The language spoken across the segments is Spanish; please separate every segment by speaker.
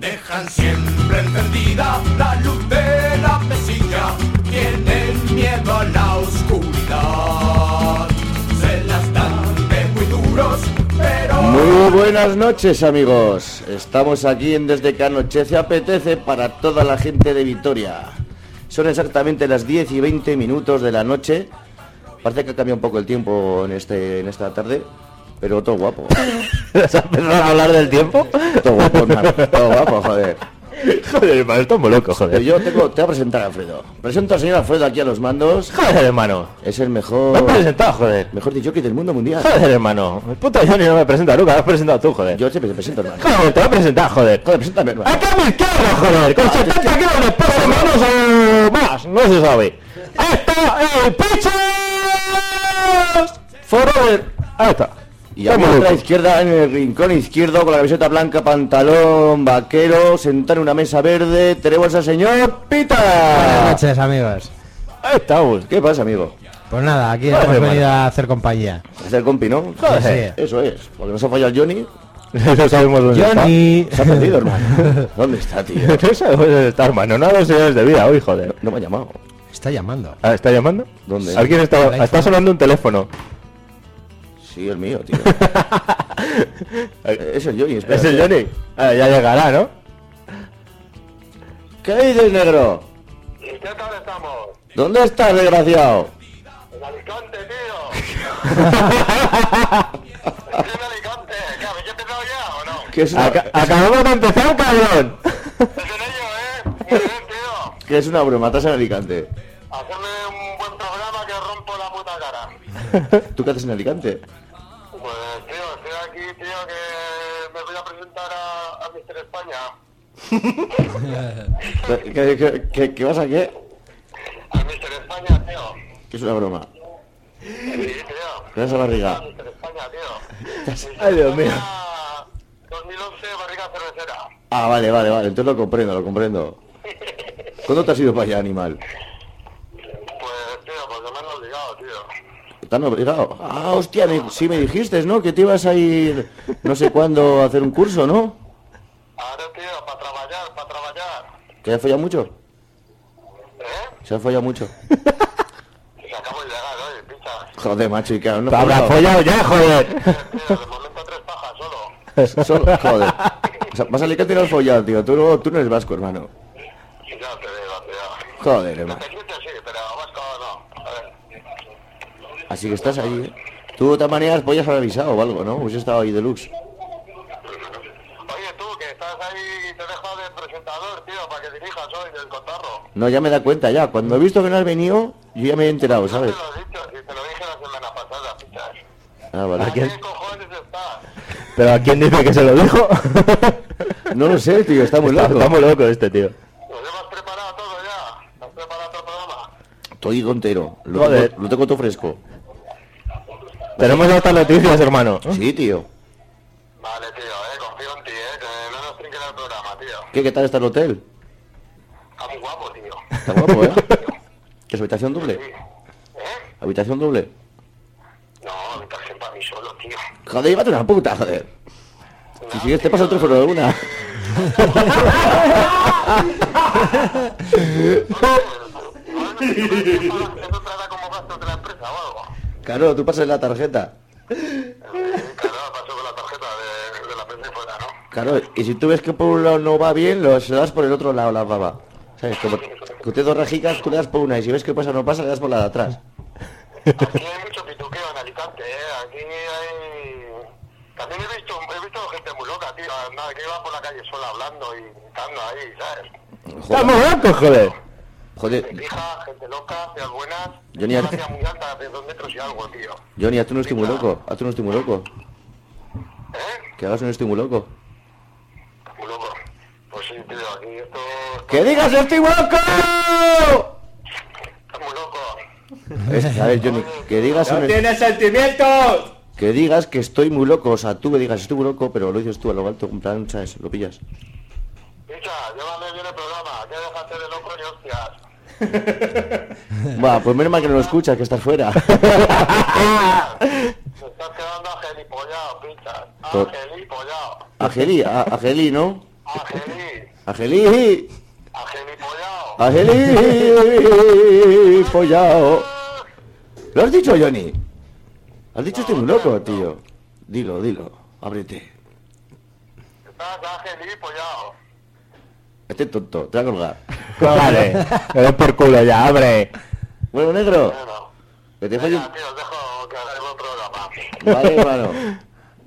Speaker 1: Dejan siempre encendida la luz de la mesilla. Tienen miedo a la oscuridad. Se las dan de muy duros, pero.
Speaker 2: Muy buenas noches amigos, estamos aquí en Desde que anochece apetece para toda la gente de Vitoria. Son exactamente las 10 y 20 minutos de la noche. Parece que ha cambiado un poco el tiempo en, este, en esta tarde, pero todo guapo.
Speaker 3: ¿Has empezado a hablar del tiempo?
Speaker 2: Todo guapo, hermano, todo guapo, joder.
Speaker 3: Joder, hermano, estás muy loco,
Speaker 2: Pero
Speaker 3: joder.
Speaker 2: yo tengo, te voy a presentar a Alfredo. Presento al señor Alfredo aquí a los mandos.
Speaker 3: Joder, hermano.
Speaker 2: Es el
Speaker 3: Me has
Speaker 2: mejor,
Speaker 3: presentado, joder.
Speaker 2: mejor dicho que del mundo mundial.
Speaker 3: Joder, hermano. El puto Johnny no me presenta nunca, lo has presentado tú, joder.
Speaker 2: Yo siempre te presento, hermano.
Speaker 3: Joder, te voy a presentar, joder.
Speaker 2: Joder, preséntame, hermano.
Speaker 3: Acá mi izquierda, joder, con 70 kilos de peso menos o más, no se sabe. ¡Hasta el pecho! Forever. Ahí está.
Speaker 2: Y a mi
Speaker 3: Estamos
Speaker 2: otra
Speaker 3: locos.
Speaker 2: izquierda, en el rincón izquierdo, con la camiseta blanca, pantalón, vaquero, sentado en una mesa verde, tenemos al señor
Speaker 4: Buenas
Speaker 2: Pita.
Speaker 4: noches, amigos.
Speaker 3: Ahí estamos.
Speaker 2: ¿Qué pasa, amigo?
Speaker 4: Pues nada, aquí
Speaker 3: Joder,
Speaker 4: hemos
Speaker 3: hermano.
Speaker 4: venido a hacer compañía.
Speaker 2: Hacer compi, ¿no?
Speaker 3: Joder.
Speaker 2: Eso es, porque nos ha fallado el Johnny.
Speaker 3: No sabemos dónde
Speaker 4: Johnny.
Speaker 2: Se ha perdido, hermano. ¿Dónde está, tío?
Speaker 3: está. No sabemos dónde está, hermano. No dos señores de vida hoy, joder.
Speaker 2: No me ha llamado.
Speaker 4: Está llamando.
Speaker 3: Ah, ¿Está llamando?
Speaker 2: ¿Dónde?
Speaker 3: ¿Alguien
Speaker 4: ¿El
Speaker 3: está,
Speaker 4: iPhone?
Speaker 3: está sonando un teléfono?
Speaker 2: Sí, el mío, tío. Eh, es el Johnny, espera.
Speaker 3: Eh, ¿Es el Johnny? Ah, ya llegará, ¿no?
Speaker 2: ¿Qué dices, negro?
Speaker 5: ¿Y qué tal estamos?
Speaker 2: ¿Dónde estás, desgraciado?
Speaker 5: En Alicante, tío. Estoy en Alicante. ¿Qué, ¿Habéis empezado ya o no?
Speaker 2: Que es una,
Speaker 3: Aca- acabamos de empezar, cabrón.
Speaker 5: Es en ello, ¿eh? Muy bien, tío.
Speaker 2: que es una broma, estás en Alicante.
Speaker 5: Hacerme un buen programa que rompo la puta cara.
Speaker 2: ¿Tú qué haces en Alicante?
Speaker 5: Pues, tío, estoy aquí, tío, que me voy a presentar a, a Mister España.
Speaker 2: ¿Qué, qué, qué, qué- qué vas a qué?
Speaker 5: A Mister España, tío.
Speaker 2: Que es una broma.
Speaker 5: Sí, tío.
Speaker 2: Gracias a
Speaker 5: A
Speaker 2: barriga.
Speaker 5: Mister España, tío. Mister
Speaker 3: Ay, Dios mío.
Speaker 5: España 2011, barriga cervecera.
Speaker 2: Ah, vale, vale, vale. Entonces lo comprendo, lo comprendo. ¿Cuándo te has ido para allá, animal?
Speaker 5: Pues, tío, pues no me han obligado, tío.
Speaker 2: ¿Están obligado? Ah, hostia, me- sí me dijiste, ¿no? Que te ibas a ir no sé cuándo a hacer un curso, ¿no?
Speaker 5: Ahora, tío, para trabajar, para trabajar.
Speaker 2: ¿Que has follado mucho?
Speaker 5: ¿Eh?
Speaker 2: Se ha follado mucho.
Speaker 5: Se acabo de llegar hoy, picha.
Speaker 2: Joder, macho, y que aún no
Speaker 3: Te habrá
Speaker 2: has follado.
Speaker 3: follado ya, joder.
Speaker 5: Tío, de momento tres pajas solo.
Speaker 2: Solo- joder. O sea, vas a Alicante y no has follado, tío. Tú no, tú no eres vasco, hermano.
Speaker 5: Ya te digo, tío.
Speaker 2: Joder, hermano.
Speaker 5: Te quito, sí, pero vasco no. A ver.
Speaker 2: Así que estás allí, ¿eh? Tú de otra manera podías haber avisado o algo, ¿no? Hubiese estado ahí deluxe.
Speaker 5: Oye, tú, que estás ahí, te dejo de presentador, tío, para que dirijas hoy el contarro.
Speaker 2: No, ya me da cuenta, ya. Cuando he visto que no has venido, yo ya me he enterado,
Speaker 5: Ya te
Speaker 2: ¿sabes?
Speaker 5: lo he dicho, si te lo dije la semana pasada, pichas.
Speaker 2: Ah, vale.
Speaker 5: ¿A qué cojones estás?
Speaker 3: Pero ¿a quién dice que se lo dijo?
Speaker 2: No lo sé, tío, está muy
Speaker 3: Está-
Speaker 2: loco.
Speaker 3: Está muy loco este tío.
Speaker 5: ¿Lo llevas preparado todo ya? ¿Has preparado todo el programa?
Speaker 2: Estoy contero. Lo
Speaker 3: Joder.
Speaker 2: tengo, lo tengo todo fresco.
Speaker 3: Tenemos otras noticias, hermano.
Speaker 2: Sí, tío.
Speaker 5: Vale, tío, eh, confío en ti, eh, que no nos trinquen el programa, tío.
Speaker 2: ¿Qué, qué tal está el hotel?
Speaker 5: Está muy guapo, tío.
Speaker 2: Está guapo, ¿eh? ¿Que es habitación doble?
Speaker 5: ¿Eh?
Speaker 2: ¿Habitación doble?
Speaker 5: No, me traje para mí solo, tío.
Speaker 2: Joder, llévate una puta, joder. Si sigues te pasa otro foro de una.
Speaker 5: Eso trata como gasto de la empresa o algo.
Speaker 2: Claro, tú pasas la tarjeta.
Speaker 5: Claro, pasó con la tarjeta de, de la empresa y fuera, ¿no?
Speaker 2: Claro, y si tú ves que por un lado no va bien, lo se lo das por el otro lado la baba. ¿Sabes? Como que usted dos rajicas, tú le das por una. Y si ves que pasa o no pasa, le das por la de atrás.
Speaker 5: Aquí hay mucho pituqueo en Alicante, ¿eh? Aquí hay... También he visto, he visto gente muy loca, tío. Nada, que iba por la calle sola hablando y gritando ahí, ¿sabes?
Speaker 3: Está muy loco, joder.
Speaker 2: Joder,
Speaker 5: Fija, gente loca, tías buenas.
Speaker 2: Yo ni a-
Speaker 5: Una tía muy alta, de dos metros y algo, tío.
Speaker 2: Johnny, hazte un estímulo loco. Hazte un estímulo loco.
Speaker 5: ¿Eh?
Speaker 2: Que hagas un estímulo loco.
Speaker 5: Muy loco. Pues sí, tío, aquí esto...
Speaker 2: ¡Que digas estoy loco!
Speaker 5: Está muy loco.
Speaker 2: Es- Eh, a ver, Johnny, que digas, un-
Speaker 3: sentimientos!
Speaker 2: que digas que estoy muy loco, o sea, tú me digas estoy muy loco, pero lo dices tú a lo alto, en plan, ¿sabes? Lo pillas.
Speaker 5: Picha, llévame bien el programa, que dejaste de loco y hostias.
Speaker 2: Va, pues menos mal que no lo escuchas, que estás fuera.
Speaker 5: Te estás quedando agelipollado, picha.
Speaker 2: Por-
Speaker 5: Agelipollado.
Speaker 2: Ageli, a- Ageli, ¿no?
Speaker 5: Angeli,
Speaker 2: Angelí,
Speaker 5: Angeli Pollao.
Speaker 2: Ah. Angelí, follao. ¿Lo has dicho, Johnny? Has dicho estoy muy loco, tío. Dilo, dilo, ábrete.
Speaker 5: Estás Angeli Pollao.
Speaker 2: Este tonto, te voy a colgar.
Speaker 3: Vale, me doy por culo ya, hombre.
Speaker 2: Bueno, negro,
Speaker 5: Bueno,
Speaker 2: que te falle
Speaker 5: venga,
Speaker 2: un...
Speaker 5: tío, os dejo que hagáis un programa.
Speaker 2: Vale, hermano.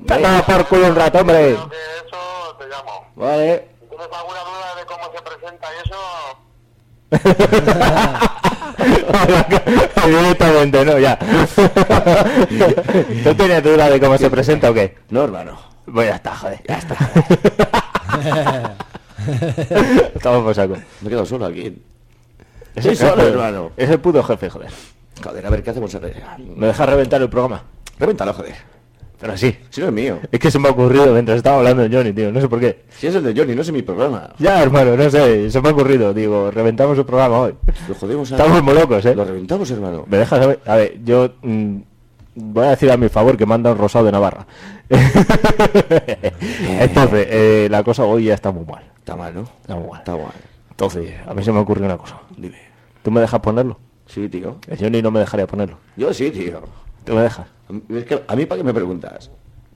Speaker 3: Te has dado por culo un rato, hombre.
Speaker 5: Creo que eso te llamo.
Speaker 2: Vale.
Speaker 5: Si tienes alguna duda de cómo se presenta y eso,
Speaker 3: Evidentemente, no, ya. ¿Tú tienes duda de cómo se presenta o qué?
Speaker 2: No, hermano.
Speaker 3: Pues ya está, joder. Ya está. Estamos por saco.
Speaker 2: Me he quedado solo aquí. Estoy solo, hermano.
Speaker 3: Es el puto jefe, joder.
Speaker 2: Joder, a ver, ¿qué hacemos ahora?
Speaker 3: Me deja reventar el programa.
Speaker 2: Revéntalo, joder.
Speaker 3: Pero sí.
Speaker 2: Si no es mío.
Speaker 3: Es que se me ha ocurrido mientras estaba hablando de Johnny, tío. No sé por qué.
Speaker 2: Si es el de Johnny, no es mi programa.
Speaker 3: Ya, hermano, no sé. Se me ha ocurrido. Digo, reventamos el programa hoy.
Speaker 2: Lo jodemos a...
Speaker 3: Estamos muy locos, ¿eh?
Speaker 2: Lo reventamos, hermano.
Speaker 3: Me dejas saber. A ver, yo mm, voy a decir a mi favor que manda un rosado de Navarra. Entonces, eh, la cosa hoy ya está muy mal.
Speaker 2: Está mal, ¿no?
Speaker 3: Está muy mal.
Speaker 2: Está mal.
Speaker 3: Entonces, a mí se me ocurrió una cosa.
Speaker 2: Dime.
Speaker 3: ¿Tú me dejas ponerlo?
Speaker 2: Sí, tío.
Speaker 3: El Johnny no me dejaría ponerlo.
Speaker 2: Yo sí, tío.
Speaker 3: ¿Tú me dejas?
Speaker 2: Es que a mí, ¿para qué me preguntas?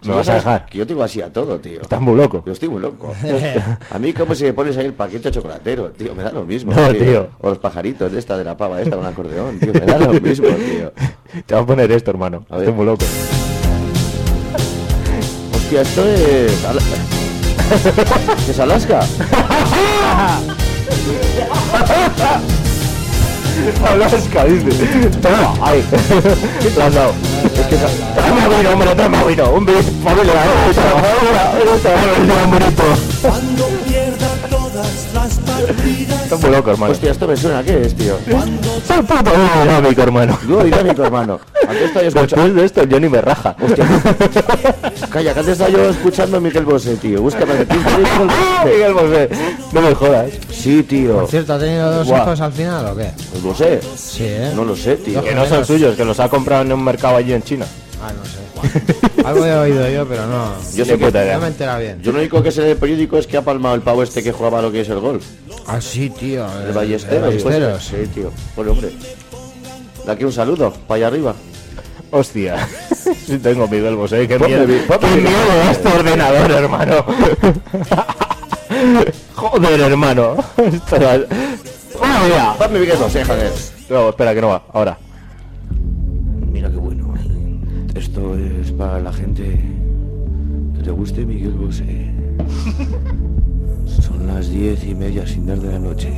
Speaker 3: ¿Me vas a
Speaker 2: sabes
Speaker 3: dejar?
Speaker 2: Que yo tengo así a todo, tío.
Speaker 3: Estás muy loco.
Speaker 2: Yo estoy muy loco. A mí como si me pones ahí el paquete chocolatero, tío, me da lo mismo.
Speaker 3: No, tío.
Speaker 2: O los pajaritos de esta, de la pava esta, un acordeón, tío, me da lo mismo, tío.
Speaker 3: Te voy a poner esto, hermano.
Speaker 2: A ver.
Speaker 3: Estoy muy loco.
Speaker 2: Hostia, esto es... Ala- ¿Es Alaska?
Speaker 3: Alaska, dice. Toma, ahí. Lo has dado. Es que esa- Toma vino, hombre, toma vino. Un beso, familia. Está
Speaker 6: Cuando pierda todas las partidas,
Speaker 3: muy loco, hermano.
Speaker 2: Hostia, esto me suena, ¿qué es, tío?
Speaker 6: cuando
Speaker 3: Pues, Soy puto dinámico, hermano.
Speaker 2: Dúo dinámico, hermano. Antes estaba yo escuchando...
Speaker 3: Después de esto, el Johnny me raja.
Speaker 2: Calla, que antes estaba yo escuchando a Miguel Bosé, tío. Búscame de
Speaker 3: Ah, Miguel Bosé, no me jodas.
Speaker 2: Sí, tío.
Speaker 4: Por cierto, ¿ha tenido dos
Speaker 2: Guau.
Speaker 4: hijos al final o qué?
Speaker 2: ¿El Bosé?
Speaker 4: Sí, ¿eh?
Speaker 2: No Pues lo sé, tío.
Speaker 3: Que no son suyos, que los ha comprado en un mercado allí en China.
Speaker 4: Ah, no sé. Algo he oído yo, pero no.
Speaker 2: Yo
Speaker 3: Ni
Speaker 2: sé que-
Speaker 3: puta idea.
Speaker 4: No me he enterado bien.
Speaker 2: Yo lo único que sé del periódico es que ha palmado el pavo este que jugaba lo que es el golf.
Speaker 4: Ah, sí, tío.
Speaker 2: El Ballesteros.
Speaker 4: el Ballesteros.
Speaker 2: pues. Sí, tío. Bueno, hombre. De aquí un saludo, para allá arriba.
Speaker 3: Hostia, si tengo Miguel Bosé, qué
Speaker 2: Ponme
Speaker 3: miedo.
Speaker 2: vi- ponme
Speaker 3: Qué
Speaker 2: Miguel
Speaker 3: miedo da este ordenador, hermano. Joder, hermano. Esto va- Bueno, mira.
Speaker 2: Dame Miguel Bosé, joder.
Speaker 3: No, espera que no va. Ahora.
Speaker 2: Mira qué bueno. eh. Esto es para la gente que le guste Miguel Bosé. Son las diez y media sin dar de la noche.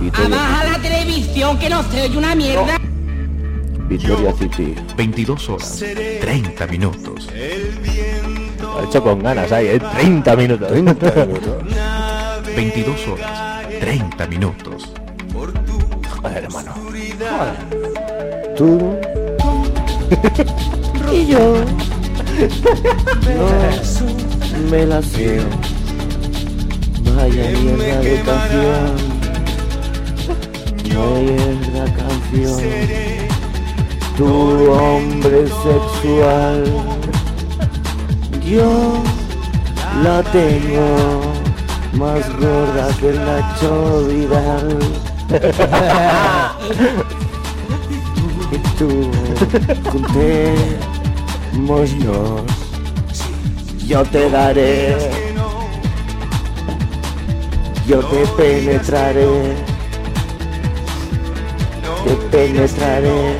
Speaker 2: Vitoria,
Speaker 7: Abaja la televisión que no se oye una mierda.
Speaker 2: Vitoria City.
Speaker 8: 22 horas, 30 minutos.
Speaker 3: Lo ha hecho con ganas ahí, ¿eh? 30 minutos.
Speaker 2: 30 minutos.
Speaker 8: 22 horas, 30 minutos.
Speaker 3: Joder, hermano.
Speaker 2: Tú y yo no me la sé. Vaya mierda de canción. Mierda canción. Tu hombre sexual. Yo la tengo más gorda que Nacho Vidal. y tú juntémonos yo te daré yo te penetraré te penetraré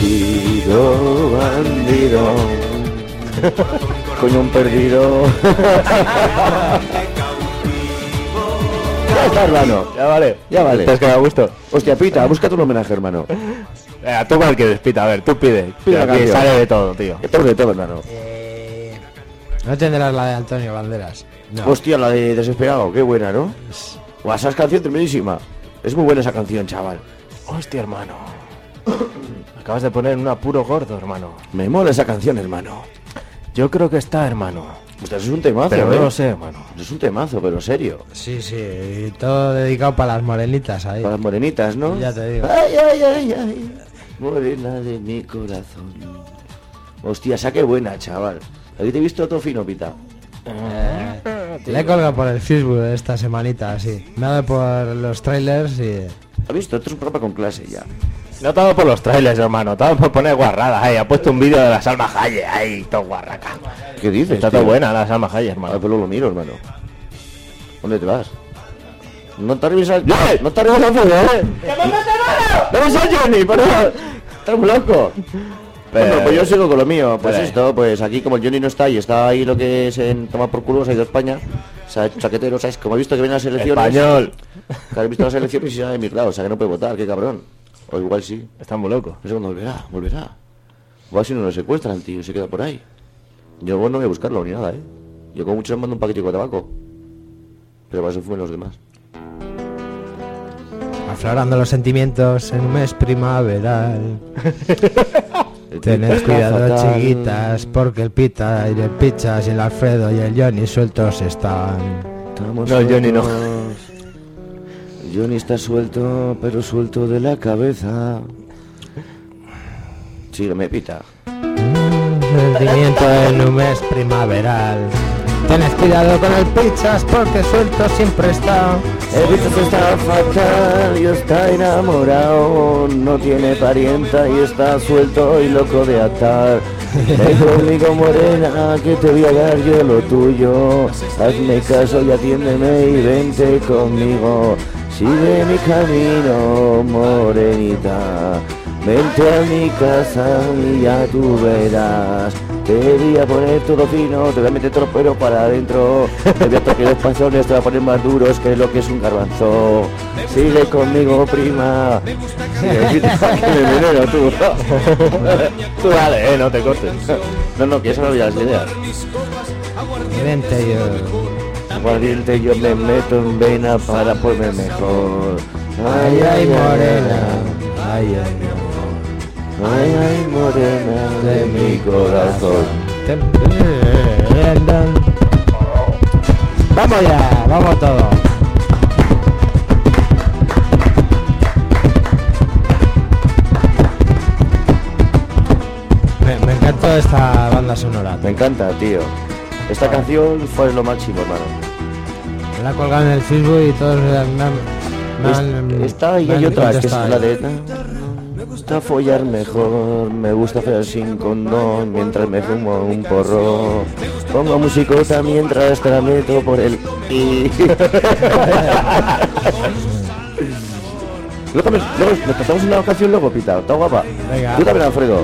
Speaker 2: bandido bandido con un perdido ya está hermano
Speaker 3: Ya vale.
Speaker 2: Ya vale.
Speaker 3: ¿Te has quedado a gusto?
Speaker 2: Hostia, Pita, búscate un homenaje, hermano.
Speaker 3: Venga, tú cual que despita, a ver, tú pide.
Speaker 2: Pide la
Speaker 3: Aquí
Speaker 2: canción.
Speaker 3: sale de todo, tío.
Speaker 2: Que de todo, hermano.
Speaker 4: Eh, No tendrás la de Antonio Banderas. No.
Speaker 3: Pues-
Speaker 2: Hostia, la de Desesperado, qué buena, ¿no? Buah, esa es canción tremendísima. Es muy buena esa canción, chaval.
Speaker 3: Hostia, hermano. Acabas de poner un apuro gordo, hermano.
Speaker 2: Me mola esa canción, hermano.
Speaker 3: Yo creo que está, hermano.
Speaker 2: Hostia, eso es un temazo,
Speaker 3: Pero
Speaker 2: ¿eh?
Speaker 3: no lo sé, hermano.
Speaker 2: Eso Es un temazo, pero serio.
Speaker 4: Sí, sí. y todo dedicado para las morenitas ahí.
Speaker 3: Ah,
Speaker 2: Para las morenitas, ¿no?
Speaker 4: Ya te digo.
Speaker 2: Ay, ay, ay, ay. Morena de mi corazón. Hostia, esa qué buena, chaval.
Speaker 3: Aquí te he visto otro fino, pita.
Speaker 4: Le he colgado por el Facebook esta semanita, así. Me ha dado por los trailers y...
Speaker 3: ¿Has visto? Esto es un programa con clase ya.
Speaker 2: No todo por los trailers, hermano, todo por poner guarradas, ahí, ha puesto un vídeo de las almas Hayes, ahí, todo guarraca.
Speaker 3: ¿Qué dices?
Speaker 2: Está todo
Speaker 3: tío?
Speaker 2: buena las almas Hayes,
Speaker 3: Ahora
Speaker 2: hermano.
Speaker 3: pues lo miro, hermano. ¿Dónde te vas? No te arribes al...
Speaker 2: ¡Eh!
Speaker 3: ¡No te arribes al fútbol, eh!
Speaker 2: ¡No soy Johnny, por favor!
Speaker 3: ¡Estás muy loco! Bueno, pues yo sigo con lo mío. Pues
Speaker 2: Pero-
Speaker 3: esto, pues aquí como el Johnny no está y está ahí lo que es en tomar por culo, se ha ido a España. Se ha hecho chaquetero, ¿sabes? Como he visto que vienen las elecciones...
Speaker 2: Español.
Speaker 3: Que has visto las elecciones y se ha emigrado, o sea que no puede votar, qué cabrón. O igual sí.
Speaker 2: Está muy loco.
Speaker 3: No sé cuándo volverá, volverá. O si no lo secuestran, tío, y se queda por ahí. Yo bueno, no voy a buscarlo ni nada, ¿eh? Yo como mucho les mando un paquetico de tabaco. Pero para eso fumen los demás.
Speaker 4: Aflorando los sentimientos en un mes primaveral.
Speaker 3: El pita
Speaker 4: Tened
Speaker 3: está
Speaker 4: cuidado,
Speaker 3: fatal.
Speaker 4: chiquitas, porque el Pita y el Pichas y el Alfredo y el Johnny sueltos están.
Speaker 3: Estamos
Speaker 2: No, Johnny no.
Speaker 3: sueltos. Johnny está suelto, pero suelto de la cabeza. Sígueme, pita.
Speaker 4: Sentimiento en un mes primaveral. Tened cuidado con el Pichas, porque suelto siempre está.
Speaker 3: El visto está fatal y está enamorado, no tiene parienta y está suelto y loco de atar. Ven conmigo morena, que te voy a dar yo lo tuyo. Hazme caso y atiéndeme y vente conmigo. Sigue mi camino, morenita. Vente a mi casa y ya tú verás. Te voy a poner todo fino, te voy a meter todo el pelo para adentro. Te voy a tocar los pasones, te voy a poner más duros que lo que es un garbanzo. Sigue conmigo, prima. Sí, que me veneno, tú.
Speaker 2: Tú dale, eh, no te cortes.
Speaker 3: No, no, que eso no había las ideas.
Speaker 4: Vente yo.
Speaker 3: Valiente yo me meto en vena para ponerme mejor.
Speaker 4: Ay, ay, morena. Ay, ay,
Speaker 3: Ay, ay, morena de mi corazón.
Speaker 4: morena. Vamos ya, vamos todos. Me, me encantó esta banda sonora.
Speaker 3: Me encanta, tío.
Speaker 2: Ah.
Speaker 3: Esta canción fue lo máximo, hermano.
Speaker 4: Me la he colgado en el Facebook y todos me han- me han... me han-
Speaker 3: Esta y
Speaker 4: me
Speaker 3: hay
Speaker 4: han
Speaker 3: otra que es
Speaker 4: contestado.
Speaker 3: la de... Me gusta follar mejor, me gusta follar sin condón mientras me fumo un porro. Pongo musicota mientras te la meto por el... Y... Luego, me- luego nos pasamos una canción luego, Pita. Está guapa.
Speaker 4: Venga.
Speaker 3: Tú también, Alfredo.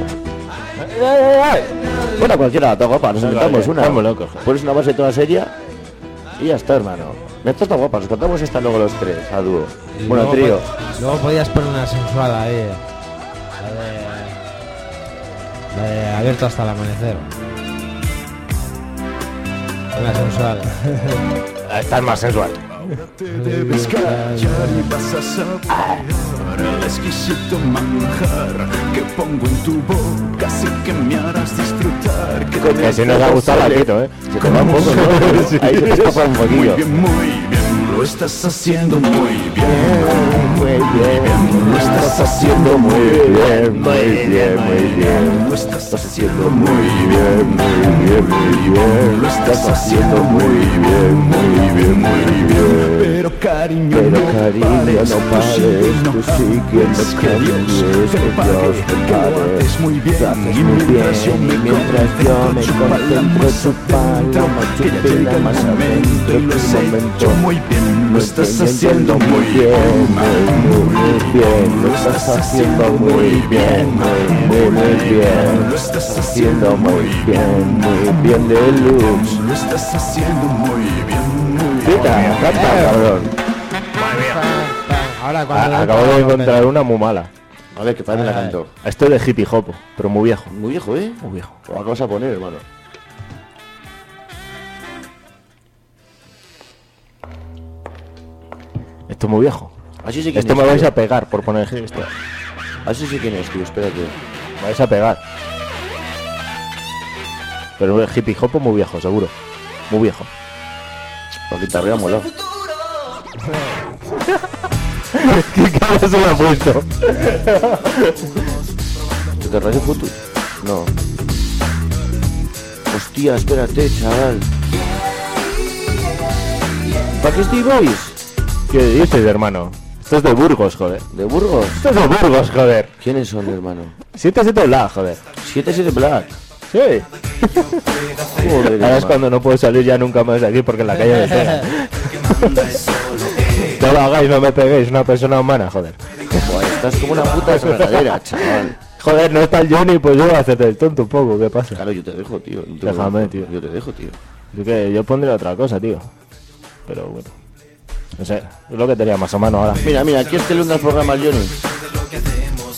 Speaker 3: Bueno, cualquiera, está guapa. Nos inventamos
Speaker 2: vale,
Speaker 3: una.
Speaker 2: estamos locos.
Speaker 3: Pones una base toda seria y ya está, hermano. Esta está guapa. Nos cantamos esta luego los tres, a dúo.
Speaker 4: Y
Speaker 3: Bueno, a
Speaker 4: luego
Speaker 3: trío.
Speaker 4: po- pues, Luego podías poner una sensual ahí. La de. La de abierto hasta el amanecer. Una sensual.
Speaker 2: Estás más sensual.
Speaker 1: Debes callar y vas a saborear el exquisito manjar que pongo en tu boca, así que me harás disfrutar. Que
Speaker 2: Que si nos ha gustado la quito, eh.
Speaker 3: Se te va un poco, ¿no?
Speaker 2: Sí.
Speaker 3: Ahí se te escapa un
Speaker 1: Muy
Speaker 3: poquillo.
Speaker 1: bien, muy bien, lo estás haciendo muy bien.
Speaker 3: Muy bien,
Speaker 1: Lo estás haciendo muy bien,
Speaker 3: muy bien, muy bien.
Speaker 1: Lo estás haciendo muy bien, muy bien, muy bien. Lo estás haciendo muy bien, muy bien, muy bien. Pero cariño,
Speaker 3: Pero cariño, no pares, tú sí que no
Speaker 1: Es que
Speaker 3: cambies,
Speaker 1: Dios te
Speaker 3: que
Speaker 1: pague,
Speaker 3: Dios te
Speaker 1: que lo
Speaker 3: pague.
Speaker 1: haces muy bien.
Speaker 3: Lo haces muy bien, y mientras yo me contemplo tu paloma, tu
Speaker 1: que ya llega
Speaker 3: pila
Speaker 1: el
Speaker 3: más
Speaker 1: momento
Speaker 3: adentro,
Speaker 1: y lo
Speaker 3: tu
Speaker 1: has hecho
Speaker 3: momento.
Speaker 1: muy bien. Lo estás haciendo muy
Speaker 3: bien,
Speaker 1: bien,
Speaker 3: muy, muy bien, lo estás haciendo muy bien, muy, muy, muy bien,
Speaker 1: Lo estás
Speaker 3: haciendo muy bien, muy bien de luz.
Speaker 1: Lo estás haciendo muy bien, muy bien.
Speaker 3: Pita, canta, cabrón.
Speaker 4: Ahora cuando.
Speaker 2: A- Ah, Acabo de encontrar una muy mala. Ah,
Speaker 3: A ver, que para mí la canto.
Speaker 2: Esto es de hippie hop, pero muy viejo.
Speaker 3: Muy viejo, ¿eh?
Speaker 2: Muy viejo.
Speaker 3: Lo vamos a poner, hermano.
Speaker 2: Esto es muy viejo.
Speaker 3: Así sí que
Speaker 2: Esto Este me vais a pegar por poner esto.
Speaker 3: Así sí quién es, tío, espérate.
Speaker 2: Me vais a pegar. Pero es hippie hop muy viejo, seguro. Muy viejo.
Speaker 3: La guitarra mola.
Speaker 2: ¿Qué cara se me ha puesto?
Speaker 3: ¿Te te rayas futuro? No.
Speaker 2: Hostia, espérate, chaval. ¿Para qué estoy Boys?
Speaker 3: ¿Qué dices, hermano? Esto es de Burgos, joder.
Speaker 2: ¿De Burgos?
Speaker 3: Esto es de Burgos, joder.
Speaker 2: ¿Quiénes son, hermano?
Speaker 3: Siéntese doblada, joder.
Speaker 2: 7-7 Black.
Speaker 3: Sí.
Speaker 2: Joder,
Speaker 3: Ahora es
Speaker 2: hermano.
Speaker 3: cuando no puedo salir ya nunca más de aquí porque en la calle me pega. No lo hagáis, no me peguéis, una persona humana, joder.
Speaker 2: Joder, estás como una puta desgranadera, chaval.
Speaker 3: Joder, no está el Johnny, pues yo voy a hacerte el tonto un poco, ¿qué pasa?
Speaker 2: Claro, yo te dejo, tío. No te
Speaker 3: Déjame,
Speaker 2: dejo.
Speaker 3: tío.
Speaker 2: Yo te dejo, tío.
Speaker 3: Yo, que, yo pondría otra cosa, tío. Pero bueno. No sé, es lo que tenía más o menos ahora.
Speaker 2: Mira, mira, aquí este lunes programa al Johnny.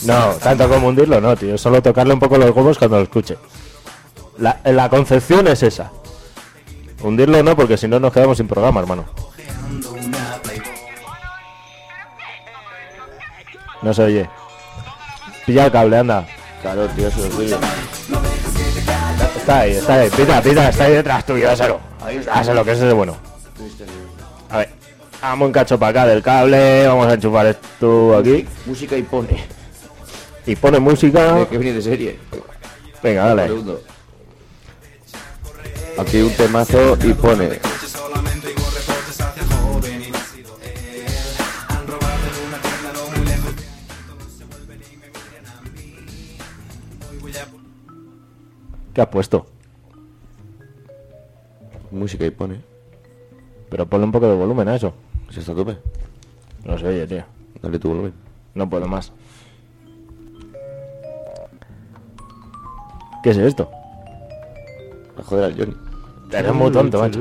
Speaker 3: No, tanto como hundirlo, no, tío. Solo tocarle un poco los huevos cuando lo escuche. La, la concepción es esa. Hundirlo no, porque si no nos quedamos sin programa, hermano. No se oye. Pilla el cable, anda.
Speaker 2: Claro, tío, eso es tuyo.
Speaker 3: Está ahí, está ahí. Pita, pita, está ahí detrás tuyo, dáselo. Dáselo, que ese es bueno. A ver, vamos un cacho para acá del cable. Vamos a enchufar esto aquí.
Speaker 2: Música y pone.
Speaker 3: Y pone música.
Speaker 2: Tiene que venir de serie.
Speaker 3: Venga, dale.
Speaker 2: Segundo. Aquí un temazo y pone.
Speaker 3: ¿Qué has puesto?
Speaker 2: Música y pone.
Speaker 3: Pero ponle un poco de volumen a eso.
Speaker 2: Se está a tope.
Speaker 3: No se oye, tío.
Speaker 2: Dale tu volumen.
Speaker 3: No puedo más. ¿Qué es esto?
Speaker 2: A joder al Johnny.
Speaker 3: Eres muy tonto, macho.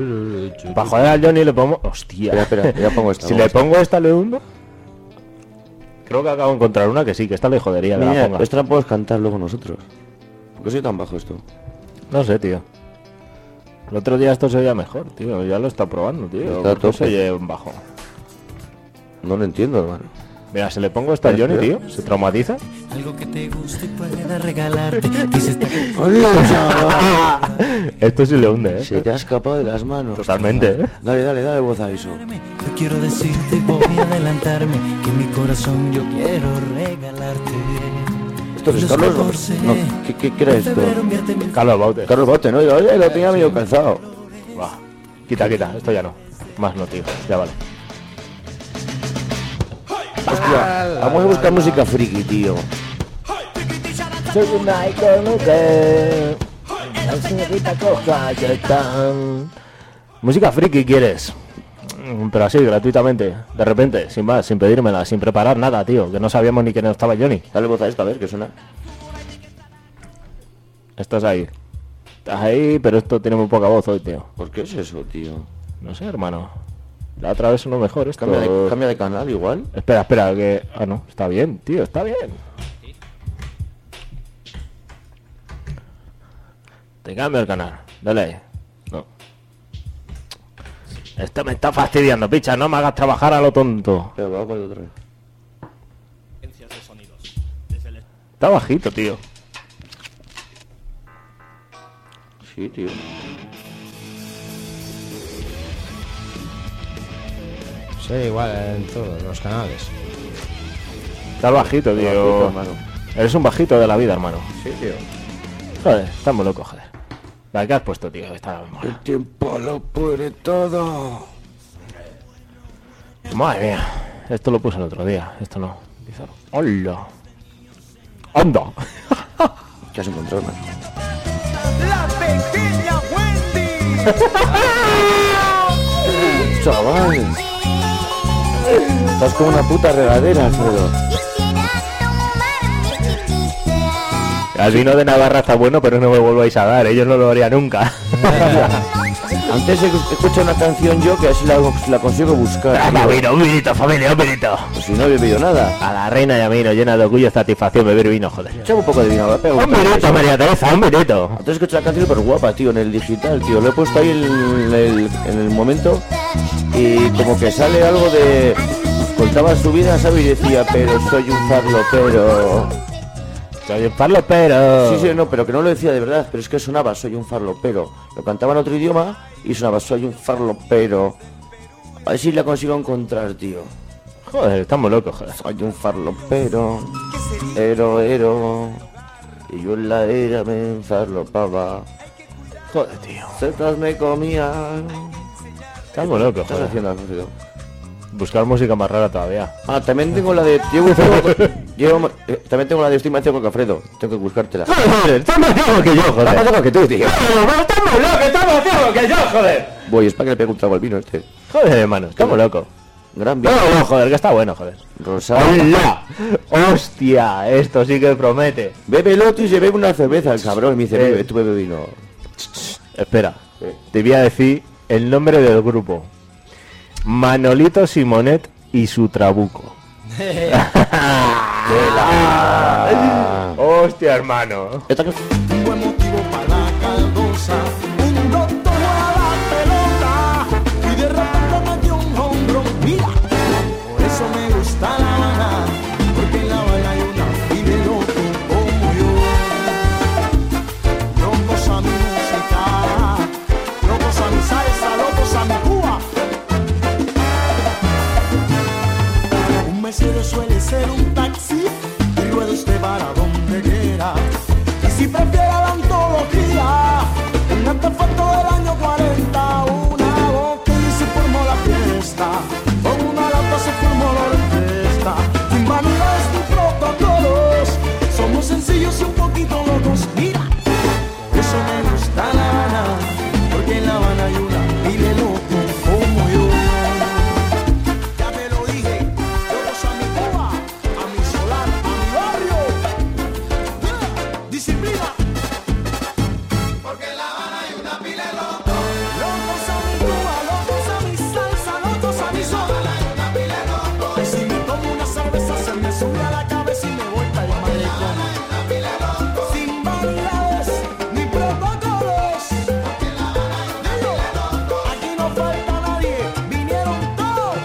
Speaker 3: Para joder al Johnny le pongo... Hostia.
Speaker 2: Espera, espera, ya pongo esta,
Speaker 3: si
Speaker 2: vamos
Speaker 3: le
Speaker 2: a ver.
Speaker 3: pongo esta, le hundo. Creo que acabo de encontrar una que sí, que esta le jodería. que la
Speaker 2: Mira,
Speaker 3: ponga.
Speaker 2: esta la podemos cantar luego nosotros. ¿Por qué soy tan bajo esto?
Speaker 3: No sé, tío. El otro día esto se oía mejor, tío. Ya lo está probando, tío.
Speaker 2: Está a
Speaker 3: ¿Por qué se
Speaker 2: tope.
Speaker 3: oye un bajo.
Speaker 2: No lo entiendo, hermano.
Speaker 3: Mira, si le pongo esta al
Speaker 2: Espera,
Speaker 3: Johnny,
Speaker 2: espera.
Speaker 3: tío, se traumatiza.
Speaker 6: Algo que te guste y pueda regalarte. Dices,
Speaker 3: Esto sí le hunde, eh.
Speaker 2: Se te ha escapado de las manos.
Speaker 3: Totalmente, eh.
Speaker 2: Dale, dale, dale voz a eso.
Speaker 6: yo quiero decirte, voy a adelantarme. Que mi corazón yo quiero regalarte.
Speaker 2: ¿Esto es
Speaker 6: Los
Speaker 2: Carlos?
Speaker 6: 14
Speaker 2: No, ¿qué, qué, qué era
Speaker 6: de
Speaker 2: esto?
Speaker 6: febrero invierte mi-
Speaker 3: Carlos Baute.
Speaker 2: Carlos Bote, ¿no? Oye, lo tenía medio calzado.
Speaker 3: Buah. Quita, quita, esto ya no. Más no, tío. Ya vale.
Speaker 2: Hostia, vamos a buscar música friki, tío.
Speaker 3: Música friki quieres. Mm, Pero así, gratuitamente, de repente, sin más, sin pedírmela, sin preparar nada, tío, que no sabíamos ni que no estaba Johnny.
Speaker 2: Dale voz a esto, a ver qué suena.
Speaker 3: Estás ahí. Estás ahí, pero esto tiene muy poca voz hoy, tío.
Speaker 2: ¿Por qué es eso, tío?
Speaker 3: No sé, hermano. La otra vez uno mejor, esto...
Speaker 2: Cambia de, cambia de canal igual.
Speaker 3: Espera, espera, que... Ah, no, está bien, tío, está bien. Te cambio el canal, dale ahí. No. Esto me está fastidiando, picha, no me hagas trabajar a lo tonto.
Speaker 2: Pero vamos con el otro.
Speaker 3: Está bajito, tío.
Speaker 2: Sí, tío.
Speaker 4: Sí, igual en todos los canales.
Speaker 3: Está bajito, tío.
Speaker 2: bajito, hermano.
Speaker 3: Eres un bajito de la vida, hermano.
Speaker 2: Sí, tío.
Speaker 3: Joder, estamos locos, joder. La que has puesto, tío, está
Speaker 2: El tiempo lo puede todo.
Speaker 3: Madre mía, esto lo puse el otro día, esto no. Bizarro. ¡Hola! ¡Anda!
Speaker 2: ¿Qué has encontrado, hermano? Chaval. Estás como una puta regadera, Alfredo.
Speaker 3: El vino de Navarra está bueno, pero no me volváis a dar, ellos no lo haría nunca.
Speaker 2: Antes he escuchado una canción yo que así la, la consigo buscar.
Speaker 3: Toma,
Speaker 2: tío.
Speaker 3: vino, un vinito, familia, un vinito.
Speaker 2: Pues si no había bebido nada.
Speaker 3: A la reina y a mí nos llena de orgullo y satisfacción beber vino, joder.
Speaker 2: Echame un poco de vino, pego.
Speaker 3: Un minuto, María Teresa, un minuto.
Speaker 2: Antes he escuchado una canción súper guapa, tío, en el digital, tío. Lo he puesto ahí en el, en el momento y como que sale algo de... Contaba su vida, ¿sabes? Y decía, pero soy un farlopero.
Speaker 3: Soy un farlopero.
Speaker 2: Sí, sí, no, pero que no lo decía de verdad, pero es que sonaba soy un farlopero. Lo cantaba en otro idioma y sonaba soy un farlopero. A ver si la consigo encontrar, tío.
Speaker 3: Joder, estamos locos, joder.
Speaker 2: Soy un farlopero, ero, ero. Y yo en la era me enfarlopaba.
Speaker 3: Joder, tío.
Speaker 2: Setas me comían.
Speaker 3: Estamos locos,
Speaker 2: Estás
Speaker 3: joder.
Speaker 2: haciendo Alfredo.
Speaker 3: Buscar música más rara todavía.
Speaker 2: Ah, también tengo la de. Llevo fuego con- llevo- eh, también tengo la de estoy más ciego que Alfredo. Tengo que buscártela.
Speaker 3: Estamos locos que yo, joder.
Speaker 2: Más ciego que tú, tío.
Speaker 3: Estamos locos, estamos locos que yo, joder.
Speaker 2: Voy, es para que le pegue un trago al vino este.
Speaker 3: Joder, hermano, estamos locos.
Speaker 2: Gran
Speaker 3: No,
Speaker 2: vino.
Speaker 3: no, joder, que está bueno, joder.
Speaker 2: Rosado.
Speaker 3: ¡Hola! ¡Hostia! Esto sí que promete.
Speaker 2: Bébelo, tú, y se bebe una cerveza el cabrón. Y me dice,
Speaker 3: Eh.
Speaker 2: bebe, tú bebe vino. Eh.
Speaker 3: Espera,
Speaker 2: Sí.
Speaker 3: te voy a decir el nombre del grupo. Manolito Simonet y su trabuco. Hostia, hermano.
Speaker 2: Esta que-
Speaker 1: buen motivo para la caldosa. Un doctor a la pelota y de repente metió un hombro. Mira, por eso me gusta La Habana, porque en La Habana hay una vive loco como yo. Locos a mi música, locos a mi salsa, locos a mi Cuba. Un mesero suele ser un taxi y este rueda usted para donde quiera. Y si prefiere la antología, un artefacto este del año 40, una botella y se formó la fiesta. Con una lata se formó la orquesta. Sin vanidades ni protocolos, somos sencillos y un poquito locos. Mira, por eso me gusta La Habana, porque en La Habana hay una pile loco como yo. Ya te lo dije, locos a mi Cuba, a mi solar, a mi barrio. Yeah, Disciplina. Porque en La Habana hay una pila de locos. Locos a mi Cuba, locos a mi salsa, locos a mi solar. hay una pila de locos. Y si me tomo una cerveza se me sube a la cabeza y me voy para el malecón. Sin vanidades ni protocolos. Porque en La Habana hay una pila de locos. Aquí no falta nadie, vinieron todos.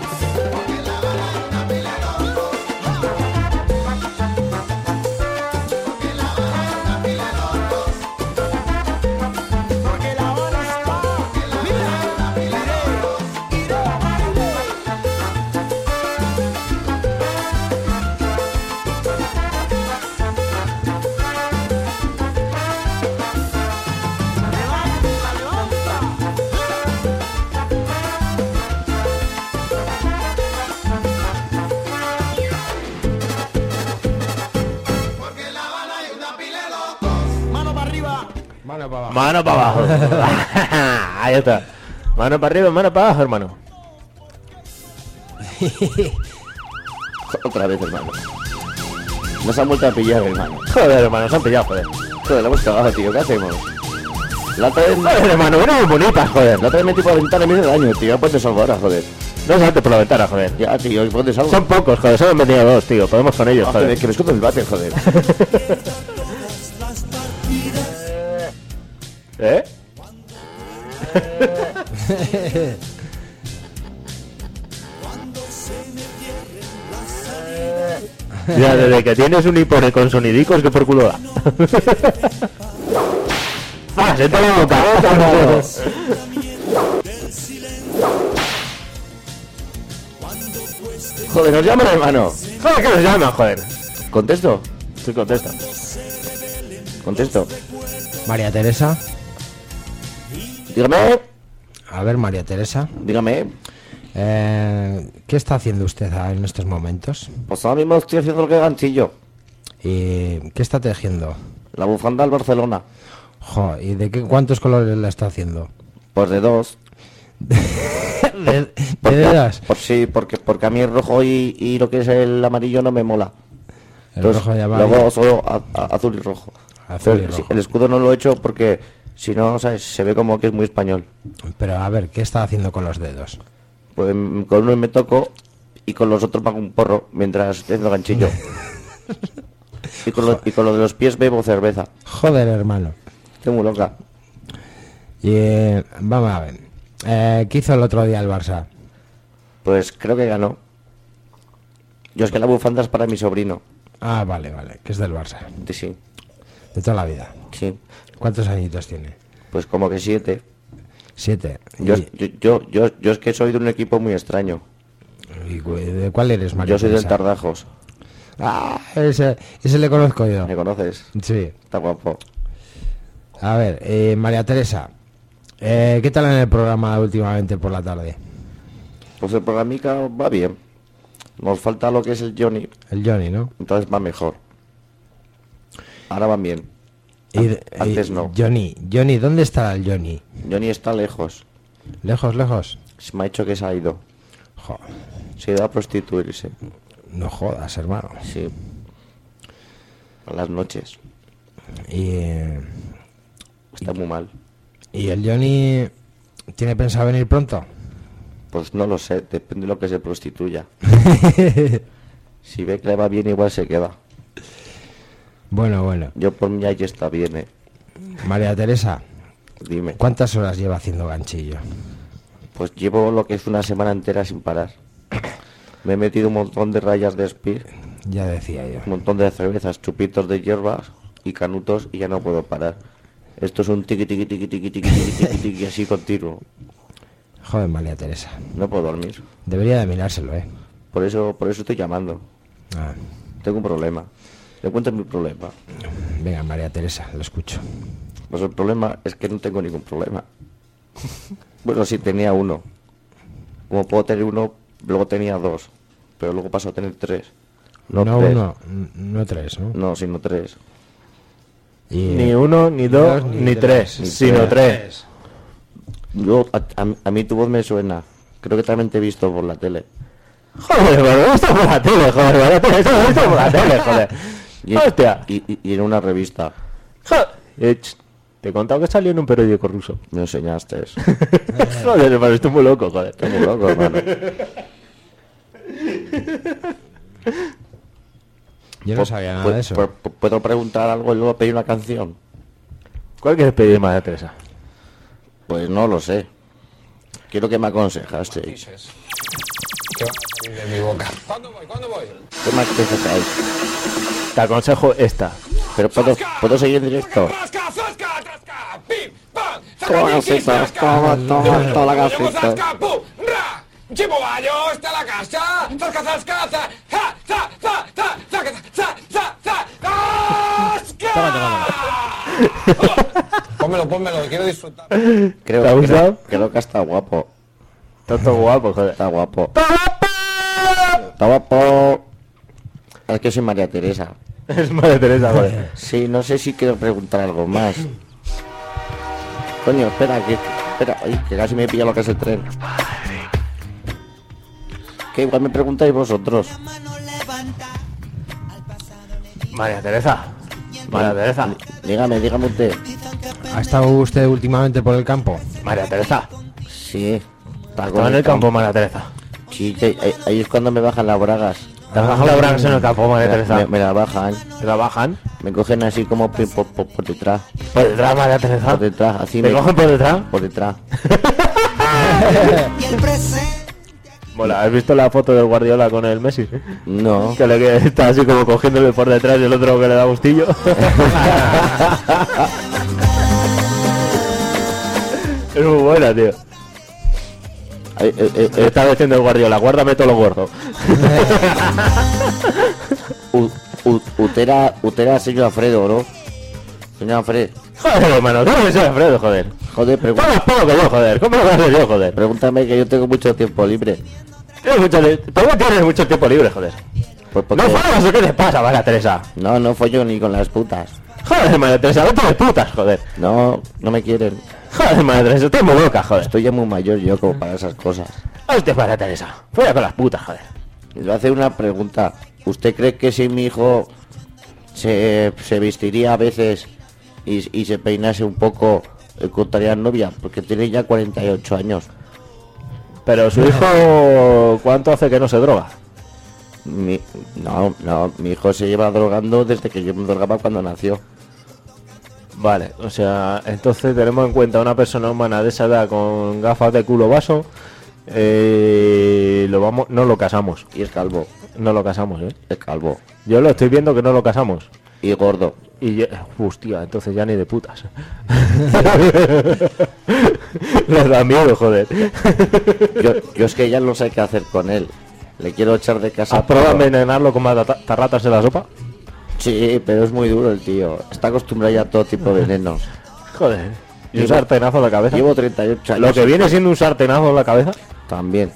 Speaker 1: Porque la hora está, mira, iré, iré a bailar. Levanta, levanta. Mano para arriba.
Speaker 3: Mano para abajo. Ahí está. Mano para arriba, mano para abajo, hermano.
Speaker 2: Otra vez, hermano. Nos han vuelto a pillar, hermano.
Speaker 3: Joder, hermano, se han pillado, joder.
Speaker 2: Joder, la hemos cagado, tío. ¿Qué hacemos? La otra vez...
Speaker 3: Joder, hermano, una bonita, joder.
Speaker 2: La otra vez metí por la ventana y me hizo daño, tío. Ya ponte salvo ahora, joder.
Speaker 3: No salte por la ventana, joder.
Speaker 2: Ya, tío, ponte salvo.
Speaker 3: Son pocos, joder, solo hemos metido dos, tío. Podemos con ellos,
Speaker 2: Ah,
Speaker 3: joder.
Speaker 2: joder, que me escupe el bate, joder.
Speaker 3: ¿Eh? Ya, desde que tienes un hipone con sonidicos que por culo da. ¡Ah, se te la boca!
Speaker 2: Joder, nos llaman, hermano.
Speaker 3: ¡Joder, Ah, que nos llaman, joder!
Speaker 2: ¿Contesto?
Speaker 3: Sí, contesta.
Speaker 2: Contesto.
Speaker 4: María Teresa.
Speaker 2: Dígame,
Speaker 4: A ver, María Teresa.
Speaker 2: dígame.
Speaker 4: eh, ¿Qué está haciendo usted ah, en estos momentos?
Speaker 2: Pues ahora mismo estoy haciendo el ganchillo.
Speaker 4: ¿Y qué está tejiendo?
Speaker 2: La bufanda al Barcelona.
Speaker 4: Jo, ¿Y de qué, cuántos colores la está haciendo?
Speaker 2: Pues de dos.
Speaker 4: ¿De, de dedos?
Speaker 2: Por sí, porque, porque a mí el rojo y, y lo que es el amarillo no me mola.
Speaker 4: El
Speaker 2: Entonces,
Speaker 4: rojo y amarillo.
Speaker 2: luego solo a- a- azul y rojo.
Speaker 4: Azul y
Speaker 2: Pero sí,
Speaker 4: rojo.
Speaker 2: el escudo no lo he hecho porque si no, ¿sabes? Se ve como que es muy español.
Speaker 4: Pero a ver, ¿qué está haciendo con los dedos?
Speaker 2: Pues mm, con uno me toco y con los otros me hago un porro mientras estoy haciendo ganchillo. y, con lo, y con lo de los pies bebo cerveza.
Speaker 4: Joder, hermano.
Speaker 2: Estoy muy loca.
Speaker 4: Y eh, vamos a ver. Eh, ¿Qué hizo el otro día el Barça?
Speaker 2: Pues creo que ganó. Yo es que la bufanda es para mi sobrino.
Speaker 4: Ah, vale, vale, que es del Barça.
Speaker 2: Sí, Sí,
Speaker 4: De toda la vida.
Speaker 2: sí.
Speaker 4: ¿Cuántos añitos tiene?
Speaker 2: Pues como que siete.
Speaker 4: Siete.
Speaker 2: Yo,
Speaker 4: ¿Y,
Speaker 2: yo, yo, yo, yo es que soy de un equipo muy extraño.
Speaker 4: y cu- de cuál eres, María
Speaker 2: Yo soy del
Speaker 4: Teresa?
Speaker 2: Tardajos.
Speaker 4: Ah, ese, ese le conozco yo.
Speaker 2: ¿Me conoces?
Speaker 4: Sí.
Speaker 2: Está guapo.
Speaker 4: A ver, eh, María Teresa, eh, ¿qué tal en el programa últimamente por la tarde?
Speaker 2: Pues el programica va bien. Nos falta lo que es el Johnny,
Speaker 4: El Johnny, ¿no?
Speaker 2: entonces va mejor. Ahora van bien.
Speaker 4: Y-
Speaker 2: Antes
Speaker 4: y-
Speaker 2: no.
Speaker 4: Johnny, Johnny, ¿dónde estará el Johnny?
Speaker 2: Johnny está lejos.
Speaker 4: Lejos, lejos.
Speaker 2: Se me ha hecho que se ha ido.
Speaker 4: Jo,
Speaker 2: Se ha ido a prostituirse.
Speaker 4: no jodas, hermano.
Speaker 2: Sí. A las noches.
Speaker 4: Y, eh,
Speaker 2: Está muy mal.
Speaker 4: y el Johnny tiene pensado venir pronto.
Speaker 2: Pues no lo sé, depende de lo que se prostituya. si ve que le va bien, igual se queda.
Speaker 4: Bueno, bueno.
Speaker 2: Yo por mí aquí está bien, eh.
Speaker 4: María Teresa,
Speaker 2: Dime.
Speaker 4: ¿cuántas horas lleva haciendo ganchillo?
Speaker 2: Pues llevo lo que es una semana entera sin parar. Me he metido un montón de rayas de speed,
Speaker 4: Ya decía yo.
Speaker 2: un montón de cervezas, chupitos de hierbas y canutos y ya no puedo parar. Esto es un tiqui tiqui tiqui tiqui tiqui tiqui tiqui tiqui así continuo.
Speaker 4: Joder, María Teresa.
Speaker 2: No puedo dormir.
Speaker 4: Debería de mirárselo, ¿eh?
Speaker 2: Por eso, por eso estoy llamando.
Speaker 4: Ah,
Speaker 2: Tengo un problema. Le cuento mi problema.
Speaker 4: venga, María Teresa, lo escucho.
Speaker 2: Pues el problema es que no tengo ningún problema. Bueno, sí, tenía uno. Como puedo tener uno, luego tenía dos. Pero luego paso a tener tres.
Speaker 4: No,
Speaker 2: tres.
Speaker 4: uno, n- no tres, ¿no?
Speaker 2: No, sino tres.
Speaker 4: Y, eh,
Speaker 3: Ni uno, ni dos, ni tres,
Speaker 2: ni
Speaker 3: sino tres.
Speaker 2: Yo, a, a- a mí tu voz me suena. Creo que también te he visto por la tele.
Speaker 3: Joder, pero no está por la tele, joder, pues María Teresa, no está por la tele, joder.
Speaker 2: Y,
Speaker 3: Hostia.
Speaker 2: y- y- y en una revista.
Speaker 3: Jo- Eh, ch, Te he contado que salió en un periódico ruso.
Speaker 2: Me enseñaste. eso.
Speaker 3: joder, hermano, estoy muy loco, joder.
Speaker 2: Estoy muy loco, hermano.
Speaker 4: Yo no sabía nada
Speaker 2: Pu-
Speaker 4: de eso.
Speaker 2: pu- pu- Pues, ¿Puedo preguntar algo y luego pedir una canción?
Speaker 3: ¿Cuál quieres pedir, María Teresa?
Speaker 2: Pues no lo sé. Quiero que me aconsejaste. ¿Qué van a salir de mi boca? ¿Cuándo voy? ¿Cuándo voy? ¿Qué me aconsejáis?
Speaker 3: Te aconsejo esta.
Speaker 2: Pero puedo, puedo seguir en directo. Toma gacetas, toma, toma, toma la gaceta.
Speaker 9: Oh, Pónmelo, pónmelo, quiero disfrutar.
Speaker 2: Creo,
Speaker 3: ¿Te ha gustado?
Speaker 2: creo, creo que está guapo.
Speaker 3: Tanto guapo, joder.
Speaker 2: Está guapo. Está guapo. Es que soy María Teresa.
Speaker 3: Es María Teresa, joder.
Speaker 2: Sí, no sé si quiero preguntar algo más. Coño, espera, que, espera, ay, que casi me pilla lo que es el tren. Que igual me preguntáis vosotros.
Speaker 3: María Teresa. María Teresa.
Speaker 2: Dígame, dígame usted.
Speaker 4: ¿Ha estado usted últimamente por el campo?
Speaker 3: María Teresa.
Speaker 2: Sí. Está
Speaker 3: Estaba en el campo, María Teresa.
Speaker 2: Sí, que ahí, ahí es cuando me bajan las bragas.
Speaker 3: Te han bajado la branca en el campo, María
Speaker 2: Me,
Speaker 3: Teresa.
Speaker 2: me la bajan.
Speaker 3: Te la bajan.
Speaker 2: Me cogen así como pi- por, por- por detrás.
Speaker 3: Por detrás, María Teresa.
Speaker 2: Por detrás, así
Speaker 3: Ah, Te
Speaker 2: me
Speaker 3: cogen por detrás.
Speaker 2: por detrás.
Speaker 3: Mola, ¿has visto la foto del Guardiola con el Messi?
Speaker 2: No.
Speaker 3: Que le que está así como cogiéndole por detrás y el otro que le da gustillo. es muy buena, tío.
Speaker 2: Ay, eh, eh, eh,
Speaker 3: Está diciendo el Guardiola, guárdame todo lo gordo.
Speaker 2: u- u- utera, utera, señor Alfredo, ¿no? Señor Alfredo.
Speaker 3: Joder, hermano, ¿cómo me soy Alfredo, joder?
Speaker 2: Joder, pregu-
Speaker 3: ¿Cómo poco que yo, joder? ¿Cómo lo hago yo, joder?
Speaker 2: pregúntame que yo tengo mucho tiempo libre.
Speaker 3: Tienes mucho, li- ¿Cómo tienes mucho tiempo libre, joder?
Speaker 2: Pues porque-
Speaker 3: ¿No fumas o qué te pasa, María Teresa?
Speaker 2: no, no follo ni con las putas.
Speaker 3: Joder, María Teresa, no te putas, joder.
Speaker 2: No, no me quieren.
Speaker 3: Joder, María Teresa, estoy muy loca, joder.
Speaker 2: Estoy ya muy mayor yo como para esas cosas.
Speaker 3: Hostia, María Teresa, fuera con las putas, joder.
Speaker 2: Le voy a hacer una pregunta. ¿Usted cree que si mi hijo se, se vestiría a veces y, y se peinase un poco, encontraría novia? Porque tiene ya 48 años.
Speaker 3: Pero su hijo, ¿cuánto hace que no se droga?
Speaker 2: Mi, no, no, mi hijo se lleva drogando desde que yo me drogaba cuando nació.
Speaker 3: Vale, o sea, entonces tenemos en cuenta una persona humana de esa edad con gafas de culo vaso. eh, lo vamos, no lo casamos,
Speaker 2: Y es calvo,
Speaker 3: no lo casamos, ¿eh?
Speaker 2: es calvo.
Speaker 3: Yo lo estoy viendo que no lo casamos.
Speaker 2: Y gordo.
Speaker 3: Y yo- hostia, entonces ya ni de putas. Nos da miedo, joder.
Speaker 2: Yo, yo es que ya no sé qué hacer con él. Le quiero echar de casa.
Speaker 3: ¿Aprueba
Speaker 2: pero-
Speaker 3: envenenarlo con batata- tarratas en la sopa?
Speaker 2: Sí, pero es muy duro el tío. Está acostumbrado ya a todo tipo de venenos.
Speaker 3: Joder. Y un
Speaker 2: Llevo-
Speaker 3: sartenazo en la cabeza.
Speaker 2: Llevo 38 años.
Speaker 3: Lo que viene siendo un sartenazo en la cabeza.
Speaker 2: También.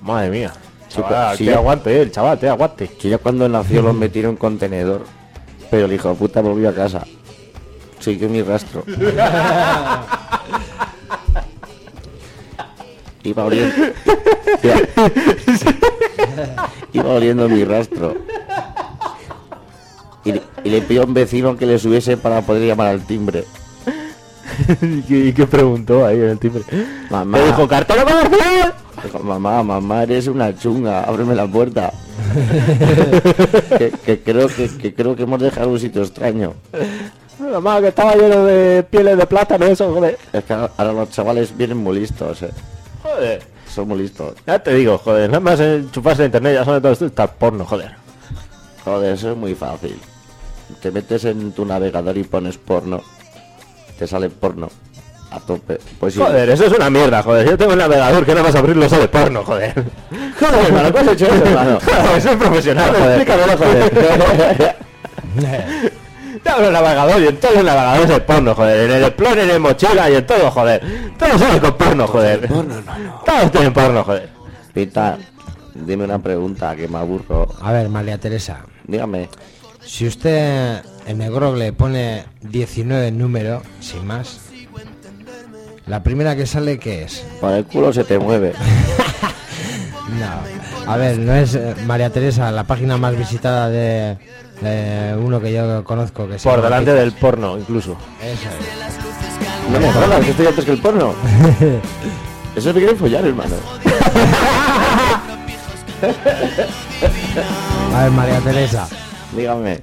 Speaker 3: Madre mía.
Speaker 2: Chico,
Speaker 3: Chaval,
Speaker 2: si
Speaker 3: que
Speaker 2: yo-
Speaker 3: aguante, eh, el chaval, te aguante.
Speaker 2: Que yo cuando nació los metí en un contenedor. Pero el hijo de puta volvió a casa. Siguió mi rastro. Iba oliendo. Iba, Iba oliendo mi rastro. Y, le- y le pidió a un vecino que le subiese para poder llamar al timbre.
Speaker 3: ¿Y qué- ¿Y qué preguntó ahí en el timbre?
Speaker 2: Mamá.
Speaker 3: Me dijo, ¡Cartón para Barcelona".
Speaker 2: Dijo, mamá, mamá, eres una chunga, ábreme la puerta. que, que creo que, que creo que hemos dejado un sitio extraño.
Speaker 3: Mamá, que estaba lleno de pieles de plátano eso, joder.
Speaker 2: Es que ahora, ahora los chavales vienen muy listos, eh.
Speaker 3: Joder.
Speaker 2: Son muy listos.
Speaker 3: Ya te digo, joder, nada más enchufarse a internet, ya saben todo esto, está porno, joder.
Speaker 2: Joder, eso es muy fácil. Te metes en tu navegador y pones porno. Te sale porno. A tope. Pues sí.
Speaker 3: Joder, eso es una mierda, joder. Yo tengo un navegador que nada más abrirlo sale porno, joder. Joder, hermano, ¿cómo has hecho eso, hermano? Joder, soy profesional,
Speaker 2: Joder,
Speaker 3: explícamelo, joder.
Speaker 2: joder.
Speaker 3: Te abro el navegador y en todos los navegadores es porno, joder. En el Explorer, en el Mochila y en todo, joder. Todos salen con porno, joder. Todos tienen porno, joder.
Speaker 2: Pita, Ah, dime una pregunta que me aburro.
Speaker 4: A ver, María Teresa,
Speaker 2: Dígame.
Speaker 4: si usted en el Grog le pone 19 números, sin más, la primera que sale, ¿qué es?
Speaker 2: Para el culo se te mueve.
Speaker 4: No. A ver, no es eh, María Teresa la página más visitada de, de uno que yo conozco que se
Speaker 3: Por
Speaker 4: llama
Speaker 3: delante
Speaker 4: Pizza.
Speaker 3: del porno, incluso.
Speaker 4: Eso es.
Speaker 2: No me jodas, estoy antes que el porno. Eso te quieren follar, hermano.
Speaker 4: A ver, María Teresa,
Speaker 2: Dígame.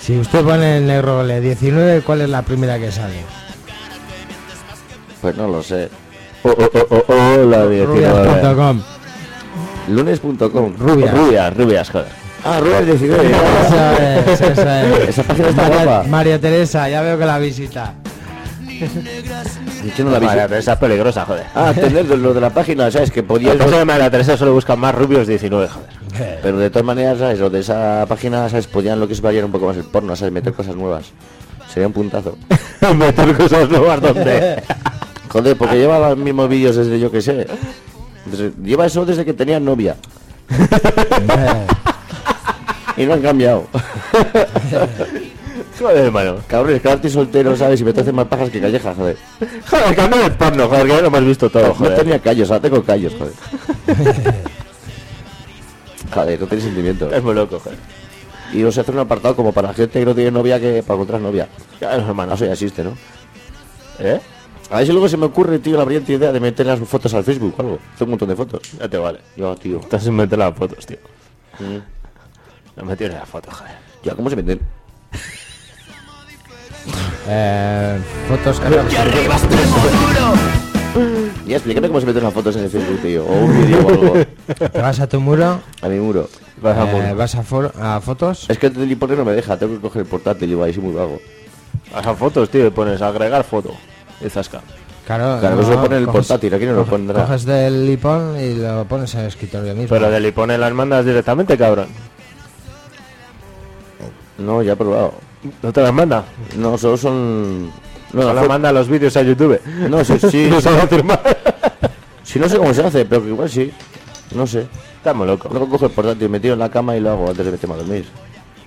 Speaker 4: si usted pone en el Grog 19, ¿cuál es la primera que sale?
Speaker 2: Pues no lo sé.
Speaker 3: Oh, oh, oh, oh, oh, la 19.
Speaker 4: Rubias.com.
Speaker 2: Lunes.com.
Speaker 4: Rubias.
Speaker 3: Rubias, rubias, joder.
Speaker 2: Ah,
Speaker 3: Pues
Speaker 2: Rubias 19.
Speaker 4: Eso es, eso es.
Speaker 2: Esa página está
Speaker 4: María,
Speaker 2: guapa.
Speaker 4: María Teresa, ya veo que la visita.
Speaker 2: Yo no la
Speaker 3: María
Speaker 2: vi.
Speaker 3: Teresa es peligrosa, joder.
Speaker 2: Ah, tener lo de la página, ¿sabes? Que
Speaker 3: Y el
Speaker 2: podías...
Speaker 3: caso de María Teresa solo buscan más rubios 19, joder.
Speaker 2: Pero de todas maneras, ¿sabes? Lo de esa página, ¿sabes? Podían lo que es variar un poco más el porno, ¿sabes? Meter cosas nuevas. Sería un puntazo.
Speaker 3: Meter cosas nuevas donde.
Speaker 2: Joder, porque llevaba los mismos vídeos desde yo que sé. Desde- lleva eso desde que tenía novia. y no han cambiado.
Speaker 3: Joder, hermano.
Speaker 2: Cabrones, quedarte soltero, ¿sabes? Y me te hacen más pajas que calleja, joder.
Speaker 3: Joder, cambia el porno, joder, que ya lo hemos visto todo,
Speaker 2: No
Speaker 3: joder.
Speaker 2: tenía callos, ahora tengo callos, joder. Joder, no tiene sentimiento.
Speaker 3: Es muy loco, joder.
Speaker 2: Y os hace un apartado como para gente que no tiene novia que para encontrar novia.
Speaker 3: Claro, hermano.
Speaker 2: Bueno, eso ya existe, ¿no?
Speaker 3: ¿Eh?
Speaker 2: A ver si luego se me ocurre, tío, la brillante idea de meter las fotos al Facebook o algo. Tengo un montón de fotos.
Speaker 3: Ya te vale.
Speaker 2: Yo, tío. Mm.
Speaker 3: Estás sin meter las fotos, tío. No me tienes las fotos, joder.
Speaker 2: Ya, ¿cómo se meten?
Speaker 4: Eh, fotos que
Speaker 2: Ya, explícame cómo se meten las fotos en el Facebook, tío. O un vídeo o algo.
Speaker 4: Te vas a tu muro,
Speaker 2: A mi muro.
Speaker 3: Vas a
Speaker 4: eh,
Speaker 3: muro.
Speaker 4: vas a, for- a fotos.
Speaker 2: Es que el teleporte no me deja, tengo que coger el portátil y voy ahí, soy muy vago.
Speaker 3: Vas a fotos, tío, y pones agregar foto. Y zasca.
Speaker 4: Claro,
Speaker 2: Claro,
Speaker 3: Ah,
Speaker 2: eso pone en el portátil, aquí no lo pondrá.
Speaker 4: Coges del lipón y lo pones en el escritorio mismo.
Speaker 3: Pero de Lipone las mandas directamente, cabrón.
Speaker 2: No, ya he probado.
Speaker 3: ¿No te las manda?
Speaker 2: No, solo son. No,
Speaker 3: No
Speaker 2: la
Speaker 3: las
Speaker 2: fo-
Speaker 3: manda los vídeos a YouTube.
Speaker 2: No, sí, sí.
Speaker 3: No sabes firmar.
Speaker 2: Sí, no sé cómo se hace, pero que igual sí. No sé.
Speaker 3: Estamos locos.
Speaker 2: Luego cojo el portátil, me tiro en la cama y lo hago antes de meterme a dormir.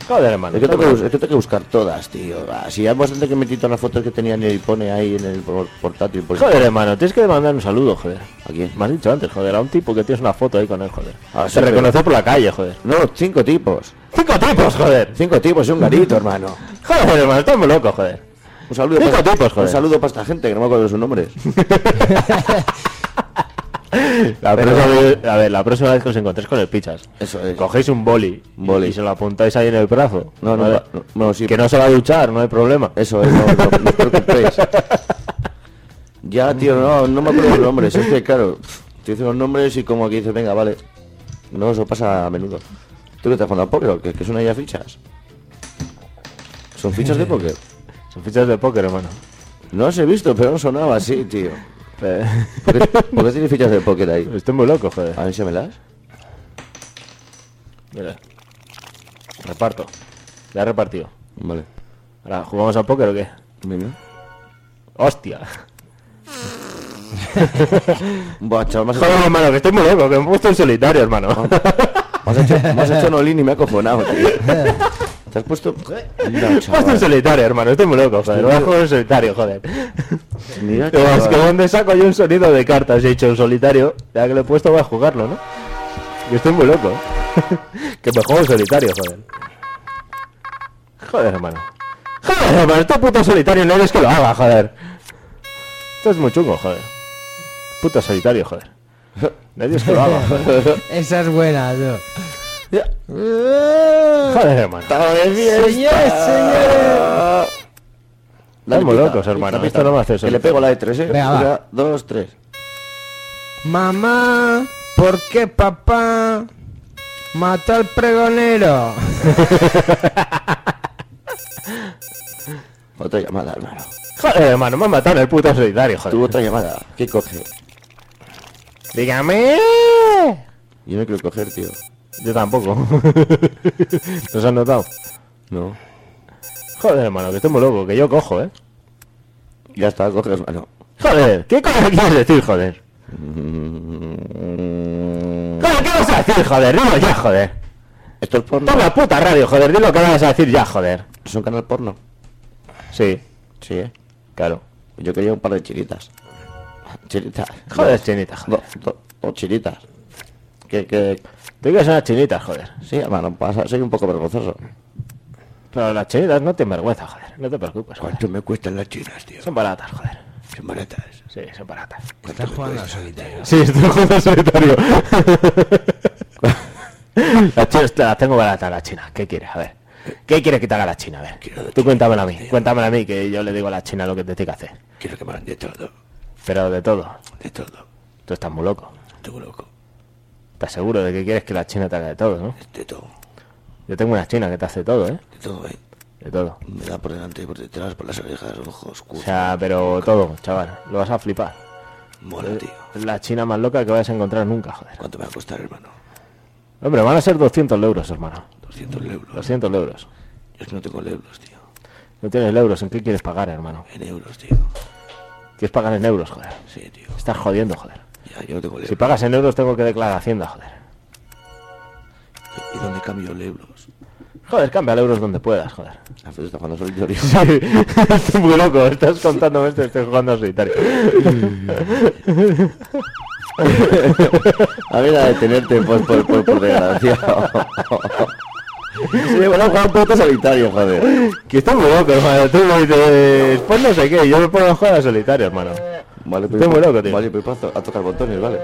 Speaker 3: Joder, hermano.
Speaker 2: Es que, tengo que,
Speaker 3: estamos
Speaker 2: bus- es que tengo que buscar todas, tío. Ah, Si hay bastante que me tito las fotos que tenía en el pone ahí en el por- portátil. por-
Speaker 3: Joder, hermano, tienes que mandar un saludo, joder.
Speaker 2: Pues ¿A quién?
Speaker 3: Me has dicho antes, joder, a un tipo que tienes una foto ahí con él, joder.
Speaker 2: Ah,
Speaker 3: Se
Speaker 2: sí, pero-
Speaker 3: reconoció por la calle, joder.
Speaker 2: No, cinco tipos.
Speaker 3: ¡Cinco tipos, joder!
Speaker 2: Cinco tipos y un garito, hermano.
Speaker 3: Joder, hermano, estás muy loco, joder.
Speaker 2: Un saludo,
Speaker 3: Cinco
Speaker 2: para,
Speaker 3: tipos, joder.
Speaker 2: un saludo para esta gente, que no me acuerdo de sus nombres.
Speaker 3: La próxima vez- a ver, la próxima vez que os encontréis con el pichas,
Speaker 2: Eso es.
Speaker 3: cogéis un boli,
Speaker 2: Un boli.
Speaker 3: y se lo apuntáis ahí en el brazo.
Speaker 2: No, no,
Speaker 3: ¿vale?
Speaker 2: no, no, sí.
Speaker 3: Que no se va a duchar, no hay problema.
Speaker 2: Eso es, no, no, no os preocupéis. Ya, tío, no, no me acuerdo de los nombres. Es que, claro, te dicen los nombres y como que dices, venga, vale. No, eso pasa a menudo. ¿Tú que te has jugado al póker? ¿Que, que son ya fichas? ¿Son fichas de póker?
Speaker 3: Son fichas de póker, hermano.
Speaker 2: No las he visto, pero no sonaba así, tío.
Speaker 3: Eh,
Speaker 2: ¿Por qué, por qué tiene fichas de póker ahí?
Speaker 3: estoy muy loco, joder.
Speaker 2: A ver si me las.
Speaker 3: Mira. Reparto. Ya he repartido.
Speaker 2: Vale.
Speaker 3: Ahora, ¿jugamos a póker o qué?
Speaker 2: Venga.
Speaker 3: Hostia.
Speaker 2: Buah, chaval, me has
Speaker 3: Joder,
Speaker 2: hecho-
Speaker 3: hermano, que estoy muy loco, que me he puesto en solitario, hermano.
Speaker 2: me has hecho, me has hecho un olín y me ha cojonado, tío. Te has puesto... No,
Speaker 3: Me he puesto en
Speaker 2: chaval.
Speaker 3: solitario, hermano, estoy muy loco, joder. Voy a jugar en solitario, joder.
Speaker 2: Mira,
Speaker 3: Digo, es que
Speaker 2: chaval.
Speaker 3: ¿dónde saco yo un sonido de cartas he hecho en solitario? Ya que lo he puesto voy a jugarlo, ¿no? Yo estoy muy loco. que me juego en solitario, joder. Joder, hermano. Joder, hermano, este puto solitario no eres que lo haga, joder. Esto es muy chungo, joder. Puto solitario, joder. Nadie es que lo haga, joder.
Speaker 4: Esa es buena, tú.
Speaker 3: Joder, hermano.
Speaker 2: Dale pita,
Speaker 3: Estamos locos,
Speaker 2: pita,
Speaker 3: hermano,
Speaker 2: pita.
Speaker 3: esto no me hace eso.
Speaker 2: Que le pego la de tres, ¿eh?
Speaker 4: Venga, va.
Speaker 2: Una, dos, tres.
Speaker 4: Mamá, ¿por qué papá mató al pregonero?
Speaker 2: Otra llamada, hermano.
Speaker 3: Joder, hermano, me han matado en el puto solitario,
Speaker 2: Tuvo
Speaker 3: joder.
Speaker 2: otra llamada. ¿Qué coge?
Speaker 3: Dígame.
Speaker 2: Yo no quiero coger, tío.
Speaker 3: Yo tampoco. ¿Nos has notado?
Speaker 2: No.
Speaker 3: Joder, hermano, que estoy muy loco, que yo cojo, ¿eh?
Speaker 2: Ya está, coge, hermano.
Speaker 3: Joder, ¿qué coño quieres decir, joder? Mm. Joder, ¿qué vas a decir, joder? Dilo ya, joder.
Speaker 2: Esto es porno.
Speaker 3: Toma la puta radio, joder, dilo que vas a decir ya, joder.
Speaker 2: Es un canal porno.
Speaker 3: Sí,
Speaker 2: Sí, ¿eh?
Speaker 3: claro.
Speaker 2: Yo quería un par de chiritas. Chiritas.
Speaker 3: Joder, chinita, joder.
Speaker 2: Dos, dos, dos chiritas. Que, que...
Speaker 3: Tú quieres unas chinitas, joder.
Speaker 2: Sí, hermano, pasa, soy un poco vergonzoso.
Speaker 3: Pero las chinitas no te vergüenza, joder. No te preocupes, joder.
Speaker 2: me cuestan las chinas, tío?
Speaker 3: Son baratas, joder.
Speaker 2: Son baratas.
Speaker 3: Sí, son baratas.
Speaker 4: Está jugando al solitario.
Speaker 3: Sí, estoy jugando solitario. las chinas te las tengo baratas, las chinas. ¿Qué quieres? A ver. ¿Qué quieres que te haga la China? A ver. Tú cuéntamelo a mí. Cuéntamelo a mí, que yo le digo a la China lo que te tiene que hacer.
Speaker 2: Quiero que me hagan de todo.
Speaker 3: Pero de todo.
Speaker 2: De todo.
Speaker 3: Tú estás muy loco.
Speaker 2: Estoy loco.
Speaker 3: ¿Estás seguro de que quieres que la China te haga de todo, no?
Speaker 2: De todo.
Speaker 3: Yo tengo una China que te hace todo, ¿eh?
Speaker 2: De todo, eh.
Speaker 3: De todo.
Speaker 2: Me da por delante y por detrás, por las orejas, ojos,
Speaker 3: O
Speaker 2: culo.
Speaker 3: sea, pero todo, chaval. Lo vas a flipar.
Speaker 2: Mola, tío.
Speaker 3: Es la China más loca que vayas a encontrar nunca, joder.
Speaker 2: ¿Cuánto me va a costar, hermano?
Speaker 3: Hombre, van a ser 200 euros, hermano.
Speaker 2: 200 euros.
Speaker 3: 200 euros.
Speaker 2: Yo es que no tengo euros, tío.
Speaker 3: No tienes euros. ¿En qué quieres pagar, hermano?
Speaker 2: En euros, tío.
Speaker 3: ¿Quieres pagar en euros, joder?
Speaker 2: Sí, tío.
Speaker 3: Estás jodiendo, joder.
Speaker 2: Ya, yo no tengo euros.
Speaker 3: Si pagas en euros, tengo que declarar a Hacienda, joder.
Speaker 2: ¿Y dónde cambio euros?
Speaker 3: Joder, cambia el euros donde puedas, joder.
Speaker 2: Alfredo está jugando solitario.
Speaker 3: Sí, estoy muy loco, estás contándome esto, estoy jugando al solitario.
Speaker 2: A ver, a detenerte pues, por, por, por, por desgraciado. Sí, bueno, juega un poco solitario, joder.
Speaker 3: Que estás muy loco, hermano. Tú me dices, pues no sé qué, yo me pongo a jugar al solitario, hermano.
Speaker 2: Vale,
Speaker 3: Estoy muy loco, tío.
Speaker 2: Vale, pues paso a tocar botones, vale.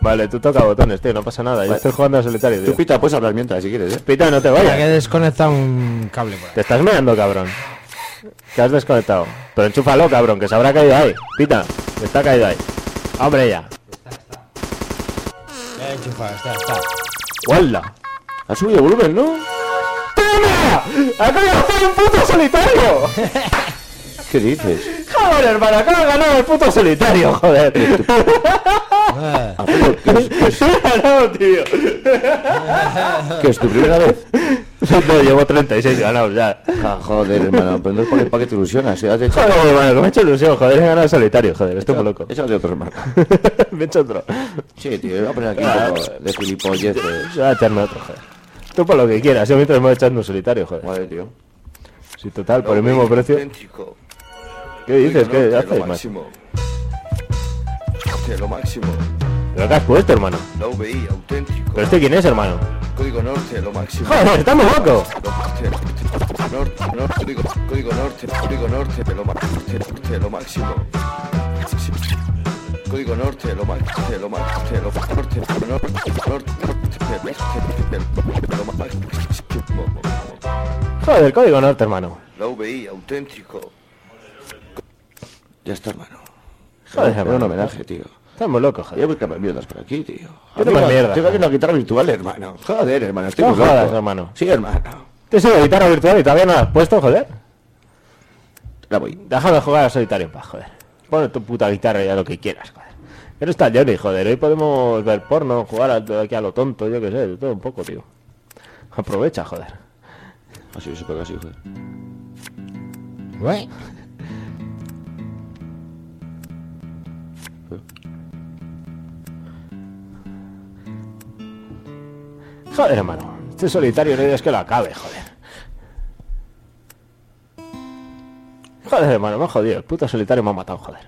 Speaker 3: Vale, tú toca botones, tío, no pasa nada. Yo
Speaker 2: Vale.
Speaker 3: estoy jugando al solitario,
Speaker 2: Tú
Speaker 3: tío.
Speaker 2: pita, puedes hablar mientras si quieres, eh.
Speaker 3: Pita, no te
Speaker 4: Para que
Speaker 3: vayas.
Speaker 4: desconecta un cable por ahí.
Speaker 3: Te estás meando, cabrón. Te has desconectado. Pero enchúfalo, cabrón, que se habrá caído ahí. Pita, que está caído ahí. Hombre, ya.
Speaker 4: Ya enchufado, está, está.
Speaker 3: ¡Guarda!
Speaker 2: Ha subido volumen, ¿no?
Speaker 3: ¡Toma! ¡Acabo de hacer un puto solitario!
Speaker 2: ¿Qué dices?
Speaker 3: ¡Joder, hermano! ¡Acabo de ganar el puto solitario, joder! Ah.
Speaker 4: Eh,
Speaker 3: ¡Ganado, tío!
Speaker 2: ¿Que es tu primera vez?
Speaker 3: No, llevo 36 ganados ya.
Speaker 2: Ah, joder, hermano, pero no es porque, para que te ilusionas, ¿eh? Has hecho...
Speaker 3: Joder, hermano, que me ha hecho ilusión, joder, he ganado el solitario, joder, estoy muy loco.
Speaker 2: Eso de otro, hermano. Ah.
Speaker 3: me he hecho otro.
Speaker 2: Sí, tío, voy a poner aquí un poco de
Speaker 1: este.
Speaker 2: gilipolleces.
Speaker 3: Yo voy a echarme otro, joder. Tú por lo que quieras, yo mientras me voy echando un solitario, joder.
Speaker 2: Vale, tío.
Speaker 3: Si total, por el mismo precio. ¿Qué dices? ¿Qué haces, macho?
Speaker 1: lo máximo.
Speaker 3: ¿Pero qué has puesto, hermano?
Speaker 1: La VI, auténtico.
Speaker 3: ¿Pero este quién es, hermano?
Speaker 1: Código norte, lo máximo.
Speaker 3: ¡Joder, estamos locos!
Speaker 1: Norte, norte, norte, código, código norte, código norte, de lo, ma- de- de lo máximo. Sí. Código norte, lo máximo, lo máximo, lo ma- norte, norte, norte, norte, de- de- de lo máximo.
Speaker 3: Joder, código norte, hermano.
Speaker 1: La VI, auténtico.
Speaker 2: Ya está, hermano.
Speaker 3: Joder,
Speaker 2: Era un
Speaker 3: hermano.
Speaker 2: homenaje, tío.
Speaker 3: Estamos locos,
Speaker 2: Yo
Speaker 3: joder.
Speaker 2: voy a cambiar mierdas por aquí, tío.
Speaker 3: Yo no me mierda.
Speaker 2: Tengo aquí una guitarra virtual, hermano. Joder, hermano, estoy
Speaker 3: No
Speaker 2: muy
Speaker 3: jodas,
Speaker 2: loco.
Speaker 3: hermano.
Speaker 2: Sí, hermano.
Speaker 3: Te sigo de guitarra virtual y todavía no la has puesto, joder.
Speaker 2: La voy.
Speaker 3: Déjame jugar al solitario en paz, joder. Pon tu puta guitarra ya lo que quieras, joder. Pero está el Johnny, joder. Hoy podemos ver porno, jugar a- aquí a lo tonto, yo qué sé, de todo un poco, tío. Aprovecha, joder.
Speaker 2: Así, súper casi, joder.
Speaker 4: güey.
Speaker 3: Joder, hermano. Este solitario no es que lo acabe, joder. Joder, hermano, me ha jodido. El puto solitario me ha matado, joder.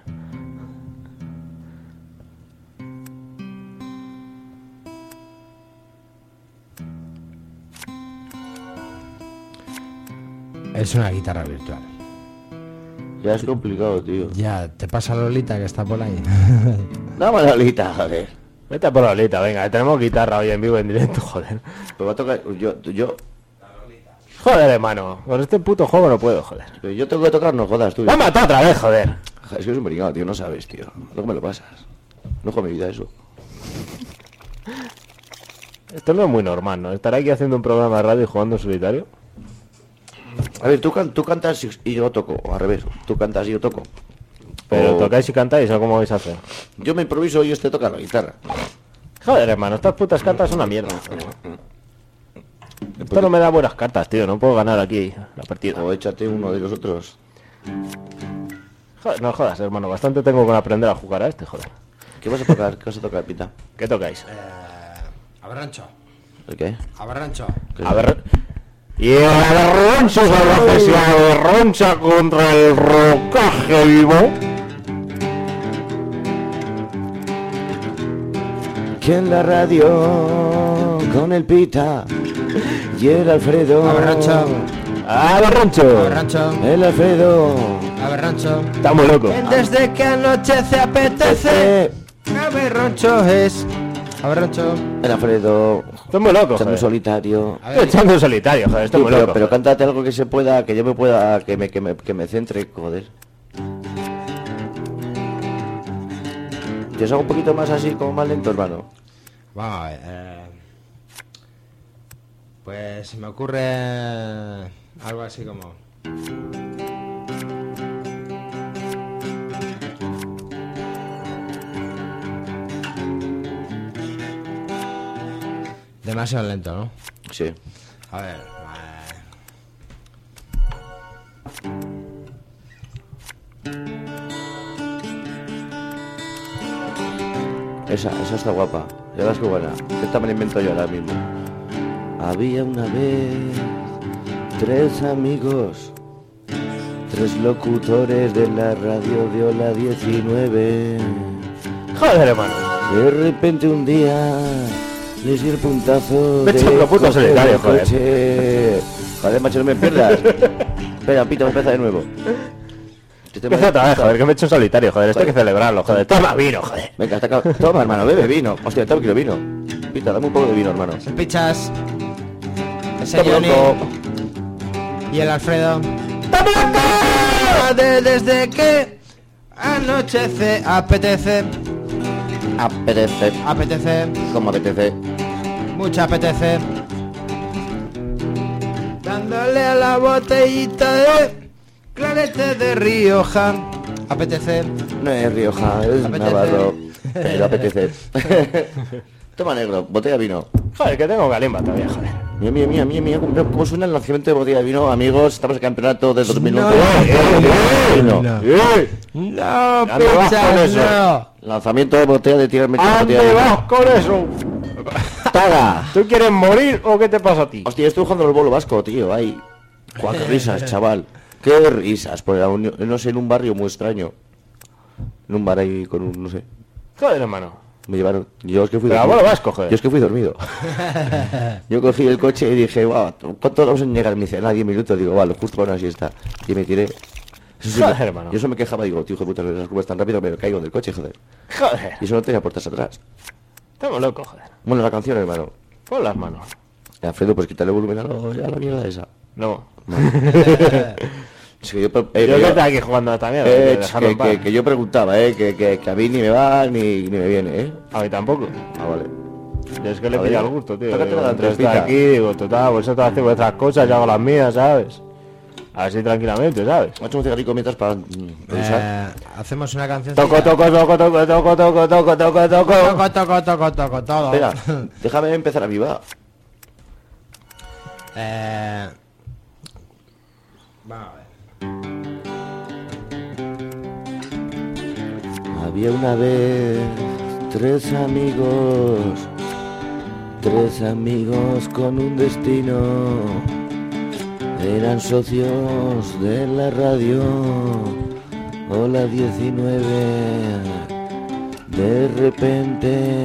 Speaker 4: Es una guitarra virtual.
Speaker 2: Ya es complicado, tío.
Speaker 4: Ya, te pasa Lolita que está por ahí.
Speaker 2: Dame la olita, joder.
Speaker 3: Vete a por la olita, venga. Tenemos guitarra hoy en vivo, en directo, joder.
Speaker 2: Pero va a tocar. Yo, yo,
Speaker 3: Joder, hermano. Con este puto juego no puedo, joder.
Speaker 2: yo tengo que tocar, no jodas, tú.
Speaker 3: ¡Me ha matado otra vez, joder!
Speaker 2: Es que es un brigado, tío, no sabes, tío. Luego me lo pasas. No con mi vida eso.
Speaker 3: Esto no es muy normal, ¿no? Estar aquí haciendo un programa de radio y jugando en solitario.
Speaker 2: A ver, tú, can- tú cantas y- y yo toco, o al revés. Tú cantas y yo toco.
Speaker 3: Pero
Speaker 2: O-
Speaker 3: tocáis y cantáis, ¿o cómo vais a hacer?
Speaker 2: Yo me improviso y este toca la guitarra.
Speaker 3: Joder, hermano, estas putas cartas son una mierda. Esto no me da buenas cartas, tío. No puedo ganar aquí la partida.
Speaker 2: O échate uno de los otros.
Speaker 3: Joder, no jodas, hermano. Bastante tengo con aprender a jugar a este, joder.
Speaker 2: ¿Qué vas a tocar? ¿Qué vas a tocar, Pita?
Speaker 3: ¿Qué tocáis?
Speaker 4: Abrancho,
Speaker 2: ¿El qué?
Speaker 4: abrancho.
Speaker 2: ¿Qué-
Speaker 3: A ver... Y el roncha salvaje se averroncha contra el rocaje vivo.
Speaker 2: Que en la radio con el Pita y el Alfredo.
Speaker 4: Abrancho,
Speaker 3: ¡Averroncho!
Speaker 4: abrancho,
Speaker 2: El Alfredo.
Speaker 4: abrancho.
Speaker 3: Estamos locos.
Speaker 4: Desde que anochece
Speaker 2: Eh,
Speaker 4: apetece. Abrancho es. Abrancho.
Speaker 2: El Alfredo.
Speaker 3: Estamos locos,
Speaker 2: Echando
Speaker 3: joder.
Speaker 2: un solitario.
Speaker 3: Ah,
Speaker 4: A ver,
Speaker 3: Echando un solitario, joder.
Speaker 2: Tú,
Speaker 3: Estamos
Speaker 2: pero,
Speaker 3: locos.
Speaker 2: pero
Speaker 3: joder.
Speaker 2: cántate algo que se pueda, que yo me pueda, que me, que me, que me centre, joder. Yo os hago un poquito más así, como más lento, hermano.
Speaker 4: vamos a ver. eh, pues se me ocurre algo así como. Demasiado lento, ¿no?
Speaker 2: Sí.
Speaker 4: A ver. eh.
Speaker 2: Esa, esa está guapa. Ya verás que buena. Esta me la invento yo ahora mismo. Había una vez tres amigos, tres locutores de la radio de Ola 19.
Speaker 3: Joder, hermano.
Speaker 2: De repente un día les di el puntazo.
Speaker 3: Me
Speaker 2: de
Speaker 3: echa por puto
Speaker 2: coger
Speaker 3: solitario,
Speaker 2: el
Speaker 3: joder.
Speaker 2: coche. Joder, macho, no me pierdas. Espera, pito, empieza de nuevo. Este Que te
Speaker 3: Empieza
Speaker 2: me-
Speaker 3: otra vez, joder, que me he hecho un solitario, joder. Esto hay que celebrarlo, joder. Toma vino, joder.
Speaker 2: Venga, hasta acá. Toma, hermano, bebe vino. Hostia, toma quiero vino. Pita, dame un poco de vino, hermano.
Speaker 4: El Pichas. Ese
Speaker 2: Estamos
Speaker 4: Johnny.
Speaker 2: locos.
Speaker 4: Y el Alfredo. De- Desde que anochece, apetece,
Speaker 2: Apetece,
Speaker 4: apetece,
Speaker 2: como apetece.
Speaker 4: mucha apetece. Dándole a la botellita de clarete de Rioja. Apetece.
Speaker 2: No es Rioja, es
Speaker 4: Apetece.
Speaker 2: Navarro. Pero apetece. Toma negro, botella de vino.
Speaker 3: Joder, que tengo galimba todavía, joder.
Speaker 2: Mía, mía, mía, mía, mía, cómo cómo suena el lanzamiento de botella de vino, amigos. Estamos en campeonato de 2011.
Speaker 3: Eh,
Speaker 2: Vino.
Speaker 4: no.
Speaker 3: ¡Eh!
Speaker 4: No,
Speaker 3: Ya me vas con
Speaker 4: Pichas,
Speaker 3: eso.
Speaker 4: no.
Speaker 2: Lanzamiento de botella de tierra metida en
Speaker 3: ¿A
Speaker 2: botella
Speaker 3: dónde
Speaker 2: de vino.
Speaker 3: vas con eso?
Speaker 2: ¡Tada!
Speaker 3: ¿Tú quieres morir o qué te pasa a ti?
Speaker 2: Hostia, estoy jugando al bolo vasco, tío. Ay, Guau, qué risas, chaval. Qué risas. Por la unión- no sé, en un barrio muy extraño. En un bar ahí con un, no sé.
Speaker 3: Joder, hermano.
Speaker 2: Me llevaron. Yo es que fui
Speaker 3: Pero al
Speaker 2: dormido.
Speaker 3: bolo vasco, joder.
Speaker 2: Yo es que fui dormido. Yo cogí el coche y dije, guau, ¿cuánto vamos a llegar? Me dice, nada, 10 minutos. Digo, vale, justo para una siesta. Y me tiré. Eso sí me-
Speaker 3: Joder, hermano.
Speaker 2: Yo eso me quejaba, digo, tío, hijo de puta, las curvas tan rápido, me caigo del coche, joder.
Speaker 3: Joder.
Speaker 2: Y eso no tenía puertas atrás.
Speaker 3: Estamos locos, joder.
Speaker 2: Bueno, la canción, hermano.
Speaker 3: Pon las manos.
Speaker 2: Alfredo, pues quítale volumen a, lo- a la mierda esa.
Speaker 3: No.
Speaker 2: Es que yo, eh,
Speaker 3: Yo
Speaker 2: yo-
Speaker 3: que estaba aquí jugando a esta mierda.
Speaker 2: Eh, ch,
Speaker 3: dejadme
Speaker 2: que,
Speaker 3: en paz.
Speaker 2: que- que yo preguntaba, eh, que, que- que a mí ni me va ni, ni me viene, eh.
Speaker 3: A mí tampoco.
Speaker 2: Ah, vale.
Speaker 3: Yo es que le
Speaker 2: A ver,
Speaker 3: pilla el gusto, tío.
Speaker 2: tócate
Speaker 3: Digo,
Speaker 2: la
Speaker 3: entre
Speaker 2: trompita.
Speaker 3: estar aquí, digo, total, pues, vosotros hacéis vuestras cosas, yo hago las mías, ¿sabes? Así tranquilamente, ¿sabes?
Speaker 2: Me ha hecho un cigarrillo mientras para mm, pensar.
Speaker 4: Eh, hacemos una canción.
Speaker 3: Toco, toco, toco, toco, toco, toco, toco, toco, toco.
Speaker 4: toco, toco, toco, toco, todo.
Speaker 2: Espera, déjame empezar a viva.
Speaker 4: Eh... Vamos a ver.
Speaker 2: Había una vez tres amigos, Tres amigos con un destino eran socios de la radio. Hola 19. De repente,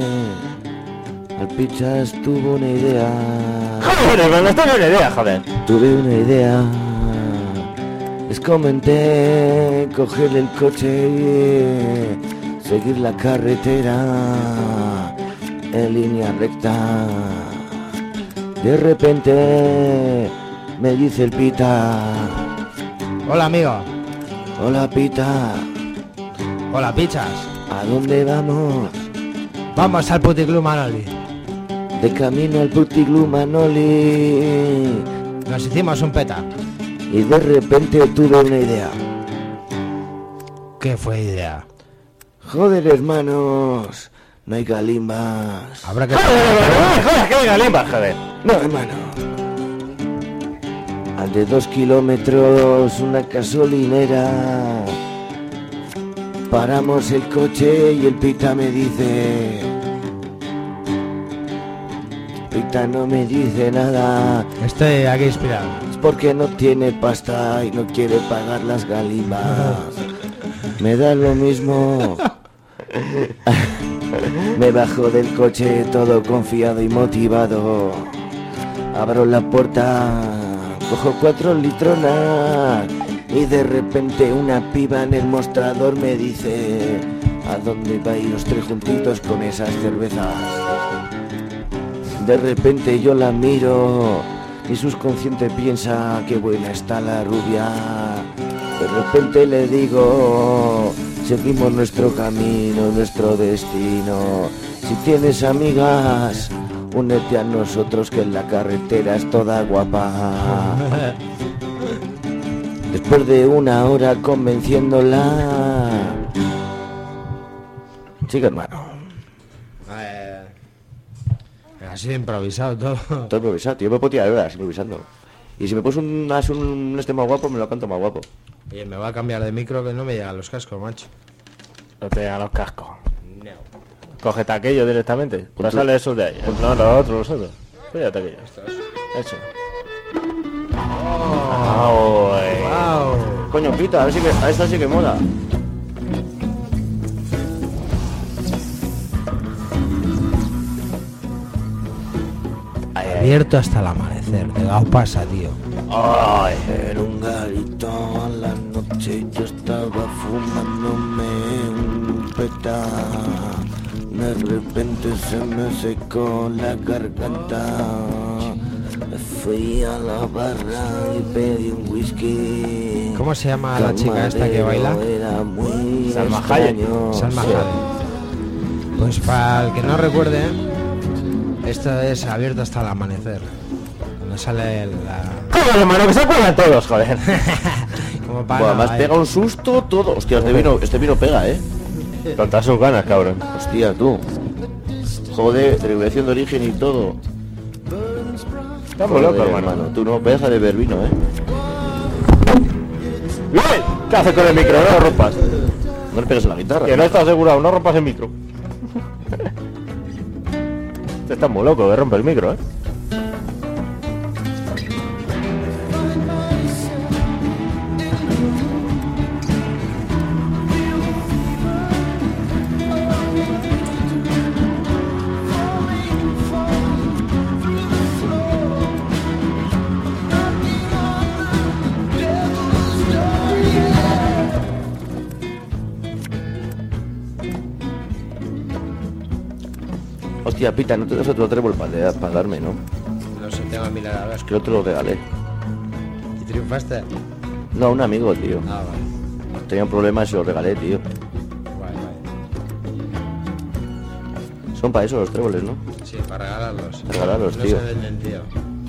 Speaker 2: al Pichas tuvo una idea.
Speaker 3: Joder, pero no tengo ni idea, joder.
Speaker 2: Tuve una idea. Les comenté coger el coche y seguir la carretera en línea recta. De repente me dice el pita,
Speaker 4: Hola, amigo.
Speaker 2: hola pita,
Speaker 4: Hola, pichas.
Speaker 2: ¿a dónde vamos?
Speaker 4: Vamos al puticlub Manoli.
Speaker 2: De camino al puticlub Manoli.
Speaker 4: Nos hicimos un peta.
Speaker 2: Y de repente tuve una idea.
Speaker 4: ¿Qué fue idea?
Speaker 2: Joder, hermanos, no hay calimbas.
Speaker 4: Habrá que...
Speaker 3: Joder, joder, que venga limpa, joder.
Speaker 2: No, hermano. A de dos kilómetros, una gasolinera. Paramos el coche y el pita me dice. Pita no me dice nada.
Speaker 4: Estoy aquí inspirado.
Speaker 2: Es porque no tiene pasta y no quiere pagar las galimas. Me da lo mismo. Me bajo del coche todo confiado y motivado. Abro la puerta, cojo cuatro litronas y de repente una piba en el mostrador me dice ¿A dónde vais los tres juntitos con esas cervezas? De repente yo la miro y subconsciente piensa que buena está la rubia. De repente le digo, seguimos nuestro camino, nuestro destino. Si tienes amigas, únete a nosotros que en la carretera es toda guapa. Después de una hora convenciéndola. Chica hermano,
Speaker 4: Eh, así improvisado todo.
Speaker 2: todo improvisado, tío. Yo me puedo tirar horas improvisando. Y si me pones un, as- un este más guapo, me lo canto más guapo.
Speaker 4: Oye, me va a cambiar de micro que no me llegan los cascos, macho.
Speaker 3: No te llegan los cascos. Cógete aquello directamente.
Speaker 2: tú.
Speaker 3: Pásale esos de
Speaker 2: ¿eh?
Speaker 3: ahí. No, los otros, los otros.
Speaker 2: Pues
Speaker 3: Cuídate aquello. Eso. Ah,
Speaker 2: eh.
Speaker 3: uy.
Speaker 4: ¡Wow!
Speaker 2: Oh. Coño, pita, a ver si que, a esta sí que mola.
Speaker 4: Abierto hasta el amanecer. De Gao pasa, tío.
Speaker 2: Ay, era un garito a la noche yo estaba fumándome un peta. De repente se me secó la garganta. Fui a la barra y pedí un whisky.
Speaker 4: ¿Cómo se llama la chica esta que baila?
Speaker 2: Era muy
Speaker 3: Salma Hayek.
Speaker 2: extraño.
Speaker 4: Salma
Speaker 2: Sí.
Speaker 4: Hayek. Pues para el que no recuerde, esto es abierto hasta el amanecer. Cuando sale la...
Speaker 3: Joder, hermano, que se acuerdan todos, joder.
Speaker 4: Como
Speaker 2: Buah,
Speaker 4: para...
Speaker 2: además pega un susto todo. Hostia, este vino, este vino pega, eh.
Speaker 3: Tontas sus ganas, cabrón.
Speaker 2: Hostia, tú. Joder, celebración de origen y todo.
Speaker 3: Estamos locos,
Speaker 2: Joder,
Speaker 3: hermano.
Speaker 2: Tú no deja de beber vino, ¿eh?
Speaker 3: ¡Bien! ¿Qué haces con el micro? No lo rompas.
Speaker 2: No le pegues a la guitarra.
Speaker 3: Que no está asegurado, no rompas el micro. Este está muy loco que rompe el micro, ¿eh?
Speaker 2: Hostia, Pita, no te das otro trébol para darme, ¿no?
Speaker 4: No sé, tengo que mirar a ver.
Speaker 2: Es que otro lo regalé.
Speaker 4: ¿Y triunfaste?
Speaker 2: No, a un amigo, tío.
Speaker 4: Ah, vale.
Speaker 2: Tenía un problema y se lo regalé, tío.
Speaker 4: Guay, guay.
Speaker 2: Son para eso los tréboles, ¿no?
Speaker 4: Sí, para regalarlos.
Speaker 2: Para regalarlos,
Speaker 4: no
Speaker 2: tío.
Speaker 4: se venden, tío.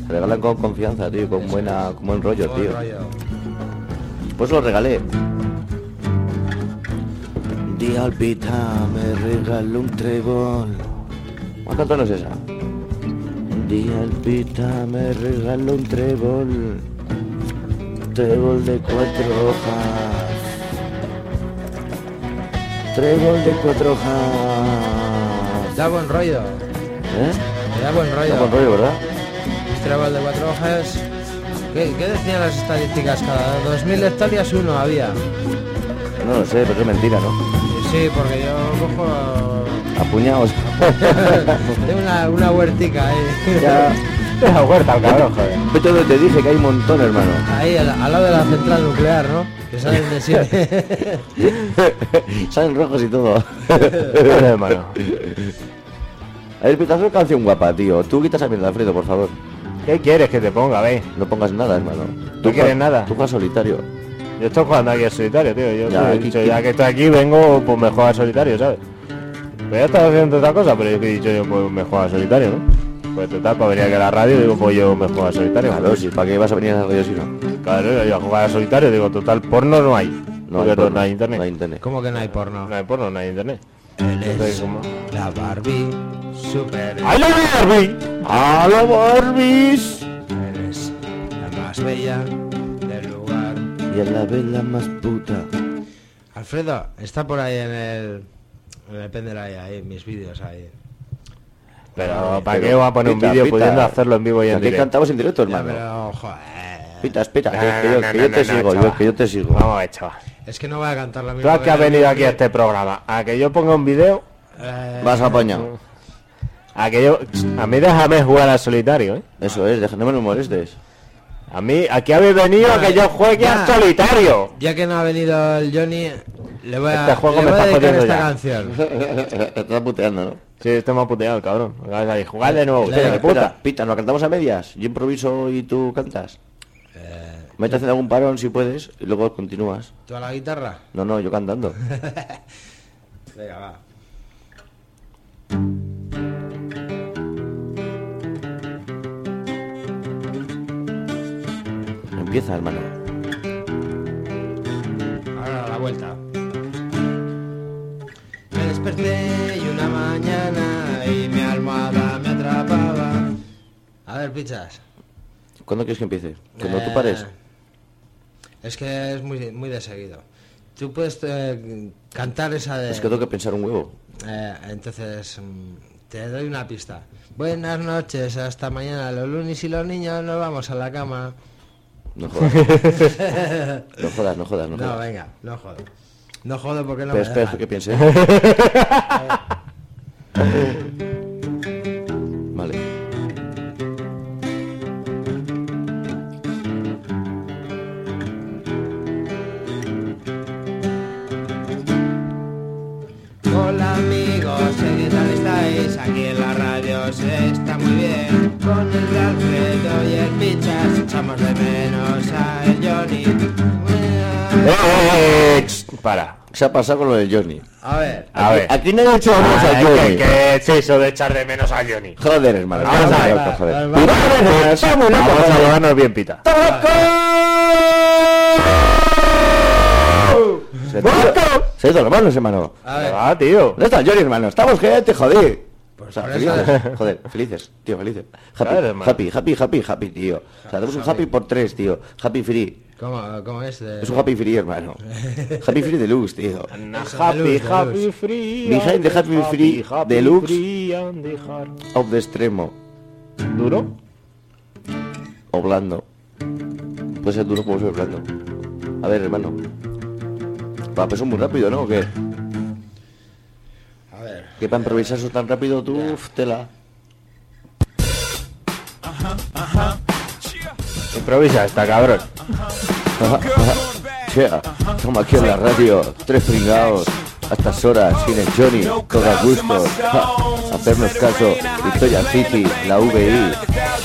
Speaker 2: Se regalan con confianza, tío, con
Speaker 4: Eso
Speaker 2: buena,
Speaker 4: es.
Speaker 2: con buen rollo,
Speaker 4: Todo el
Speaker 2: tío.
Speaker 4: rollo.
Speaker 2: Pues lo regalé. Di al pita, me regaló un trébol. ¿Cuál canto no es esa? Di al pita, me regaló un trébol. Trébol de cuatro hojas. Trébol de cuatro hojas.
Speaker 4: Da buen rollo.
Speaker 2: ¿Eh?
Speaker 4: Me da buen rollo.
Speaker 2: Está buen rollo, ¿verdad?
Speaker 4: Este árbol de cuatro hojas. ¿Qué, qué decían las estadísticas? Cada 2.000 hectáreas uno había.
Speaker 2: No lo sé, pero es mentira, ¿no?
Speaker 4: Sí, porque yo cojo...
Speaker 2: Apuñados.
Speaker 4: Tengo una, una huertica ahí.
Speaker 2: Ya.
Speaker 3: La huerta, el cabrón, joder.
Speaker 2: Ve todo, te dije que hay un montón, hermano.
Speaker 4: Ahí, al, al lado de la central nuclear, ¿no? Que salen de siete.
Speaker 2: Salen rojos y todo.
Speaker 3: Joder, hermano.
Speaker 2: A ver, pita, haz una canción guapa, tío. Tú quitas a mierda, Alfredo, por favor.
Speaker 3: ¿Qué quieres que te ponga, ve?
Speaker 2: No pongas nada, hermano.
Speaker 3: No quieres
Speaker 2: jua-
Speaker 3: nada.
Speaker 2: Tú juegas solitario.
Speaker 3: Yo estoy jugando aquí al solitario, tío. Yo
Speaker 2: Ya,
Speaker 3: te he
Speaker 2: aquí-
Speaker 3: dicho, ya que estoy aquí, vengo, pues me juego al solitario, ¿sabes? Pues ya estaba haciendo otra cosa, pero yo que he dicho yo, pues me juego al solitario, ¿no? Pues total, para venir aquí a la radio, digo, pues yo me juego al solitario.
Speaker 2: Claro, si ¿para qué vas a venir a la radio si no? No
Speaker 3: Claro, yo a jugar al solitario, digo, total, porno no hay. No,
Speaker 2: porno,
Speaker 3: no hay internet.
Speaker 2: No hay internet.
Speaker 4: ¿Cómo que no hay porno?
Speaker 3: No hay porno, no hay internet.
Speaker 4: Eres
Speaker 3: Entonces, ¿cómo?
Speaker 4: la Barbie super
Speaker 3: ¡A la Barbie! ¡A la Barbies!
Speaker 4: eres la más bella del lugar.
Speaker 2: Y a la vela más puta.
Speaker 4: Alfredo, está por ahí en el en el pendrive ahí, mis vídeos ahí.
Speaker 3: Pero, ¿para
Speaker 2: Pero,
Speaker 3: qué va a poner un
Speaker 2: pita,
Speaker 3: vídeo
Speaker 2: pita.
Speaker 3: pudiendo hacerlo en vivo y en
Speaker 2: Aquí
Speaker 3: directo?
Speaker 2: cantamos en directo,
Speaker 4: Ya,
Speaker 2: hermano.
Speaker 4: pero joder.
Speaker 2: Pita, espera, que-
Speaker 3: No, no,
Speaker 2: que, yo,
Speaker 3: no,
Speaker 2: que yo
Speaker 3: no,
Speaker 2: te
Speaker 3: no,
Speaker 2: sigo,
Speaker 3: chaval.
Speaker 2: yo, que yo te sigo.
Speaker 3: Vamos a ver, chaval.
Speaker 4: Es que no voy a cantar la
Speaker 3: Tú
Speaker 4: misma.
Speaker 3: has que has venido aquí a este programa, a que yo ponga un vídeo,
Speaker 4: Eh,
Speaker 2: Vas apañado.
Speaker 3: a que yo... A mí déjame jugar al solitario, ¿eh?
Speaker 2: Eso es, déjame no me molestes.
Speaker 3: A mí, aquí habéis venido a que yo juegue
Speaker 4: Ya.
Speaker 3: al solitario.
Speaker 4: Ya que no ha venido el Johnny, le voy a,
Speaker 3: Este juego
Speaker 4: le
Speaker 3: me
Speaker 4: voy a
Speaker 3: está
Speaker 4: dedicar
Speaker 3: jodiendo
Speaker 4: esta
Speaker 3: ya.
Speaker 4: canción.
Speaker 2: te estás puteando, ¿no?
Speaker 3: Sí, este me ha puteado el cabrón. Acabas ahí, jugad de nuevo,
Speaker 2: Espera,
Speaker 3: ustedes, de
Speaker 2: espera,
Speaker 3: puta.
Speaker 2: Pita, ¿nos cantamos a medias? Yo improviso y tú cantas. Vete haciendo algún parón si puedes y luego continúas.
Speaker 4: ¿Tú a la guitarra?
Speaker 2: No, no, yo cantando.
Speaker 4: Venga, va.
Speaker 2: Empieza, hermano.
Speaker 4: Ahora a la vuelta. Me desperté y una mañana y mi almohada me atrapaba. A ver, pichas.
Speaker 2: ¿Cuándo quieres que empiece? Cuando
Speaker 4: Eh,
Speaker 2: tú pares.
Speaker 4: Es que es muy, muy de seguido. Tú puedes eh, cantar esa de...
Speaker 2: Es que tengo que pensar un huevo.
Speaker 4: Eh, entonces, mm, te doy una pista. Buenas noches, hasta mañana. Los lunes y los niños nos vamos a la cama.
Speaker 2: No jodas. no jodas, no jodas, no
Speaker 4: No,
Speaker 2: jodas.
Speaker 4: venga, no jodo. No jodo porque no
Speaker 2: espera,
Speaker 4: me
Speaker 2: Pues espera,
Speaker 4: dejan.
Speaker 2: que piense. vale.
Speaker 4: Hola amigos, ¿qué tal estáis? Aquí en la radio se está muy bien Con el Alfredo y el Pichas echamos de menos a el Johnny
Speaker 3: ¡Eh, eh, Para.
Speaker 2: Se ha pasado con lo de Johnny.
Speaker 4: A ver,
Speaker 3: A
Speaker 2: Aquí-
Speaker 3: ver.
Speaker 2: Aquí nadie ha hecho menos a
Speaker 3: Ay,
Speaker 2: Johnny.
Speaker 3: que- que es eso de echar de menos a Johnny?
Speaker 2: Joder, hermano.
Speaker 3: Vamos
Speaker 2: no
Speaker 3: a ver,
Speaker 2: me toca, joder.
Speaker 4: vale,
Speaker 2: Vamos a
Speaker 4: vale.
Speaker 2: ver,
Speaker 3: Vamos a
Speaker 2: vamos a ver.
Speaker 3: llevarnos bien, pita.
Speaker 2: Se ha ido- Se ha ido las manos, hermano.
Speaker 4: a ver Pues
Speaker 3: Ah, tío.
Speaker 2: ¿Dónde está el Johnny, hermano? Estamos gente, joder. O sea,
Speaker 4: por eso-
Speaker 2: felices, joder, felices, tío, felices. Happy,
Speaker 3: Claro, hermano.
Speaker 2: happy, happy, happy, happy, tío. O sea, tenemos un happy por tres, tío. Happy free.
Speaker 4: ¿Cómo, cómo es? De...
Speaker 2: Es un happy free, hermano. happy free deluxe, tío.
Speaker 4: de
Speaker 3: Happy,
Speaker 4: luz, de
Speaker 3: happy
Speaker 4: luz.
Speaker 3: free.
Speaker 2: Behind the happy free deluxe.
Speaker 3: free and the heart.
Speaker 2: Of the extremo.
Speaker 3: ¿Duro?
Speaker 2: O blando. Puede ser duro, puede ser blando. A ver, hermano. Va, pues son muy rápido, ¿no? ¿O qué?
Speaker 4: A ver,
Speaker 2: Que para improvisar eso tan rápido tú, uf, tela.
Speaker 3: Improvisa esta, cabrón.
Speaker 2: Chea, toma aquí en la radio, tres pringados, a estas horas, sin el Johnny, todo a gusto. Ja, hacernos caso, Victoria City, la VI.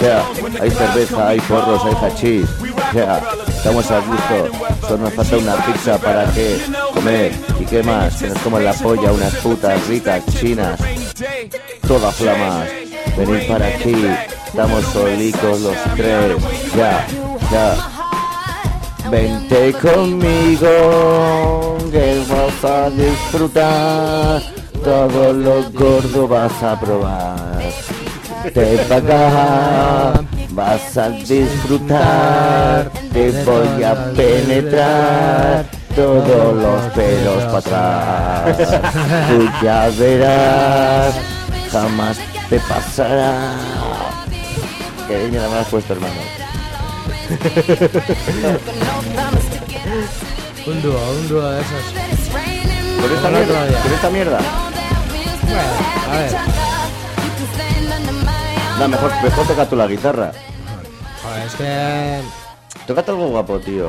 Speaker 2: Chea, hay cerveza, hay porros, hay hachís. Chea, estamos a gusto, solo nos falta una pizza para que comer. ¿Y qué más? Que nos coman la polla unas putas ricas chinas, todas flamas. Venid para aquí, estamos solicos los tres. Ya, ya. Vente conmigo, que vas a disfrutar, todo lo gordo vas a probar. Te paga, vas a disfrutar, te voy a penetrar, todos los pelos para atrás. Tú ya verás, jamás te pasará. Que ahí me la me has puesto, hermano.
Speaker 4: Un dúo, un dúo de esos.
Speaker 2: Con esta
Speaker 4: Bueno, otro
Speaker 2: mierda.
Speaker 4: día.
Speaker 2: Con esta mierda.
Speaker 4: Bueno, a ver.
Speaker 2: No, mejor, mejor toca tú la guitarra.
Speaker 4: Joder, Pues es que...
Speaker 2: Tócate algo guapo, tío.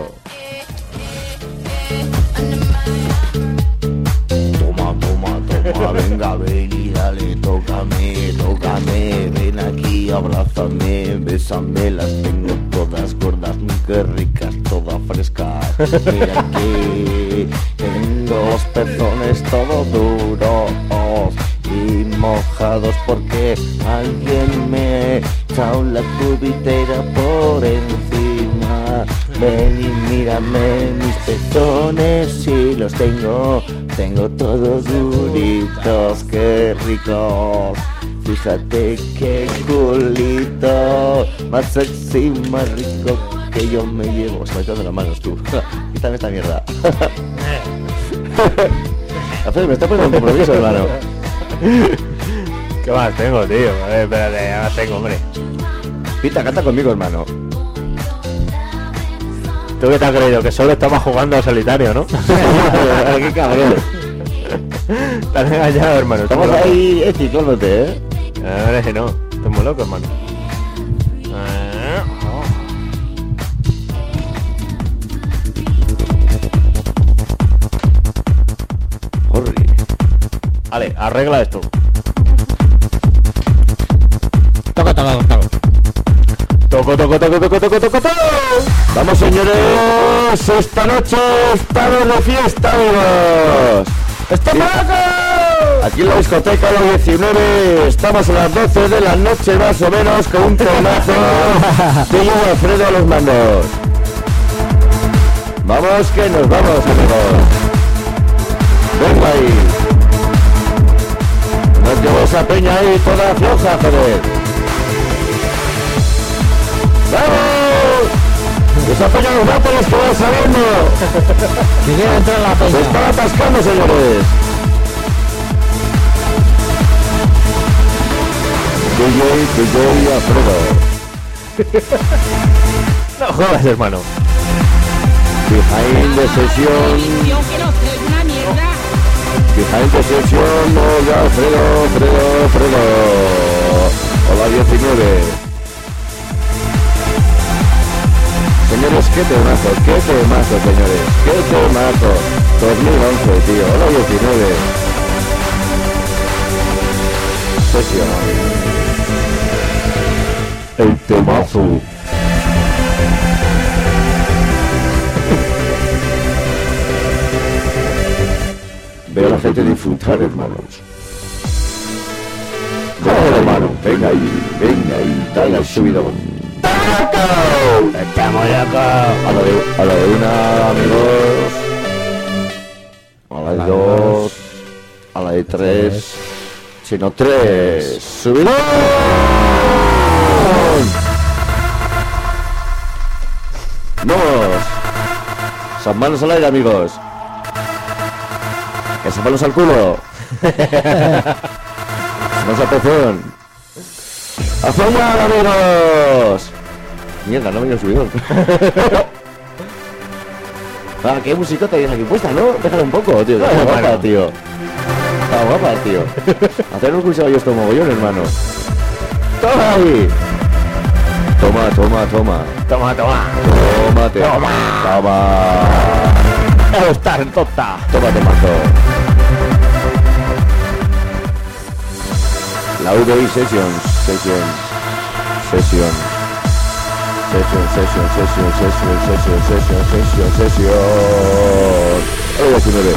Speaker 2: Toma, toma, toma, venga, ven y dale, tócame, tócame, ven aquí, abrázame, bésame, las tengo todas gordas, muy que ricas, todas frescas. Mira aquí, tengo los pezones oh, todos duros y mojados porque alguien me echó la cubitera por encima. Ven y mírame mis pezones si los tengo, tengo todos duritos, qué rico. Fíjate qué culito, más sexy, más rico que yo me llevo. Se me quedan las manos tú. Quítame esta mierda. Alfredo, me está poniendo un compromiso, hermano.
Speaker 3: ¿Qué más tengo, tío? A ver, espérate, ya más tengo, hombre.
Speaker 2: Pita, canta conmigo, hermano.
Speaker 3: ¿Tú qué te has creído? Que solo estaba jugando a solitario, ¿no?
Speaker 2: Qué cabrón.
Speaker 3: Te has engañado, hermano. Estás
Speaker 2: Estamos
Speaker 3: muy loco.
Speaker 2: ahí, Eti, cálmate, ¿eh?
Speaker 3: La verdad es que no. Estás muy loco, hermano. Ah.
Speaker 2: Horri.
Speaker 3: Vale, arregla esto.
Speaker 4: Toco, toco, toco.
Speaker 3: Toco, toco, toco, toco, toco, toco, toco.
Speaker 2: Vamos, señores. Esta noche estamos de fiesta, amigos.
Speaker 3: ¡Estamos
Speaker 2: Sí. Aquí en la discoteca los 19, estamos a las 12 de la noche más o menos con un tonazo de Diego Alfredo a los mandos. Vamos que nos vamos, amigos. Venga ahí. Nos llevó esa peña ahí toda floja, joder. ¡Vamos! Esa peña nos va por los que van saliendo.
Speaker 4: Que quiero entrar la
Speaker 2: Se
Speaker 4: peña.
Speaker 2: están atascando, señores. DJ, DJ Alfredo.
Speaker 3: No jodas, hermano.
Speaker 2: Behind the session,
Speaker 7: Televisión que no se oye una mierda.
Speaker 2: behind the session, hola Alfredo, Alfredo, Alfredo. Hola 19. Señores, qué temazo, qué temazo, señores. Qué temazo. 2011, tío. Hola 19. Sesión. El temazo. Veo a la gente disfrutar, hermanos. Vamos, hermano. Venga ahí, venga ahí, dale al subidón. ¡Estamos locos! A la de, a la de una, amigos. A la de dos. A la de tres. Sino tres. ¡Subidón! ¡Vamos! ¡Esas manos al aire, amigos! ¡Esas manos al culo! ¡Manos al pezón! ¡A follar, amigos! Mierda, no me el subidor. ah, qué musicota tienes aquí puesta, ¿no? Déjala un poco, tío. Está guapa,
Speaker 3: Bueno.
Speaker 2: tío. Está guapa, tío. Hacer un curso yo esto mogollón, hermano. ¡Toma ahí! Toma, toma, toma.
Speaker 3: Toma, toma.
Speaker 2: Tómate.
Speaker 3: Toma.
Speaker 2: Toma.
Speaker 3: Está en tota.
Speaker 2: Tómate mazo. La VI Sessions, Sessions, Sessions, Sessions, Sessions, Sessions, Sessions, Sessions, Sessions, Sessions, Sessions. El 19.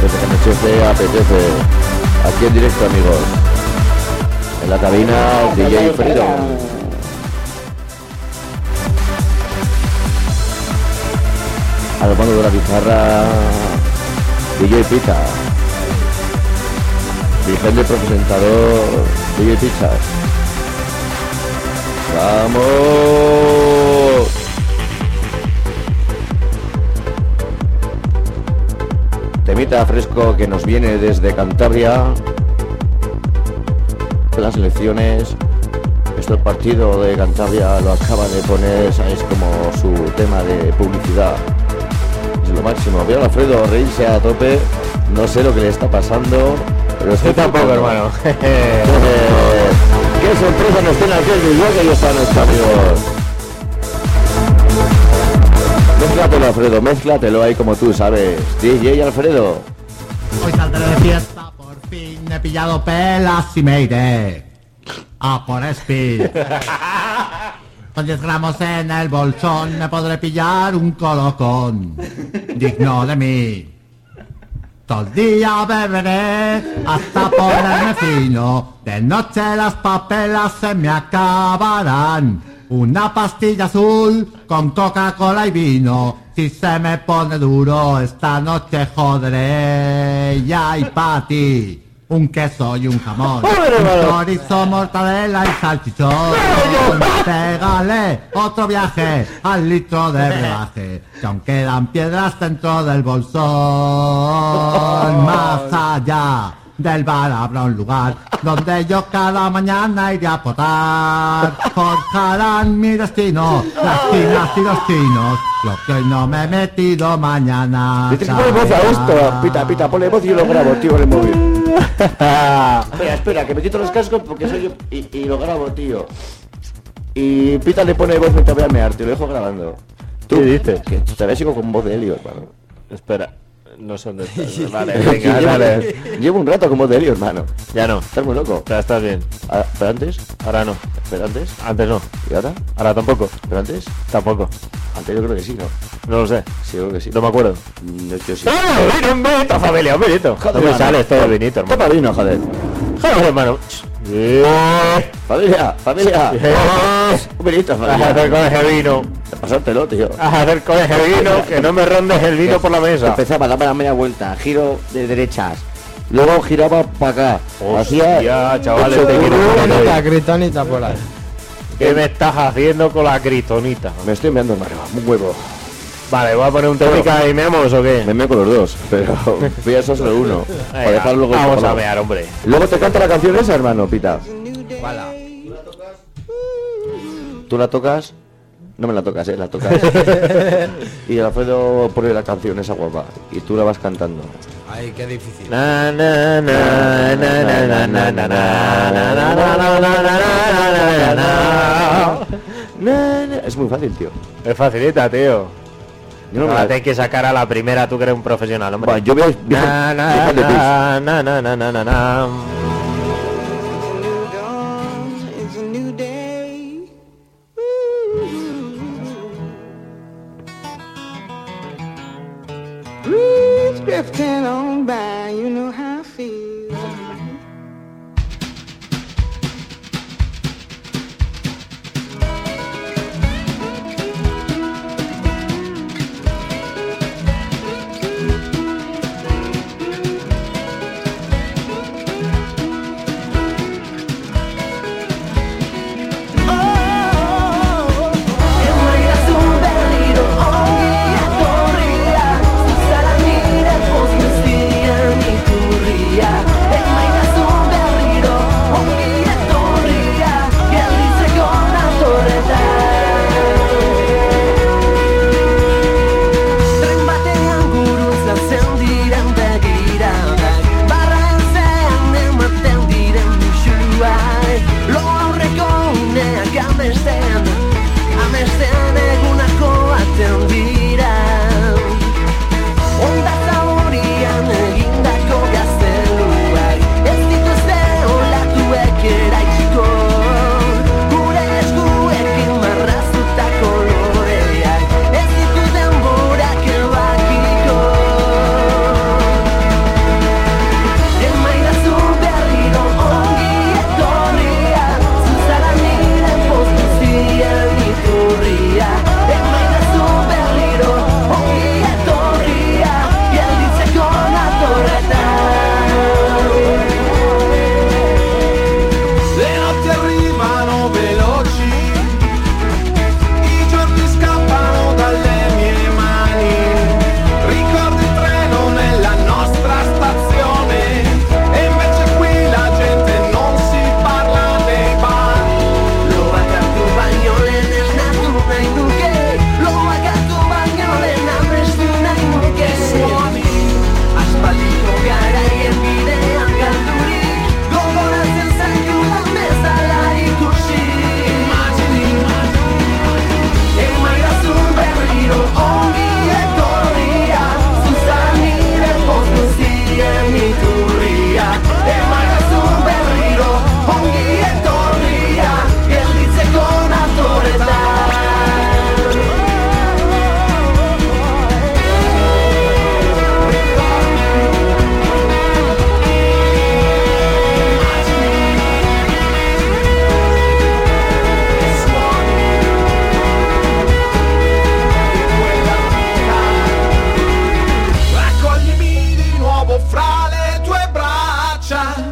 Speaker 2: Desde que anochece apetece. Aquí en directo, amigos. En la cabina, DJ Freedom. al mando de la guitarra DJ Pita Vigente presentador DJ Pizzas ¡Vamos! Temita fresco que nos viene desde Cantabria fue las elecciones. Esto el partido de Cantabria lo acaba de poner, ¿sabéis? Como su tema de publicidad. Es lo máximo. Veo a Alfredo reírse a tope. No sé lo que le está pasando. Pero estoy
Speaker 3: Yo tampoco,
Speaker 2: flipando.
Speaker 3: hermano.
Speaker 2: Eh, ¡Qué sorpresa nos tiene aquí el Milwaukee y están nuestros amigos! Mézclatelo, Alfredo, mézclatelo ahí como tú sabes. DJ Alfredo.
Speaker 4: Hoy saldré de fiesta, por fin he pillado pelas y me iré a por speed. Con 10 gramos en el bolsón me podré pillar un colocón digno de mí. Todo el día beberé hasta ponerme fino. De noche las papelas se me acabarán. Una pastilla azul con Coca-Cola y vino. Si se me pone duro esta noche joderé. Ya y pa' ti. Un queso y un jamón. Un chorizo, mortadela y salchichón. Pégale otro viaje al litro de brebaje. Que aún quedan piedras dentro del bolsón. Más allá del bar habrá un lugar donde yo cada mañana iré a potar. Forjarán mi destino las chinas y los chinos. Lo que hoy no me he metido mañana.
Speaker 2: Le tienes que poner voz a esto. Pita, pita, ponle voz y yo lo grabo, tío, en el móvil. espera, espera, que me quito los cascos porque soy yo y, y lo grabo, tío. Y Pita le pone voz mientras voy a mear, te lo dejo grabando. ¿Tú
Speaker 3: ¿Qué dices?
Speaker 2: Que todavía sigo con voz de Helio, hermano.
Speaker 3: Espera. No son de estas. Vale, venga, dale.
Speaker 2: llevo, llevo un rato con voz de Helio, hermano.
Speaker 3: Ya no.
Speaker 2: Estás muy loco.
Speaker 3: Ya estás bien.
Speaker 2: Ah, pero antes,
Speaker 3: Ahora no.
Speaker 2: pero antes,
Speaker 3: Antes no.
Speaker 2: ¿y ahora?
Speaker 3: Ahora tampoco.
Speaker 2: ¿Pero antes?
Speaker 3: Tampoco.
Speaker 2: Antes yo creo que sí, ¿no?
Speaker 3: No lo sé.
Speaker 2: Sí, yo creo que sí.
Speaker 3: No me acuerdo.
Speaker 2: No, Mm, yo sí.
Speaker 3: ¡Ah! un vinito, familia! ¡Un vinito! No me
Speaker 2: hermano.
Speaker 3: sales todo vinito, hermano.
Speaker 2: Toma vino, joder.
Speaker 3: Joder, hermano. Eh,
Speaker 2: Familia, familia.
Speaker 3: eh.
Speaker 2: Un vinito,
Speaker 3: Vas a hacer
Speaker 2: familia.
Speaker 3: con ese vino.
Speaker 2: Pasártelo, tío.
Speaker 3: Vas a hacer con ese vino. Que no me rondes el vino por la mesa.
Speaker 2: Empezaba, daba la media vuelta, giro de derechas. Luego giraba para acá.
Speaker 3: Hostia, este chavales,
Speaker 2: ocho
Speaker 3: te quiero
Speaker 2: euros.
Speaker 3: comer hoy.
Speaker 10: Gritonita, gritonita por ahí.
Speaker 3: ¿Qué me estás haciendo con la gritonita?
Speaker 2: Me estoy meando, hermano, un huevo.
Speaker 3: Vale, voy a poner un técnica y meamos o qué?
Speaker 2: Me meo con los dos, pero voy a eso solo uno. Para
Speaker 3: Venga,
Speaker 2: dejar luego el
Speaker 3: vamos a
Speaker 2: chocolate.
Speaker 3: mear, hombre.
Speaker 2: Luego te canta la canción esa, hermano, Pita. Tú la tocas. No me la tocas, eh, la tocas. y el Alfredo pone la canción esa guapa. Y tú la vas cantando.
Speaker 10: Ay, qué difícil.
Speaker 3: Na, na, na, na, na, na, na, na, na, na, na, na, na, na, na, na, na, na.
Speaker 2: Na, na. Es muy fácil, tío.
Speaker 3: Es facilita, tío.
Speaker 2: Yo
Speaker 3: No
Speaker 2: no me
Speaker 3: la
Speaker 2: la-
Speaker 3: tienes que sacar a la primera, tú que eres un profesional, hombre.
Speaker 2: Bueno, yo veo.
Speaker 3: Na, na, na, na, na, na, na, na, na.
Speaker 11: Breeze drifting on by, you know how I feel.
Speaker 12: Salamina, poziosti, amico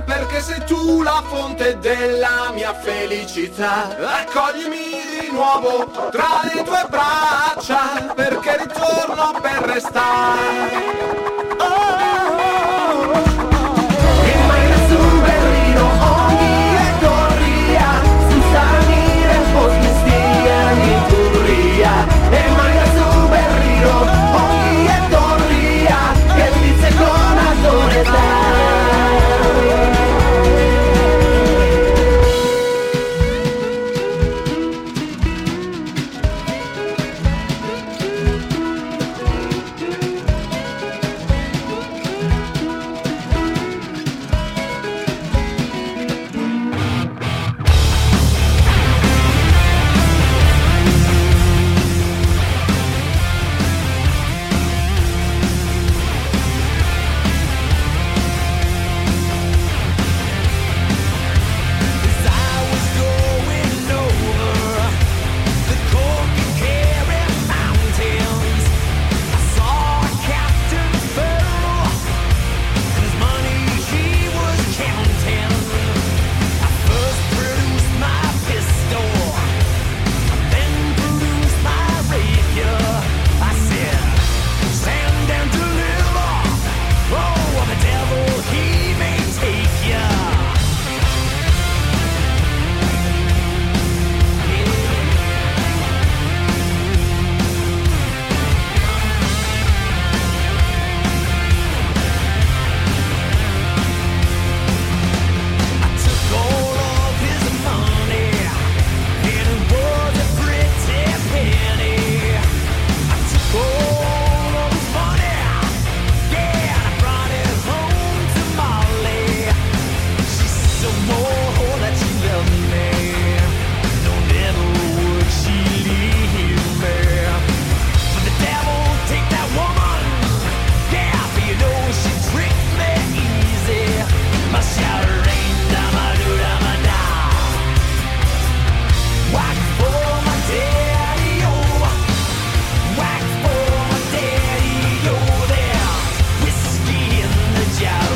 Speaker 13: perché sei tu la fonte della mia felicità. Raccoglimi di nuovo tra le tue braccia perché ritorno per restare. Oh,
Speaker 14: su berriro ongi etorria Zuzanire poz guztian iturria Emaia zu berriro ongi etorria Gelditzeko nazoretan
Speaker 1: Oh, oh,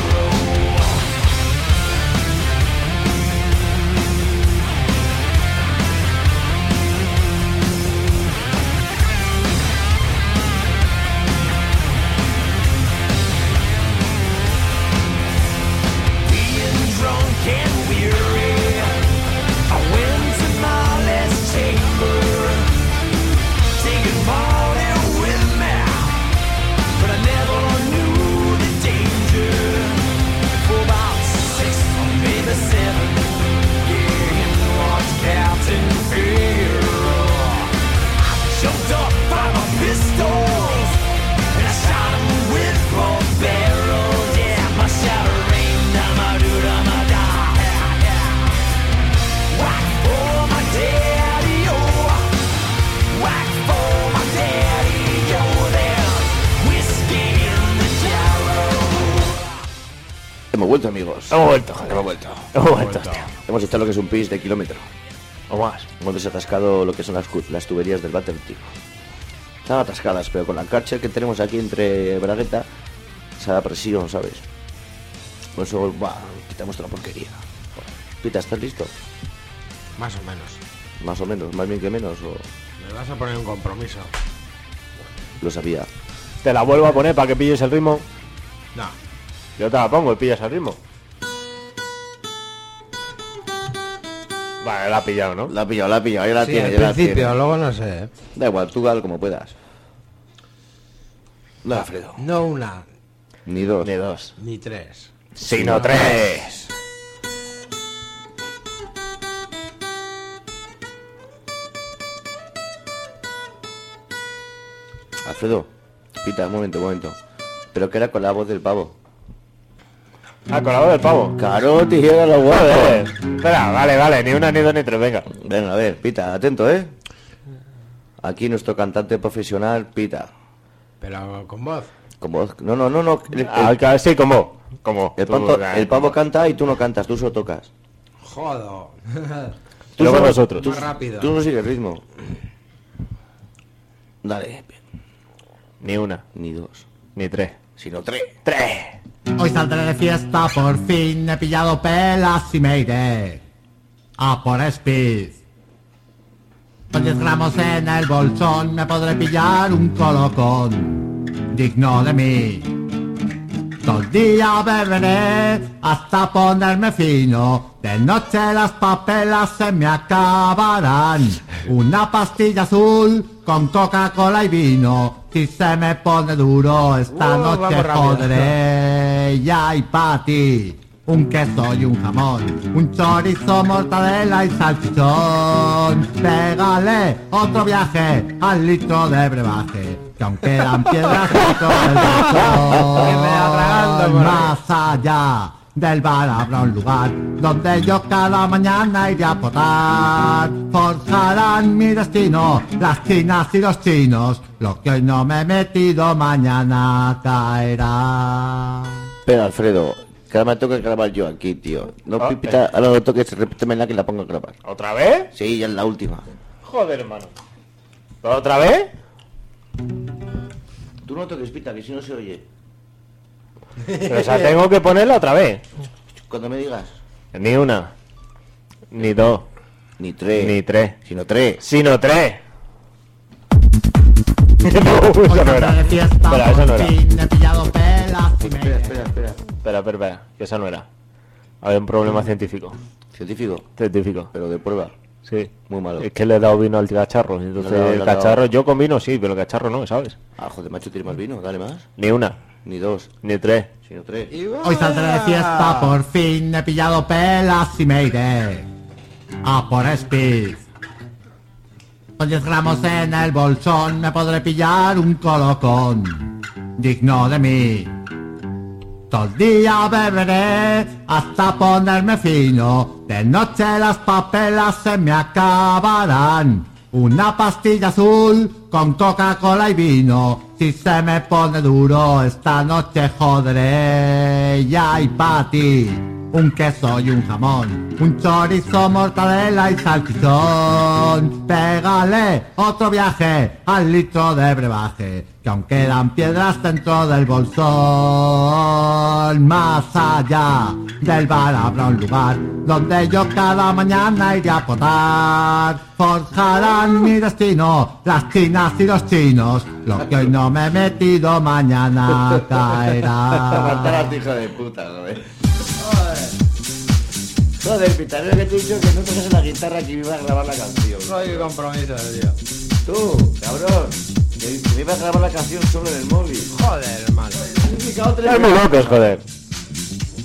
Speaker 1: Hemos vuelto, amigos.
Speaker 2: Hemos vuelto, joder.
Speaker 1: Hemos vuelto.
Speaker 2: Hemos vuelto, hostia.
Speaker 1: Hemos hecho lo que es un pis de kilómetro.
Speaker 2: O más.
Speaker 1: Hemos desatascado lo que son las, cu- las tuberías del váter, tío. Están atascadas, pero con la cárcel que tenemos aquí entre Bragueta, se da presión, ¿sabes? Por eso, bah, quitamos toda la porquería. Pita, ¿estás listo?
Speaker 4: Más o menos.
Speaker 1: Más o menos, más bien que menos, o
Speaker 4: Me vas a poner un compromiso.
Speaker 1: lo sabía.
Speaker 2: Te la vuelvo a poner para que pilles el ritmo.
Speaker 4: No.
Speaker 2: Yo te la pongo y pillas el ritmo. Vale, la ha pillado, ¿no?
Speaker 1: La ha pillado, la ha pillado, ya la
Speaker 4: Sí,
Speaker 1: tiene,
Speaker 4: al
Speaker 1: ya la
Speaker 4: principio,
Speaker 1: tiene.
Speaker 4: luego no sé. ¿eh?
Speaker 1: Da igual, tú dale como puedas. No, Alfredo.
Speaker 4: No una,
Speaker 1: Ni dos.
Speaker 2: De dos.
Speaker 4: ni tres.
Speaker 2: Sino tres.
Speaker 1: Alfredo, pita, un momento, un momento. Pero que era con la voz del pavo.
Speaker 2: Ah, con la voz del pavo.
Speaker 1: Caro, tijera, los
Speaker 2: Joder.
Speaker 1: huevos.
Speaker 2: Espera, vale, vale, ni una, ni dos, ni tres, venga.
Speaker 1: Venga, a ver, pita, atento, ¿eh? Aquí nuestro cantante profesional, pita.
Speaker 4: Pero con voz.
Speaker 1: Con voz. No, no, no, no. El, el-
Speaker 2: Al Ah, ca- sí, como. Como.
Speaker 1: el
Speaker 2: Tú,
Speaker 1: pavo,
Speaker 2: ah,
Speaker 1: el pavo canta y tú no cantas, tú solo tocas.
Speaker 4: Jodo.
Speaker 1: Tú
Speaker 2: Luego
Speaker 1: solo-
Speaker 2: nosotros.
Speaker 1: Tú,
Speaker 4: Más rápido.
Speaker 1: tú no sigues el ritmo. Dale,
Speaker 2: Ni una,
Speaker 1: ni dos,
Speaker 2: ni tres.
Speaker 1: sino tres.
Speaker 2: ¡Tres!
Speaker 4: Hoy saldré de fiesta, por fin he pillado pelas y me iré a por Speed. Con 10 gramos en el bolsón me podré pillar un colocón digno de mí. Todo el día beberé hasta ponerme fino. De noche las papelas se me acabarán. Una pastilla azul con Coca-Cola y vino. Si se me pone duro esta
Speaker 15: Uh,
Speaker 4: noche
Speaker 15: vamos rápido.
Speaker 4: podré. Ya y pa' ti. Un queso y un jamón, un chorizo, mortadela y salchichón. Pégale otro viaje al litro de brebaje, que aún quedan piedras dentro del bolsón. Oh, Más allá del bar habrá un lugar donde yo cada mañana iré a potar. Forjarán mi destino las chinas y los chinos. Lo que hoy no me he metido mañana caerá.
Speaker 2: Pero Alfredo, que ahora me toca grabar yo aquí, tío. No,
Speaker 3: Ah,
Speaker 2: Pipita,
Speaker 3: eh.
Speaker 2: ahora lo toques, repíteme la que la pongo a grabar.
Speaker 3: ¿Otra vez?
Speaker 2: Sí, ya es la última.
Speaker 3: Joder, hermano. ¿Otra vez?
Speaker 2: Tú no toques, Pita, que si no se oye.
Speaker 3: Pero, o sea, tengo que ponerla otra vez.
Speaker 2: Cuando me digas.
Speaker 3: Ni una. Ni dos.
Speaker 2: Ni tres.
Speaker 3: Ni tres.
Speaker 2: Sino tres.
Speaker 3: Sino tres. no, esa no era. Espera, esa no era.
Speaker 4: he pillado pelas y me iré.
Speaker 3: Espera, espera, espera, que esa no era. Había un problema científico.
Speaker 2: ¿Científico?
Speaker 3: Científico.
Speaker 2: Pero de prueba.
Speaker 3: Sí.
Speaker 2: Muy malo.
Speaker 3: Es que le he dado vino al cacharro. Entonces,
Speaker 2: No le ha dado,
Speaker 3: el
Speaker 2: no le ha dado.
Speaker 3: cacharro, yo con vino sí, pero el cacharro no, ¿sabes?
Speaker 2: Ah, joder, macho, tiene más vino, dale más.
Speaker 3: Ni una,
Speaker 2: Ni dos,
Speaker 3: ni tres.
Speaker 2: sino tres.
Speaker 4: Hoy saldré de fiesta, por fin he pillado pelas y me iré a por Speed. Con 10 gramos en el bolsón me podré pillar un colocón digno de mí. Todo el día beberé hasta ponerme fino. De noche las papelas se me acabarán. Una pastilla azul con Coca-Cola y vino. Si se me pone duro esta noche jodré. Ya y pa' ti. Un queso y un jamón, un chorizo, mortadela y salchichón. Pégale otro viaje al litro de brebaje, que aún quedan piedras dentro del bolsón. Más allá del bar habrá un lugar donde yo cada mañana iré a potar. Forjarán mi destino las chinas y los chinos. Lo que hoy no me he metido mañana caerá.
Speaker 2: Matarás, hijo de puta, joder. Joder, Pita, no es que te he dicho que no toques la guitarra que me iba a grabar la canción.
Speaker 16: Soy compromiso, tío.
Speaker 2: Tú, cabrón. Que que me iba a grabar la canción solo en el móvil.
Speaker 16: Joder, hermano.
Speaker 3: Están muy locos, joder.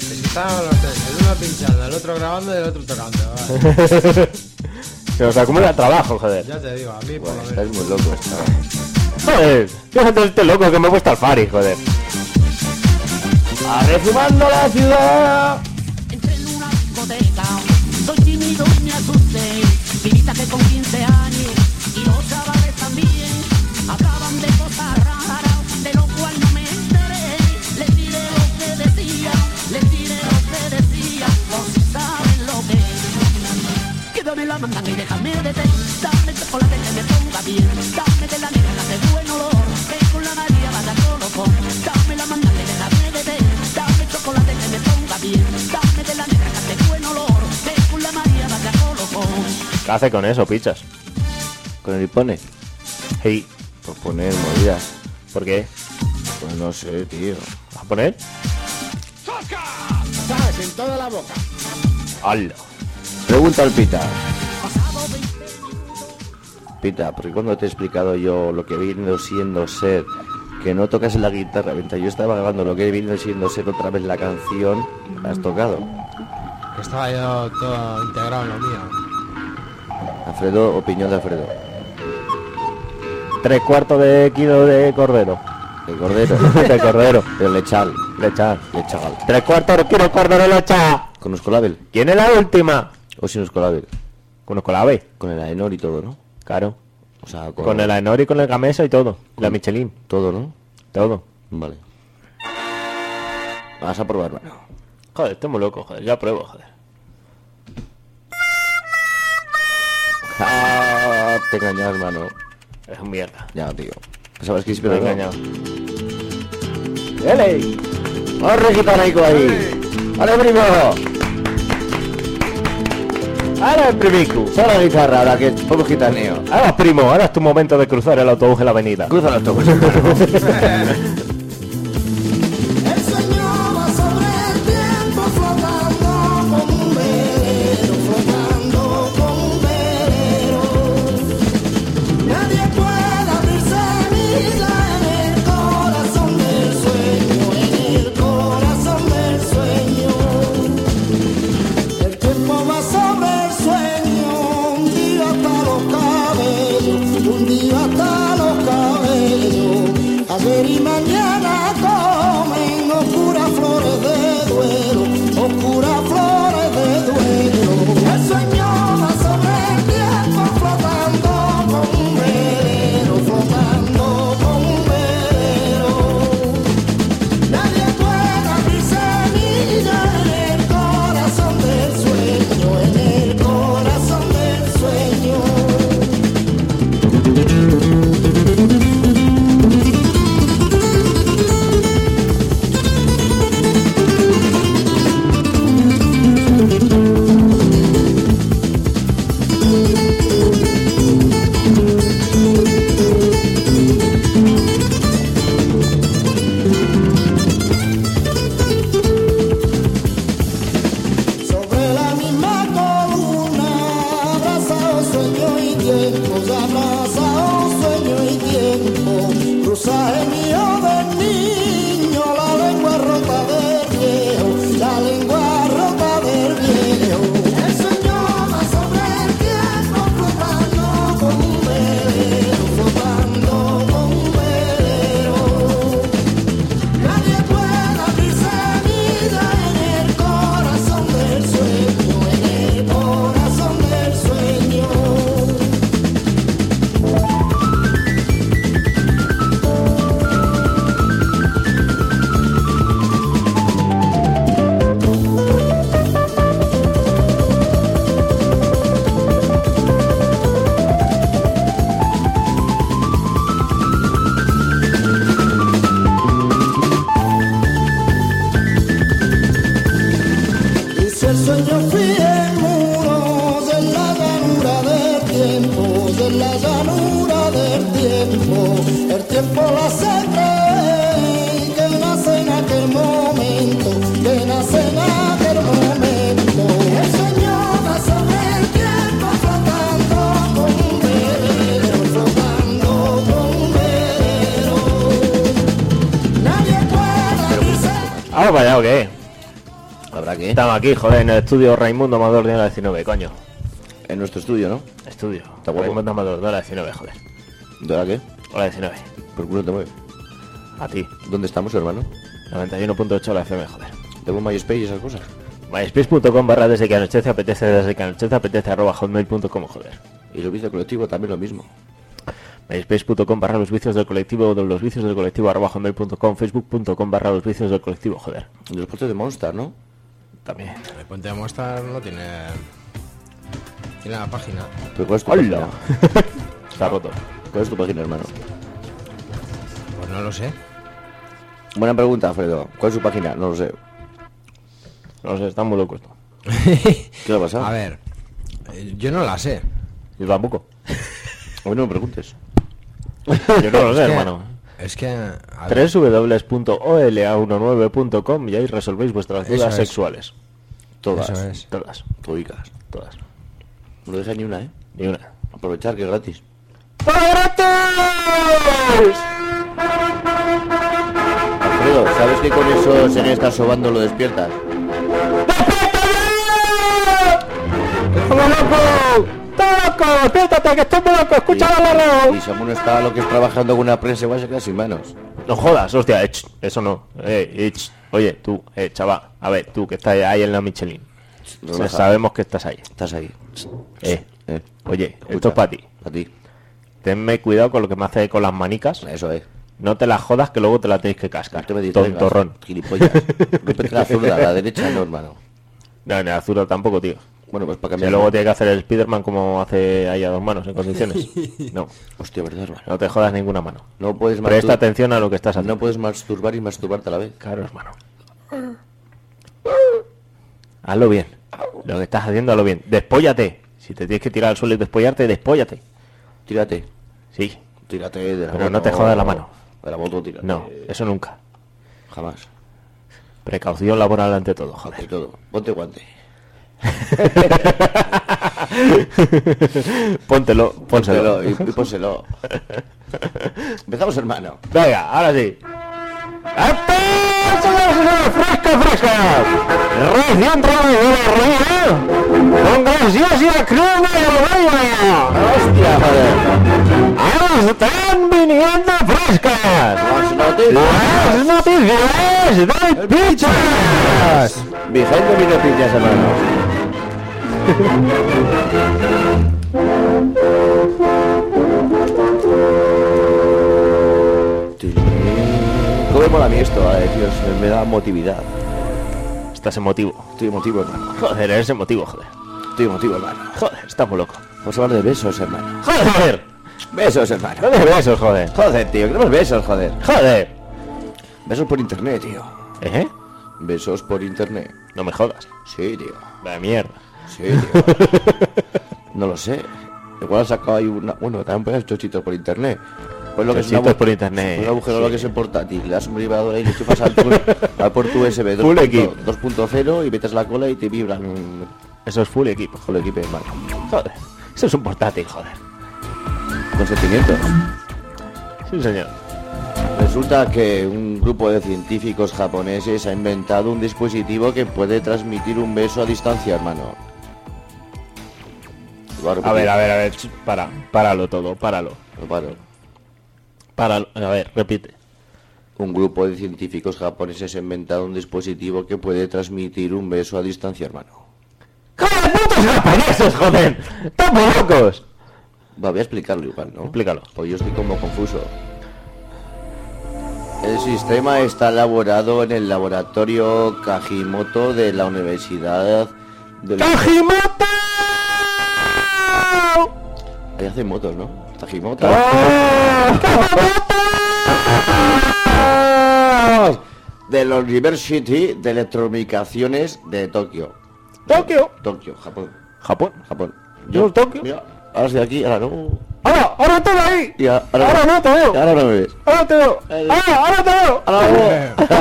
Speaker 16: Es que estaban los tres, el uno pinchando, el otro grabando y el otro tocando. vale.
Speaker 3: Se nos acumula el trabajo, joder.
Speaker 16: Ya te digo, a mí por lo menos.
Speaker 2: Estás muy loco, chaval.
Speaker 3: Joder, fíjate este loco que me he puesto al Fari, joder.
Speaker 2: ¡Arrefumando la ciudad!
Speaker 7: Entré en una discoteca, soy tímido y me asusté. Vivita que con 15 años y los chavales también hablaban de cosas raras, de lo cual no me enteré. Les diré lo que decía, les diré lo que decía, por si saben lo que es. Que dame la mandanga y déjame de té, dame el chocolate que me ponga bien, dame de la negra de buen olor, que con la María va a todo con, dame la mandanga y déjame de té, dame el chocolate que me ponga bien, dame de la negra que hace buen olor, que con la María va a todo con.
Speaker 3: ¿Qué hace con eso, pichas?
Speaker 2: Con el hipone.
Speaker 3: Hey,
Speaker 2: Por poner movidas.
Speaker 3: ¿por qué?
Speaker 2: Pues no sé, tío.
Speaker 3: ¿Vas a poner?
Speaker 17: ¿Sabes? En toda la boca.
Speaker 3: ¡Hala!
Speaker 2: Pregunta al Pita. Pita, ¿por qué cuando te he explicado yo lo que viene siendo ser, que no tocas la guitarra, mientras yo estaba grabando lo que viene siendo ser otra vez la canción, la has tocado?
Speaker 16: Que estaba yo todo integrado en lo mío.
Speaker 2: Alfredo, opinión de Alfredo.
Speaker 3: Tres cuartos de kilo de cordero.
Speaker 2: El cordero.
Speaker 3: de cordero.
Speaker 2: El lechal.
Speaker 3: Lechar.
Speaker 2: Lechagal.
Speaker 3: Tres cuartos de kilo de cordero lecha.
Speaker 2: Con Oscolabel.
Speaker 3: ¿Quién es la última?
Speaker 2: O sin Oscolabel.
Speaker 3: Conozco la B.
Speaker 2: Con el Aenor y todo, ¿no?
Speaker 3: Claro.
Speaker 2: O sea, con,
Speaker 3: Con el Aenor y con el Gamesa y todo. La Michelin.
Speaker 2: todo, ¿no?
Speaker 3: Todo.
Speaker 2: Vale. Vas a probar, bueno.
Speaker 3: Joder, estoy muy loco, joder. Ya pruebo, joder.
Speaker 2: Ah, te engañas, hermano.
Speaker 3: Es un mierda.
Speaker 2: Ya, tío. Pensabas que sí,
Speaker 3: Me
Speaker 2: pero
Speaker 3: he
Speaker 2: no.
Speaker 3: engañado. ¡Ele!
Speaker 2: Corre, gitanico ahí. ¡Ale, primo!
Speaker 3: ¡Ale, primico!
Speaker 2: Solo la guitarra, ahora que somos gitaneo.
Speaker 3: Ahora, primo, ahora es tu momento de cruzar el autobús en la avenida.
Speaker 2: Cruza el autobús.
Speaker 12: Nadie puede abrirse mi isla en el corazón del sueño, en el corazón del sueño. El tiempo va sobre el sueño, un día hasta los cabellos, un día hasta los cabellos. Ayer y mañana comen oscuras flores de duelo, oscuras flores de duelo. El sueño va sobre el tiempo flotando como un velero, flotando como un velero. Nadie puede abrirse semilla en el corazón del sueño, en el corazón del sueño. Sobre la misma columna, abrazado sueño y tiempo, abrazado sueño y tiempo, cruzaje mío del niño, la lengua rota del viejo, la lengua rota del viejo. El sueño va sobre el tiempo, flotando como un velero, flotando como un velero. Nadie puede abrirse vida en el corazón del sueño, en el corazón del sueño. Y si el sueño fui el muro de la llanura del tiempo, de la llanura del tiempo, el tiempo la hace creer que nace en aquel momento, que nace en aquel momento. El sueño va sobre el tiempo flotando como un velero, flotando como un velero. Nadie puede abrirse
Speaker 3: Ahora Ah, vaya, ¿o qué?
Speaker 2: ¿Habrá que?
Speaker 3: Estamos aquí, joder, en el estudio Raimundo Amador de la 19, coño.
Speaker 2: En nuestro estudio, ¿no?
Speaker 3: Estudio.
Speaker 2: guapo.
Speaker 3: Raimundo Amador de la 19, joder.
Speaker 2: ¿De ahora qué?
Speaker 3: Hola 19.
Speaker 2: Por culo te mueve.
Speaker 3: A ti.
Speaker 2: ¿Dónde estamos, hermano?
Speaker 3: 91.8 la FM, joder.
Speaker 2: ¿Tenemos MySpace y esas cosas?
Speaker 3: MySpace.com barra desde que anochece apetece, desde que anochece apetece, arroba hotmail.com, joder.
Speaker 2: Y el vicio colectivo también lo mismo.
Speaker 3: MySpace.com barra los vicios del colectivo, o de los vicios del colectivo, arroba hotmail.com, facebook.com barra los vicios del colectivo, joder.
Speaker 2: Y los postes de Monster, ¿no?
Speaker 3: También.
Speaker 9: El puente de Mostar no tiene. Tiene la página.
Speaker 2: Pero ¿cuál es tu
Speaker 3: ¡Hola!
Speaker 2: página?
Speaker 3: Está roto.
Speaker 2: ¿Cuál es tu página, hermano?
Speaker 9: Pues no lo sé.
Speaker 2: Buena pregunta, Alfredo. ¿Cuál es su página? No lo sé.
Speaker 3: No sé, está muy loco esto.
Speaker 2: ¿Qué le ha pasado?
Speaker 9: A ver. eh, Yo no la sé.
Speaker 3: Yo tampoco.
Speaker 2: A mí no me preguntes.
Speaker 3: Yo no lo sé,
Speaker 9: Es que-
Speaker 3: hermano.
Speaker 9: Es que. a ver,
Speaker 3: www.ola19.com y ahí resolvéis vuestras
Speaker 9: Eso
Speaker 3: dudas
Speaker 9: es.
Speaker 3: sexuales. Todas.
Speaker 9: Eso es.
Speaker 3: Todas.
Speaker 2: Codicas.
Speaker 3: Todas.
Speaker 2: No deja ni una, ¿eh?
Speaker 3: Ni una.
Speaker 2: Aprovechar que es gratis. Alfredo, ¿sabes que con eso se está sobando lo despiertas?
Speaker 3: Escucha
Speaker 2: Y si alguno está lo que es trabajando con una prensa, va a quedar sin manos.
Speaker 3: No jodas, hostia, eh, ch, eso no. Eh, eh, ch. Oye, tú, eh, chaval, a ver, tú que estás ahí en la Michelin.
Speaker 2: relaja.
Speaker 3: Sabemos que estás ahí.
Speaker 2: Estás ahí.
Speaker 3: Eh,
Speaker 2: Eh,
Speaker 3: oye, esto
Speaker 2: escucha,
Speaker 3: es para ti.
Speaker 2: Para ti.
Speaker 3: Tenme cuidado con lo que me haces con las manicas.
Speaker 2: Eso es.
Speaker 3: No te las jodas que luego te la tenéis que cascar.
Speaker 2: No te me distraigas,
Speaker 3: Tontorrón.
Speaker 2: Gilipollas. Rómpete la zurda, la derecha no, hermano.
Speaker 3: No, en el azul tampoco, tío.
Speaker 2: Bueno, pues para
Speaker 3: Que
Speaker 2: cambiar.
Speaker 3: luego tiene que hacer el Spiderman como hace ahí a dos manos en condiciones. No,
Speaker 2: Hostia, verdad, hermano.
Speaker 3: no te jodas ninguna mano.
Speaker 2: No puedes
Speaker 3: Presta
Speaker 2: mastur-
Speaker 3: atención a lo que estás haciendo.
Speaker 2: No puedes masturbar y masturbarte a la vez.
Speaker 3: Claro, hermano. Hazlo bien. Lo que estás haciendo, hazlo bien. Despóllate. Si te tienes que tirar al suelo y despollarte, despóllate.
Speaker 2: Tírate.
Speaker 3: Sí.
Speaker 2: Tírate de la
Speaker 3: Pero no
Speaker 2: moto-
Speaker 3: te jodas la mano.
Speaker 2: De la moto, tírate.
Speaker 3: No, eso nunca.
Speaker 2: Jamás.
Speaker 3: Precaución laboral ante todo, joder.
Speaker 2: Ante todo. Ponte guante.
Speaker 3: Póntelo, pónselo.
Speaker 2: Pónselo y, y pónselo. Empezamos, hermano.
Speaker 3: Venga, ahora sí. ¡Fresca, fresca! ¡Recién traído de arriba! ¡Con graciosa crema de
Speaker 2: ¡Hostia,
Speaker 3: joder! ¡Ahora están viniendo frescas!
Speaker 2: Las noticias.
Speaker 3: ¡Las noticias de pichas!
Speaker 2: Vigente mi noticias, hermano. ¿Cómo mola a mí esto? eh, Dios, me- me da emotividad.
Speaker 3: Estás emotivo.
Speaker 2: Estoy emotivo, hermano.
Speaker 3: Joder, eres emotivo, joder.
Speaker 2: Estoy emotivo, hermano.
Speaker 3: Joder, estamos locos.
Speaker 2: Vamos a hablar de besos, hermano.
Speaker 3: Joder, joder.
Speaker 2: Besos, hermano.
Speaker 3: No me besos, joder.
Speaker 2: Joder, tío, queremos besos, joder.
Speaker 3: Joder.
Speaker 2: Besos por internet, tío.
Speaker 3: ¿Eh?
Speaker 2: Besos por internet.
Speaker 3: No me jodas.
Speaker 2: Sí, tío.
Speaker 3: La mierda.
Speaker 2: Sí, tío. no lo sé. Igual ha sacado ahí una... Bueno, también puedes chochitos por internet. Pues lo que es una
Speaker 3: Chochitos
Speaker 2: bu-
Speaker 3: por internet,
Speaker 2: Un agujero
Speaker 3: sí.
Speaker 2: lo que es el portátil. Le das un vibrador ahí y le chufas al, pu- al puerto USB
Speaker 3: Full equip.
Speaker 2: 2.0 2.0 y metes la cola y te vibran.
Speaker 3: Eso es full equipo.
Speaker 2: Con el equipo, hermano.
Speaker 3: Joder. Eso es un portátil, joder.
Speaker 2: Consentimiento.
Speaker 3: Sí, señor.
Speaker 2: Resulta que un grupo de científicos japoneses ha inventado un dispositivo que puede transmitir un beso a distancia, hermano. Lo voy
Speaker 3: A
Speaker 2: repetir.
Speaker 3: ver, a ver, a ver. ch- Para, páralo todo, páralo.
Speaker 2: No paro.
Speaker 3: Páralo. A ver, repite.
Speaker 2: Un grupo de científicos japoneses ha inventado un dispositivo que puede transmitir un beso a distancia, hermano.
Speaker 3: ¡Joder, putos japoneses, joder! ¡Estamos locos!
Speaker 2: Va, voy a explicarlo igual, ¿no?
Speaker 3: Explícalo.
Speaker 2: Pues yo estoy como confuso. El sistema está elaborado en el laboratorio Kajimoto de la Universidad de...
Speaker 3: ¡Kajimoto!
Speaker 2: Ahí hacen motos, ¿no? Kajimoto.
Speaker 3: ¡Ah!
Speaker 2: de la University de Electrocomunicaciones de Tokio.
Speaker 3: ¡Tokio!
Speaker 2: Tokio, Japón.
Speaker 3: Japón.
Speaker 2: Japón.
Speaker 3: Yo, Tokio.
Speaker 2: Mira, ahora estoy aquí, ahora no.
Speaker 3: ¡Ahora! ¡Ah! ¡Ahora todo ahí!
Speaker 2: Y a- ahora,
Speaker 3: ¡Ahora no te veo!
Speaker 2: ahora no me ves.
Speaker 3: ¡Ahora te veo! ¡Ahora, ahora te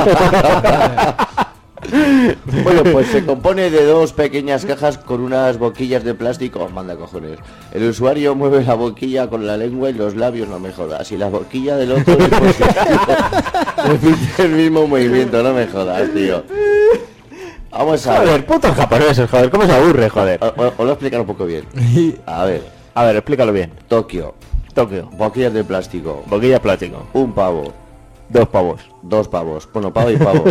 Speaker 3: veo!
Speaker 2: Bueno, pues se compone de dos pequeñas cajas con unas boquillas de plástico. Oh, manda cojones. El usuario mueve la boquilla con la lengua y los labios, no me jodas. Y la boquilla del otro dispositivo repite el mismo movimiento, no me jodas, tío. Vamos a ver.
Speaker 3: Joder, putos japoneses, joder. ¿Cómo se aburre, joder?
Speaker 2: o- o- Os lo voy a explicar un poco bien. A ver,
Speaker 3: A ver, explícalo bien.
Speaker 2: Tokio,
Speaker 3: Tokio.
Speaker 2: boquillas de plástico,
Speaker 3: Boquilla plástico.
Speaker 2: un pavo,
Speaker 3: Dos pavos.
Speaker 2: Dos pavos. Bueno, pavo y pavo.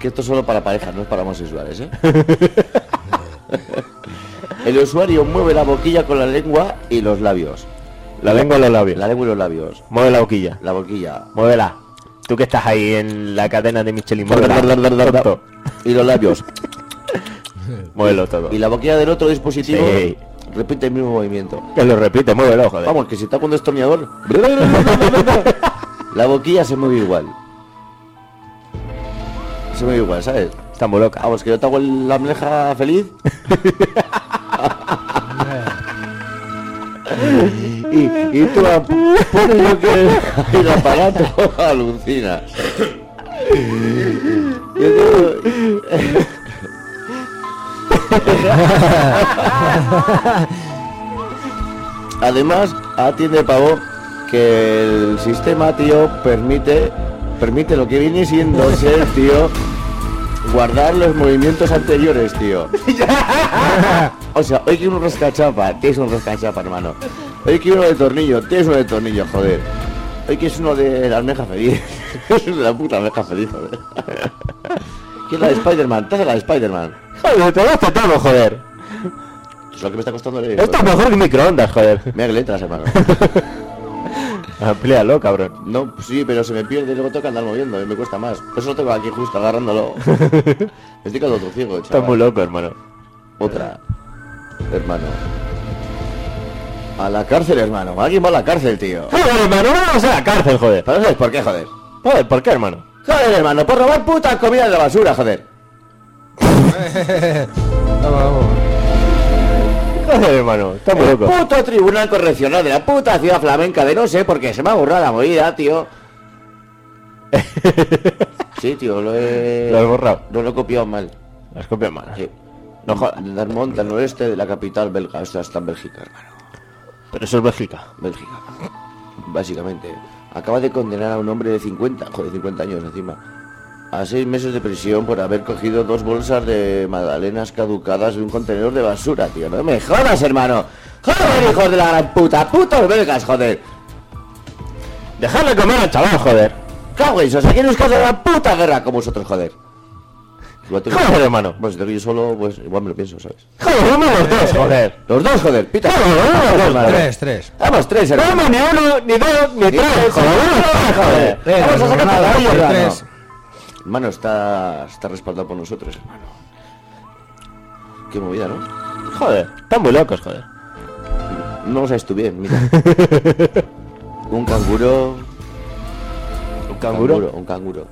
Speaker 2: que esto es solo para parejas, no es para homosexuales, ¿eh? El usuario mueve la boquilla con la lengua y los labios.
Speaker 3: La lengua en los labios.
Speaker 2: La lengua y los labios.
Speaker 3: Mueve la boquilla.
Speaker 2: La boquilla.
Speaker 3: Muévela. Tú que estás ahí en la cadena de Michelin.
Speaker 2: Dar, dar, dar, dar,
Speaker 3: Muévela.
Speaker 2: dar.
Speaker 3: Tonto.
Speaker 2: Y los labios.
Speaker 3: Muévelo todo.
Speaker 2: Y la boquilla del otro dispositivo
Speaker 3: Sí.
Speaker 2: repite el mismo movimiento.
Speaker 3: Que lo repite, muévelo, joder.
Speaker 2: Vamos, que si está con un destornillador. la boquilla se mueve igual. Se mueve igual, ¿sabes?
Speaker 3: Está muy loca.
Speaker 2: Vamos, que yo te hago el- la meleja feliz. y, y tú la pones lo que y la aparato alucina. Y entonces- Además, atiende pavo que el sistema, tío, permite permite lo que viene siendo ser, tío, guardar los movimientos anteriores, tío. O sea, hoy que uno rascachapa, tienes un rascachapa, hermano. Hoy que uno de tornillo, tienes uno de tornillo, joder. Hoy que es uno de la almeja feliz. es de la puta almeja feliz, joder. ¿Quién es la de Spider-Man? Te hace la de Spider-Man.
Speaker 3: Joder, te gusta todo, joder.
Speaker 2: Es lo que me está costando leer.
Speaker 3: Esto es mejor que microondas, joder.
Speaker 2: Mira que letras, hermano.
Speaker 3: Amplíalo, cabrón.
Speaker 2: No, pues sí, pero se me pierde, luego tengo que andar moviendo, y me cuesta más. Por eso lo tengo aquí justo, agarrándolo. me estoy quedando otro ciego,
Speaker 3: Estás
Speaker 2: chaval.
Speaker 3: muy loco, hermano.
Speaker 2: Otra. Hermano. A la cárcel, hermano. Alguien va a la cárcel, tío.
Speaker 3: Joder, hermano, no vamos a la cárcel, joder.
Speaker 2: Pero no sabes por qué, joder.
Speaker 3: Joder, ¿por qué, hermano?
Speaker 2: Joder, hermano, por robar puta comida de la basura, joder.
Speaker 9: vamos, vamos.
Speaker 3: Joder, hermano, estamos
Speaker 2: El
Speaker 3: locos.
Speaker 2: puto tribunal correccional de la puta ciudad flamenca de no sé porque se me ha borrado la movida, tío. sí, tío, lo he...
Speaker 3: Lo has borrado.
Speaker 2: No lo he copiado mal.
Speaker 3: Las copias malas.
Speaker 2: Sí. No jodas. Darmont, al noreste de la capital belga. O sea, está en Bélgica, hermano.
Speaker 3: Pero eso es Bélgica.
Speaker 2: Bélgica. Básicamente. Acaba de condenar a un hombre de 50, joder, 50 años encima, a seis meses de prisión por haber cogido dos bolsas de magdalenas caducadas de un contenedor de basura, tío. No me jodas, hermano. Joder, hijos de la gran puta. Putos belgas, joder.
Speaker 3: Dejadle comer al chaval, joder.
Speaker 2: Cago en eso, aquí nos causa la puta guerra como vosotros, joder. Igual tengo-
Speaker 3: Joder, hermano.
Speaker 2: Pues si tengo yo solo, pues igual me lo pienso, ¿sabes?
Speaker 3: Joder, vamos los dos, joder.
Speaker 2: Los dos, joder, pita.
Speaker 3: Claro, vamos los dos,
Speaker 2: Vamos,
Speaker 3: madre.
Speaker 9: Tres, tres.
Speaker 2: Vamos, tres, hermano.
Speaker 3: Vamos, ni uno, ni dos, ni tres, joder. Ah, joder.
Speaker 9: Tres,
Speaker 2: Vamos a sacar
Speaker 9: hermano,
Speaker 2: todo,
Speaker 9: tres,
Speaker 2: hermano.
Speaker 9: tres.
Speaker 2: Hermano, está, está respaldado por nosotros, hermano. Qué movida, ¿no?
Speaker 3: Joder, están muy locos, joder.
Speaker 2: No sabes tú bien, mira. un canguro.
Speaker 3: ¿Un
Speaker 2: Un canguro.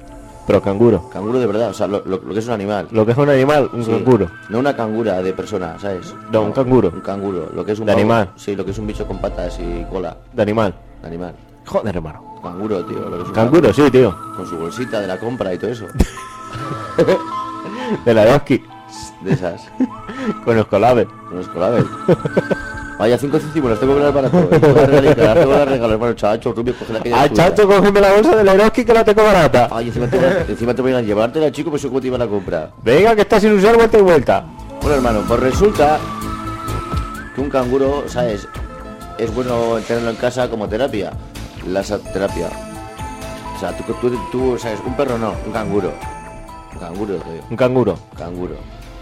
Speaker 3: Pero canguro.
Speaker 2: Canguro de verdad, o sea, lo, lo- lo que es un animal.
Speaker 3: Lo que es un animal, un
Speaker 2: Sí.
Speaker 3: canguro.
Speaker 2: No una cangura de persona, ¿sabes?
Speaker 3: No, un canguro.
Speaker 2: Un canguro. Lo que es un
Speaker 3: De
Speaker 2: pavo-
Speaker 3: animal.
Speaker 2: Sí, lo que es un bicho con patas y cola.
Speaker 3: De animal.
Speaker 2: de Animal.
Speaker 3: Joder, hermano.
Speaker 2: Canguro, tío. Lo que es un
Speaker 3: Canguro, sí, tío.
Speaker 2: pavo, Con su bolsita de la compra y todo eso.
Speaker 3: De la Eroski.
Speaker 2: De esas.
Speaker 3: Con los colabes.
Speaker 2: Con los colabes. Vaya, cinco céntimos, las tengo que dar para todo. Las tengo que regalar, las tengo que regalar, hermano. Chacho, rubio, coge la que
Speaker 3: Ah, chato, cógeme la bolsa de la Eroski que la tengo barata.
Speaker 2: Ay, encima te, encima te voy a llevártela, chico, pues yo cómo te iban a comprar.
Speaker 3: Venga, que está sin usar vuelta y vuelta.
Speaker 2: Bueno, hermano, pues resulta que un canguro, ¿sabes? Es bueno tenerlo en casa como terapia. La sa- terapia. O sea, tú, tú, tú, ¿sabes? Un perro no, un canguro. Un canguro, tío.
Speaker 3: Un canguro.
Speaker 2: Canguro.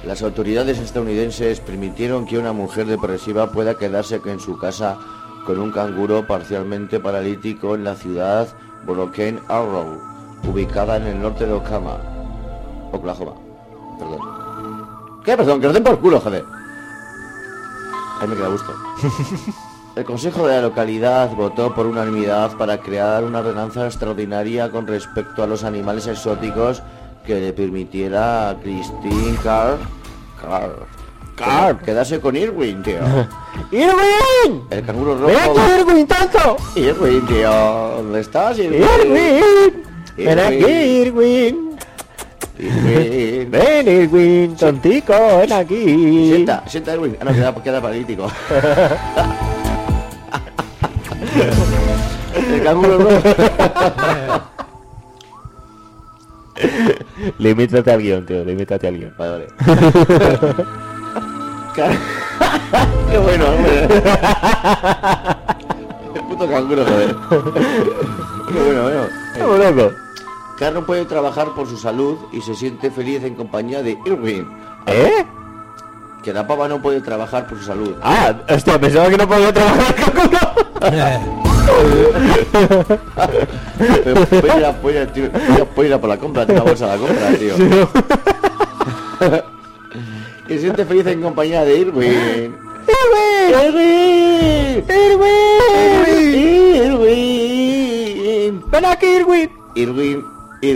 Speaker 2: Las autoridades estadounidenses permitieron que una mujer depresiva pueda quedarse en su casa con un canguro parcialmente paralítico en la ciudad Broken Arrow, ubicada en el norte de Oklahoma. Oklahoma. Perdón. ¿Qué? Perdón, que os den por culo, joder. Ahí me queda gusto. El Consejo de la localidad votó por unanimidad para crear una ordenanza extraordinaria con respecto a los animales exóticos que le permitiera a Christine Carr, Carr,
Speaker 3: Carr.
Speaker 2: quedarse con Irwin, tío.
Speaker 3: ¡Irwin!
Speaker 2: El canguro
Speaker 3: ¡Ven
Speaker 2: rojo.
Speaker 3: aquí, Irwin, tanto!
Speaker 2: Irwin, tío. ¿Dónde estás, Irwin?
Speaker 3: ¡Irwin! ¡Ven aquí,
Speaker 2: Irwin.
Speaker 3: Irwin!
Speaker 2: Irwin.
Speaker 3: ¡Ven, Irwin! ¡Tontico, ven aquí!
Speaker 2: Sienta, sienta Irwin. Ah, no, queda, queda paralítico. El canguro rojo.
Speaker 3: Limítate al guión, tío, limítate al guión.
Speaker 2: Vale, vale. Car- Qué bueno, hombre. El puto canguro, joder. Qué bueno, bueno.
Speaker 3: ¡Estamos locos!
Speaker 2: Car no puede trabajar por su salud y se siente feliz en compañía de Irwin.
Speaker 3: ¿Eh?
Speaker 2: Que la pava no puede trabajar por su salud.
Speaker 3: Ah, hostia, pensaba que no podía trabajar con
Speaker 2: Pero puede ir a, puede ir a- tío, puede ir a- puede ir a por la compra, tiene la bolsa de la compra, tío. y se siente feliz en compañía de Irwin.
Speaker 3: ¡Irwin!
Speaker 2: Irwin. Irwin.
Speaker 3: ¡Ven aquí, Irwin!
Speaker 2: Irwin,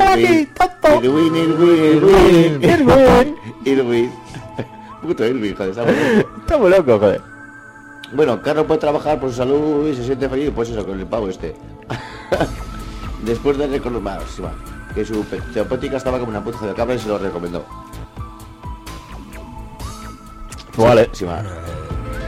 Speaker 3: Aquí,
Speaker 2: Irwin,
Speaker 3: tonto.
Speaker 2: Irwin, Irwin, Irwin,
Speaker 3: ¡Irwin!
Speaker 2: Irwin. Puto Irwin, joder, está bueno.
Speaker 3: Estamos locos, joder.
Speaker 2: Bueno, Carlos puede trabajar por su salud y se siente feliz, pues eso, con el pavo este. Después de recordar sí, va, que su pe- terapéutica estaba como una puta de cabra y se lo recomendó.
Speaker 3: Vale.
Speaker 2: Sí, va.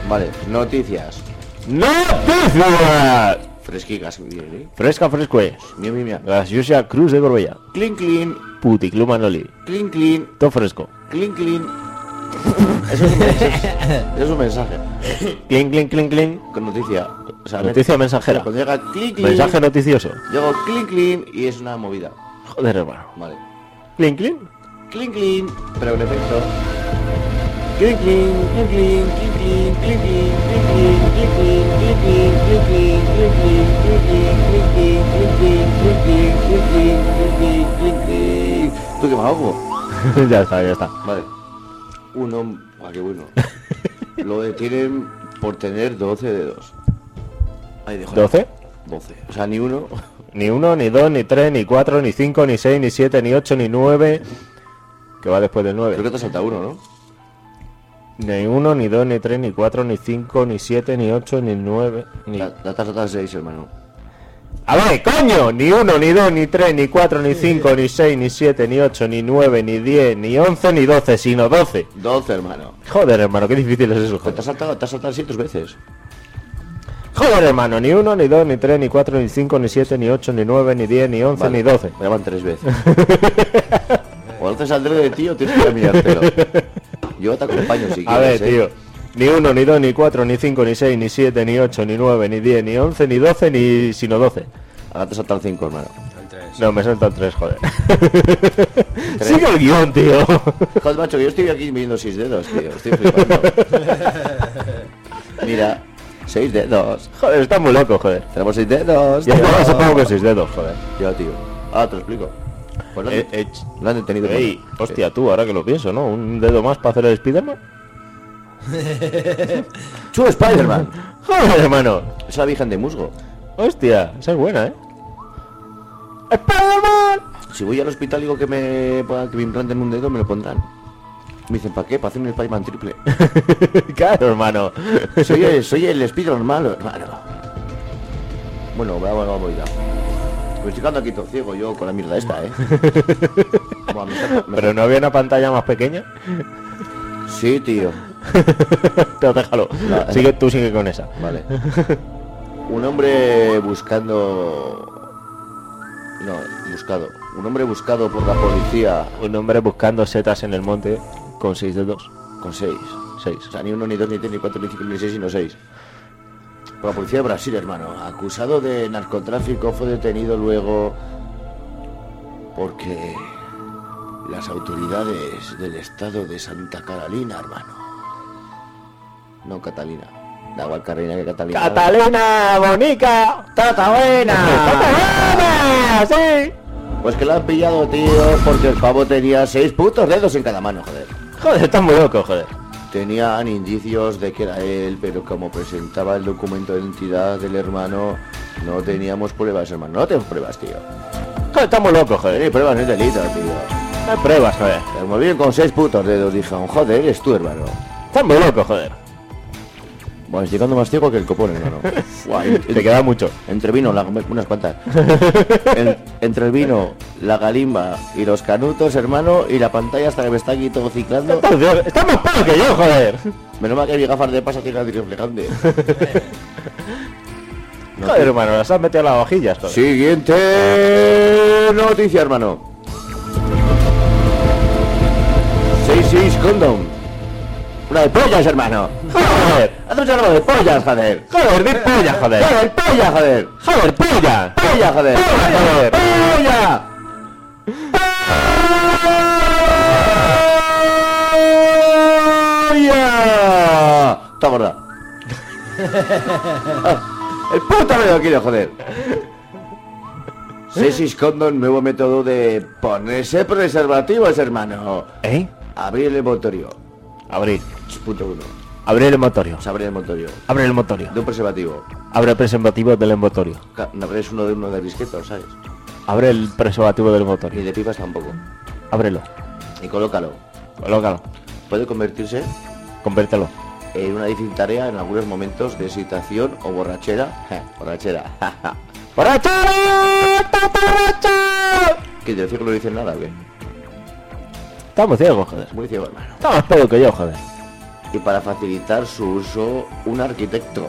Speaker 2: Vale, noticias.
Speaker 3: ¡Noticias!
Speaker 2: Fresquicas, bien, ¿eh?
Speaker 3: Fresca, fresco es.
Speaker 2: Mía, mía, mía.
Speaker 3: Las Yusia Cruz de Corbella.
Speaker 2: Clean, clean,
Speaker 3: Puticlub Manoli.
Speaker 2: clean, clean,
Speaker 3: Todo fresco.
Speaker 2: clean, clean. Eso es un mensaje. Eso es un mensaje.
Speaker 3: Clink, clink, clink, clink.
Speaker 2: Con noticia. O sea,
Speaker 3: Noticia mensajera.
Speaker 2: Cuando llega clean, clean.
Speaker 3: Mensaje noticioso.
Speaker 2: Llego clean clean y es una movida.
Speaker 3: Joder, hermano.
Speaker 2: Vale.
Speaker 3: Clink, clink.
Speaker 2: Clean clean, pero en efecto. Clean clean, clean clean, clean clean, clean clean, clean clean, clean clink, clean clean, clean clink, clean clean, clean clean, clean clean, clean clean, clean clean, clean clean, clink, clink. Tú que me ahogo.
Speaker 3: ya está, ya está.
Speaker 2: Vale. Un hombre. Ah, qué bueno. Lo detienen por tener 12 dedos. Ahí dejo.
Speaker 3: 12.
Speaker 2: 12. O sea, ni uno.
Speaker 3: Ni uno, ni dos, ni tres, ni cuatro, ni cinco, ni seis, ni siete, ni ocho, ni nueve, que va después del 9.
Speaker 2: Creo que te salta uno, ¿no?
Speaker 3: Ni 1, ni 2, ni 3, ni 4, ni 5, ni 7, ni 8, ni 9, ni...
Speaker 2: La, la estás saltando 6, hermano.
Speaker 3: ¡A ver, coño! Ni 1, ni 2, ni 3, ni 4, ni 5, ni 6, ni 7, ni 8, ni 9, ni 10, ni 11, ni 12, sino 12.
Speaker 2: 12, hermano.
Speaker 3: Joder, hermano, qué difícil es eso.
Speaker 2: Pues te has saltado, te has saltado 600 veces.
Speaker 3: Joder, hermano, ni 1, ni 2, ni 3, ni 4, ni 5, ni 7, ni 8, ni 9, ni 10, ni 11,
Speaker 2: Vale,
Speaker 3: ni 12.
Speaker 2: Me llaman tres veces. o haces al dedo de ti o tienes que mirártelo. Yo te acompaño si quieres.
Speaker 3: A ver,
Speaker 2: ¿eh?
Speaker 3: tío. Ni 1, ni 2, ni 4, ni 5, ni 6, ni 7, ni 8, ni 9, ni 10, ni 11, ni 12, ni sino 12.
Speaker 2: Ahora te saltan 5, hermano.
Speaker 3: No, me saltan 3, joder. Sigue el guión, tío.
Speaker 2: Joder, macho, que yo estoy aquí midiendo 6 dedos, tío. Estoy flipando. Mira, 6 dedos.
Speaker 3: Joder, está muy loco, joder.
Speaker 2: Tenemos 6 dedos.
Speaker 3: Ya
Speaker 2: tío.
Speaker 3: estamos a poco con 6 dedos, joder.
Speaker 2: Ya, tío. Ah, te lo explico. Pues lo han,
Speaker 3: Eh, eh, ch-
Speaker 2: lo han detenido. por-
Speaker 3: Ey, hostia, tú, ahora que lo pienso, ¿no? Un dedo más para hacer el Spiderman.
Speaker 2: ¡Chu Spider-Man!
Speaker 3: Joder, hermano.
Speaker 2: Esa virgen de musgo.
Speaker 3: Hostia, esa es buena, ¿eh? ¡Spiderman!
Speaker 2: Si voy al hospital y digo que me, pa- que me implanten un dedo, me lo pondrán. Me dicen, ¿para qué? Para hacer un Spider-Man triple.
Speaker 3: claro, hermano.
Speaker 2: Soy el, soy el Spider-Man malo, hermano. Bueno, vamos, vamos, ya. Me estoy quedando aquí todo ciego yo con la mierda esta, ¿eh? Buah, me está- me-
Speaker 3: Pero no había una pantalla más pequeña.
Speaker 2: Sí, tío.
Speaker 3: Pero déjalo.
Speaker 2: No,
Speaker 3: Sigue, tú sigue con esa.
Speaker 2: Vale. Un hombre buscando... No, buscado. Un hombre buscado por la policía
Speaker 3: Un hombre buscando setas en el monte con seis dedos.
Speaker 2: con seis.
Speaker 3: 6.
Speaker 2: O sea, ni uno, ni dos, ni tres, ni cuatro, ni cinco, ni seis, sino seis. Por la policía de Brasil, hermano. Acusado de narcotráfico, fue detenido luego porque las autoridades del estado de Santa Catalina, hermano. No Catalina. Da igual Catalina que Catalina.
Speaker 3: ¡Catalina Bonica! ¡Tata buena! ¡Tata buena! ¡Sí!
Speaker 2: Pues que la han pillado, tío, porque el pavo tenía seis putos dedos en cada mano, joder.
Speaker 3: Joder, estás muy loco, joder.
Speaker 2: Tenían indicios de que era él, pero como presentaba el documento de identidad del hermano, no teníamos pruebas, hermano. No tenemos pruebas, tío.
Speaker 3: Joder, estás muy loco, joder.
Speaker 2: Tenéis pruebas, no es delito, tío.
Speaker 3: No hay pruebas, joder.
Speaker 2: Me movieron con seis putos dedos, dijeron, joder, eres tú, hermano.
Speaker 3: Estás muy loco, joder.
Speaker 2: Bueno, estoy llegando más ciego que el copón, hermano. Buah, en-
Speaker 3: Te queda mucho.
Speaker 2: Entre vino, la- unas cuantas. En- entre el vino, la galimba y los canutos, hermano, y la pantalla hasta que me está aquí todo ciclando.
Speaker 3: Estás estás más palo que yo, joder.
Speaker 2: Menos mal que mi gafas de pasa tiene la reflejante.
Speaker 3: Joder, hermano, las has metido a las vajillas, joder.
Speaker 2: Siguiente noticia, hermano. 66 condom. Una de pollas, hermano.
Speaker 3: Joder.
Speaker 2: Haz un saludo de pollas, joder.
Speaker 3: Joder, di polla, joder.
Speaker 2: Joder, polla, joder.
Speaker 3: Joder, polla.
Speaker 2: Polla, joder.
Speaker 3: Polla, joder.
Speaker 2: Polla. Polla. Está gorda. El puto me lo quiero, joder. Sesis Condon, nuevo método de ponerse preservativos, hermano.
Speaker 3: ¿Eh?
Speaker 2: Abrir el motorio.
Speaker 3: Abrir.
Speaker 2: Es punto uno.
Speaker 3: Abrir el motorio.
Speaker 2: Se abre el motorio.
Speaker 3: Abre el motorio.
Speaker 2: De un preservativo.
Speaker 3: Abre el preservativo del motorio.
Speaker 2: Ca- No abres uno de uno de disqueto, ¿sabes?
Speaker 3: Abre el preservativo del
Speaker 2: Ni
Speaker 3: motorio.
Speaker 2: de pipas tampoco.
Speaker 3: Ábrelo.
Speaker 2: Y colócalo.
Speaker 3: Colócalo.
Speaker 2: Puede convertirse
Speaker 3: Convértelo.
Speaker 2: en una difícil tarea en algunos momentos de excitación o borrachera. borrachera.
Speaker 3: ¡Borrachero! ¡Está borracho!
Speaker 2: que decir que no dicen nada, ¿qué?
Speaker 3: Estamos ciegos, joder.
Speaker 2: Muy ciego, hermano.
Speaker 3: Está más pedo que yo, joder.
Speaker 2: Y para facilitar su uso, un arquitecto.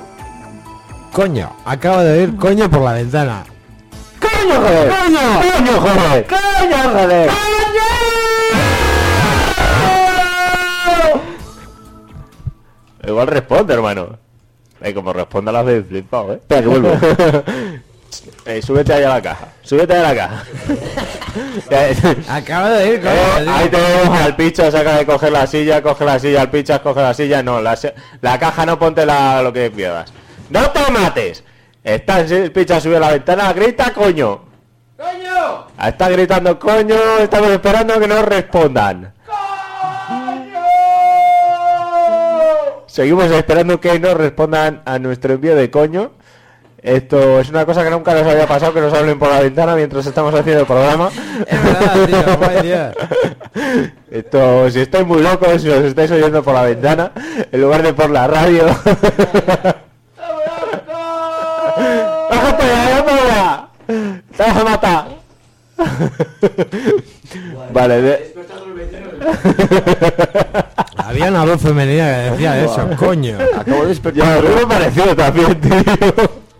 Speaker 9: Coño, acaba de oír coño por la ventana.
Speaker 3: ¡Coño, joder! ¡Coño! ¡Coño, joder!
Speaker 2: ¡Coño, joder!
Speaker 3: Igual responde, hermano. Eh, como responda las veces flipado, eh.
Speaker 2: Espera, que vuelvo.
Speaker 3: Eh, súbete ahí a la caja. Súbete a la caja. Eh,
Speaker 9: Acaba de oír coño.
Speaker 3: Eh, ahí tenemos al picha, saca de coger la silla, coge la silla, al picha, coge la silla, no, la, se- la caja no ponte la, lo que quieras. ¡No te mates! Está el picha subió a la ventana, grita coño.
Speaker 1: ¡Coño!
Speaker 3: Está gritando coño, estamos esperando que nos respondan. Seguimos esperando que nos respondan a nuestro envío de coño. Esto es una cosa que nunca nos había pasado, que nos hablen por la ventana mientras estamos haciendo el programa. Esto, si estáis muy locos, si os estáis oyendo por la ventana, en lugar de por la radio. ¡Bájate, bájate! ¡Te vas a matar! Vale, de-
Speaker 9: Había una voz femenina que decía eso, coño.
Speaker 2: Acabo de despertar.
Speaker 9: Ya, a mí me pareció
Speaker 3: también,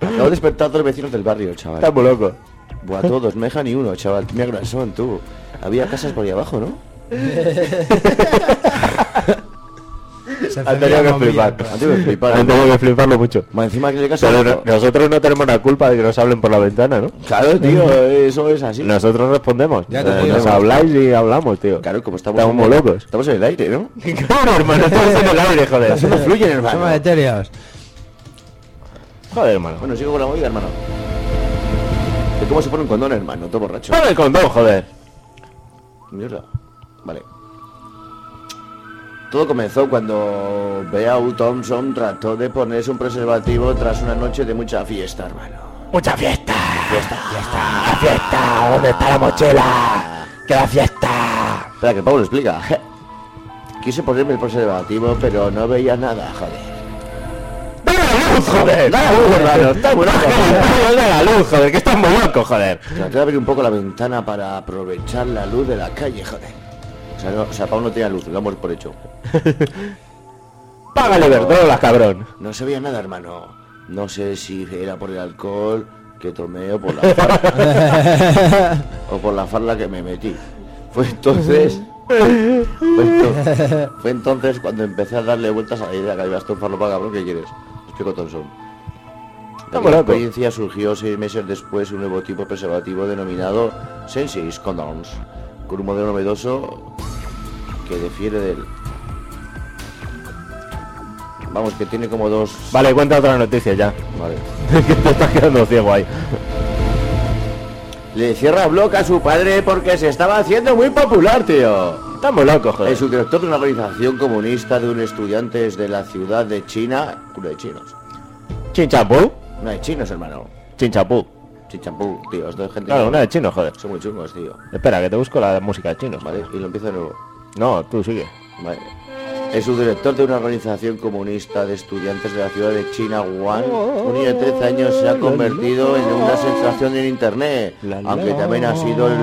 Speaker 2: Acabo de despertar a todos los vecinos del barrio, chaval.
Speaker 3: Está muy loco.
Speaker 2: Buah, todos, no deja ni uno, chaval. Mira que son, tú. Había casas por ahí abajo, ¿no?
Speaker 3: han tenido que flipar.
Speaker 2: Han tenido que flipar.
Speaker 3: Han tenido que fliparlo mucho.
Speaker 2: Más encima que le caso-
Speaker 3: Pero no- nosotros no tenemos la culpa de que nos hablen por la ventana, ¿no?
Speaker 2: Claro, tío, eso es así.
Speaker 3: Nosotros respondemos.
Speaker 2: Ya te
Speaker 3: Eh,
Speaker 2: digo.
Speaker 3: nos habláis y hablamos, tío.
Speaker 2: Claro, como estamos,
Speaker 3: Estamos muy locos.
Speaker 2: Estamos en el aire, ¿no?
Speaker 3: Claro, hermano, estamos en el aire, joder.
Speaker 2: Así no fluyen, hermano.
Speaker 9: Somos etéreos.
Speaker 3: Joder, hermano.
Speaker 2: Bueno, sigo con la movida, hermano. ¿De cómo se pone un condón, hermano? Todo borracho.
Speaker 3: Pon el condón, joder.
Speaker 2: Mierda. Vale. Todo comenzó cuando Beau Thompson trató de ponerse un preservativo tras una noche de mucha fiesta, hermano.
Speaker 3: Mucha fiesta. Fiesta, fiesta, fiesta. ¿Dónde está la mochila? Que la fiesta.
Speaker 2: Espera, que Pablo explica. Quise ponerme el preservativo, pero no veía nada, joder. ¡Dale
Speaker 3: Joder,
Speaker 2: la luz, hermano! ¡Está muy loco, joder!
Speaker 3: Dale la luz, joder, que estás muy loco, joder.
Speaker 2: Traté de abrir un poco la ventana para aprovechar la luz de la calle, joder. O sea, no, o sea, Pau no tenía luz, lo hemos por hecho.
Speaker 3: Págale verdolas, cabrón.
Speaker 2: No se veía nada, hermano. No sé si era por el alcohol que tomé o por la farla. o por la farla que me metí. Fue entonces. Fue, ento- fue entonces cuando empecé a darle vueltas a la idea que ibas a farlo para cabrón, ¿qué quieres? Explico Thompson. De
Speaker 3: Estamos
Speaker 2: aquella
Speaker 3: locos.
Speaker 2: experiencia surgió seis meses después un nuevo tipo de preservativo denominado Senseis Condoms, con un modelo novedoso que difiere del... Vamos, que tiene como dos...
Speaker 3: Vale, cuenta otra noticia ya.
Speaker 2: Vale.
Speaker 3: que te estás quedando ciego ahí.
Speaker 2: Le cierra bloque a su padre porque se estaba haciendo muy popular, tío.
Speaker 3: Estamos locos, joder.
Speaker 2: El subdirector de una organización comunista de un estudiantes de la ciudad de China, uno de chinos,
Speaker 3: ¿Chinchapú?
Speaker 2: no de chinos, hermano,
Speaker 3: Chinchapú.
Speaker 2: Chichampú, tío, esto es gente
Speaker 3: Claro, una de chino, joder.
Speaker 2: son muy chungos, tío,
Speaker 3: Espera, que te busco la música de chinos.
Speaker 2: vale, y lo empiezo de nuevo.
Speaker 3: No, tú sigue.
Speaker 2: Vale. Es subdirector de una organización comunista de estudiantes de la ciudad de China, Wuhan. Un niño de 13 años se ha convertido en una sensación en internet, aunque también ha sido el...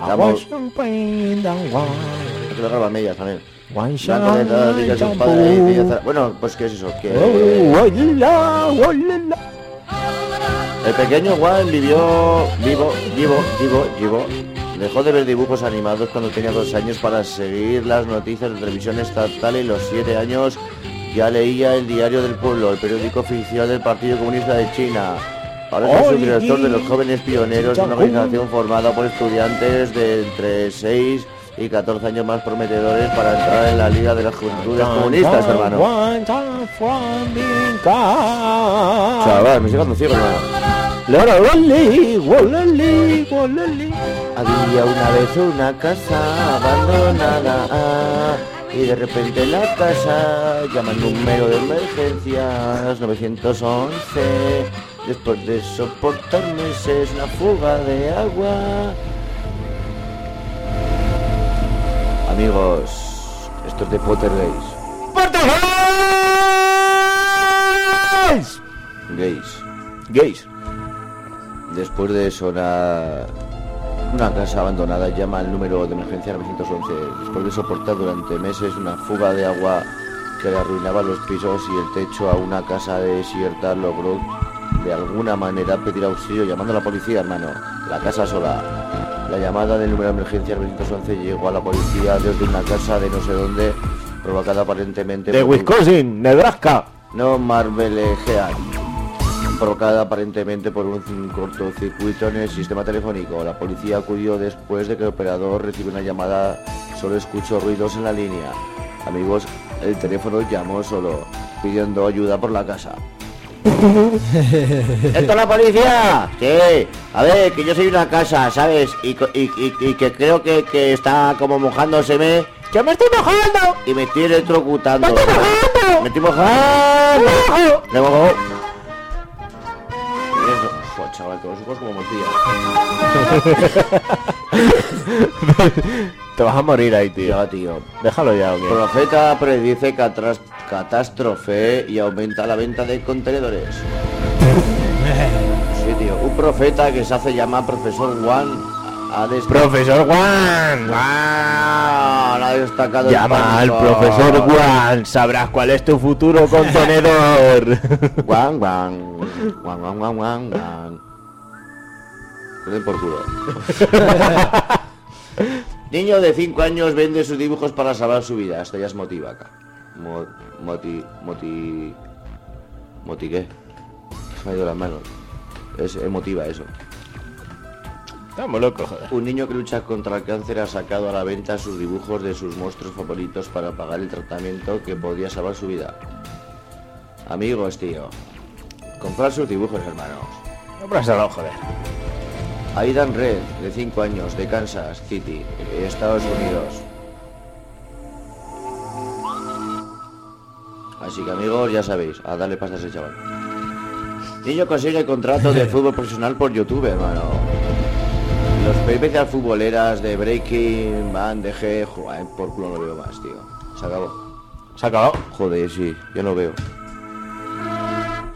Speaker 3: Ah,
Speaker 2: La mo- Creo que lo graban ellas también. Blanco de todas las chicas, sus padres, y ella- Bueno, pues qué es eso,
Speaker 3: Oh,
Speaker 2: que... El pequeño Juan vivió vivo, vivo, vivo, vivo. Dejó de ver dibujos animados cuando tenía dos años para seguir las noticias de televisión estatal y los siete años ya leía el diario del pueblo, el periódico oficial del Partido Comunista de China. Ahora es el subdirector de los jóvenes pioneros, una organización formada por estudiantes de entre 6 y 14 años más prometedores para entrar en la Liga de las Juventudes Comunistas, hermano. Chaval, me estoy quedando ciego, hermano. Había una vez una casa abandonada ah, y de repente la casa llama al número de emergencias 911. Después de soportar meses una fuga de agua. Amigos, esto es de Potter Gays. Gays.
Speaker 3: Gays.
Speaker 2: Después de sonar una casa abandonada, llama al número de emergencia 911. Después de soportar durante meses una fuga de agua que le arruinaba los pisos y el techo a una casa desierta, logró de alguna manera pedir auxilio llamando a la policía, hermano. La casa sola. La llamada del número de emergencia 911 llegó a la policía desde una casa de no sé dónde, provocada aparentemente
Speaker 3: De
Speaker 2: por un-
Speaker 3: Wisconsin, Nebraska.
Speaker 2: no marbelejean. Provocada aparentemente por un cortocircuito en el sistema telefónico. La policía acudió después de que el operador recibió una llamada. Solo escuchó ruidos en la línea. Amigos, el teléfono llamó solo, pidiendo ayuda por la casa. ¡Esto es la policía! Sí, a ver, que yo soy una casa, ¿sabes? Y, co- y- y- y que creo que, que está como mojándoseme. ¡Yo me estoy mojando! Y me estoy electrocutando. ¡Me estoy mojando! ¡Me estoy mojando! Me mojo. Pues, chaval, con los ojos como morcilla.
Speaker 3: Te vas a morir ahí, tío.
Speaker 2: Ya, tío.
Speaker 3: Déjalo ya, hombre.
Speaker 2: Profeta predice catras- catástrofe y aumenta la venta de contenedores. Sí, tío. Un profeta que se hace llamar profesor Juan ha des-
Speaker 3: Profesor Juan.
Speaker 2: Juan ha destacado el
Speaker 3: Llama al
Speaker 2: pánico.
Speaker 3: profesor Juan. Sabrás cuál es tu futuro contenedor.
Speaker 2: Juan, Juan. Juan, Juan, Juan, Juan, Juan. Te den por culo. Niño de 5 años vende sus dibujos para salvar su vida. Esto ya es motivaca. Mo- moti... Moti... ¿Moti qué? Se me ha ido las manos. Es emotiva eso.
Speaker 3: Estamos locos, joder.
Speaker 2: Un niño que lucha contra el cáncer ha sacado a la venta sus dibujos de sus monstruos favoritos para pagar el tratamiento que podía salvar su vida. Amigos, tío. Comprar sus dibujos, hermanos.
Speaker 3: Cómpraselo, joder.
Speaker 2: Aidan Red, de 5 años, de Kansas City, Estados Unidos. Así que amigos, ya sabéis, a darle pasta a ese chaval. Niño consigue contrato de fútbol profesional por YouTube, hermano. Los peripecias futboleras de Breaking, Van, DG, joder, por culo no veo más, tío. Se acabó.
Speaker 3: Se acabó.
Speaker 2: Joder, sí, yo no veo.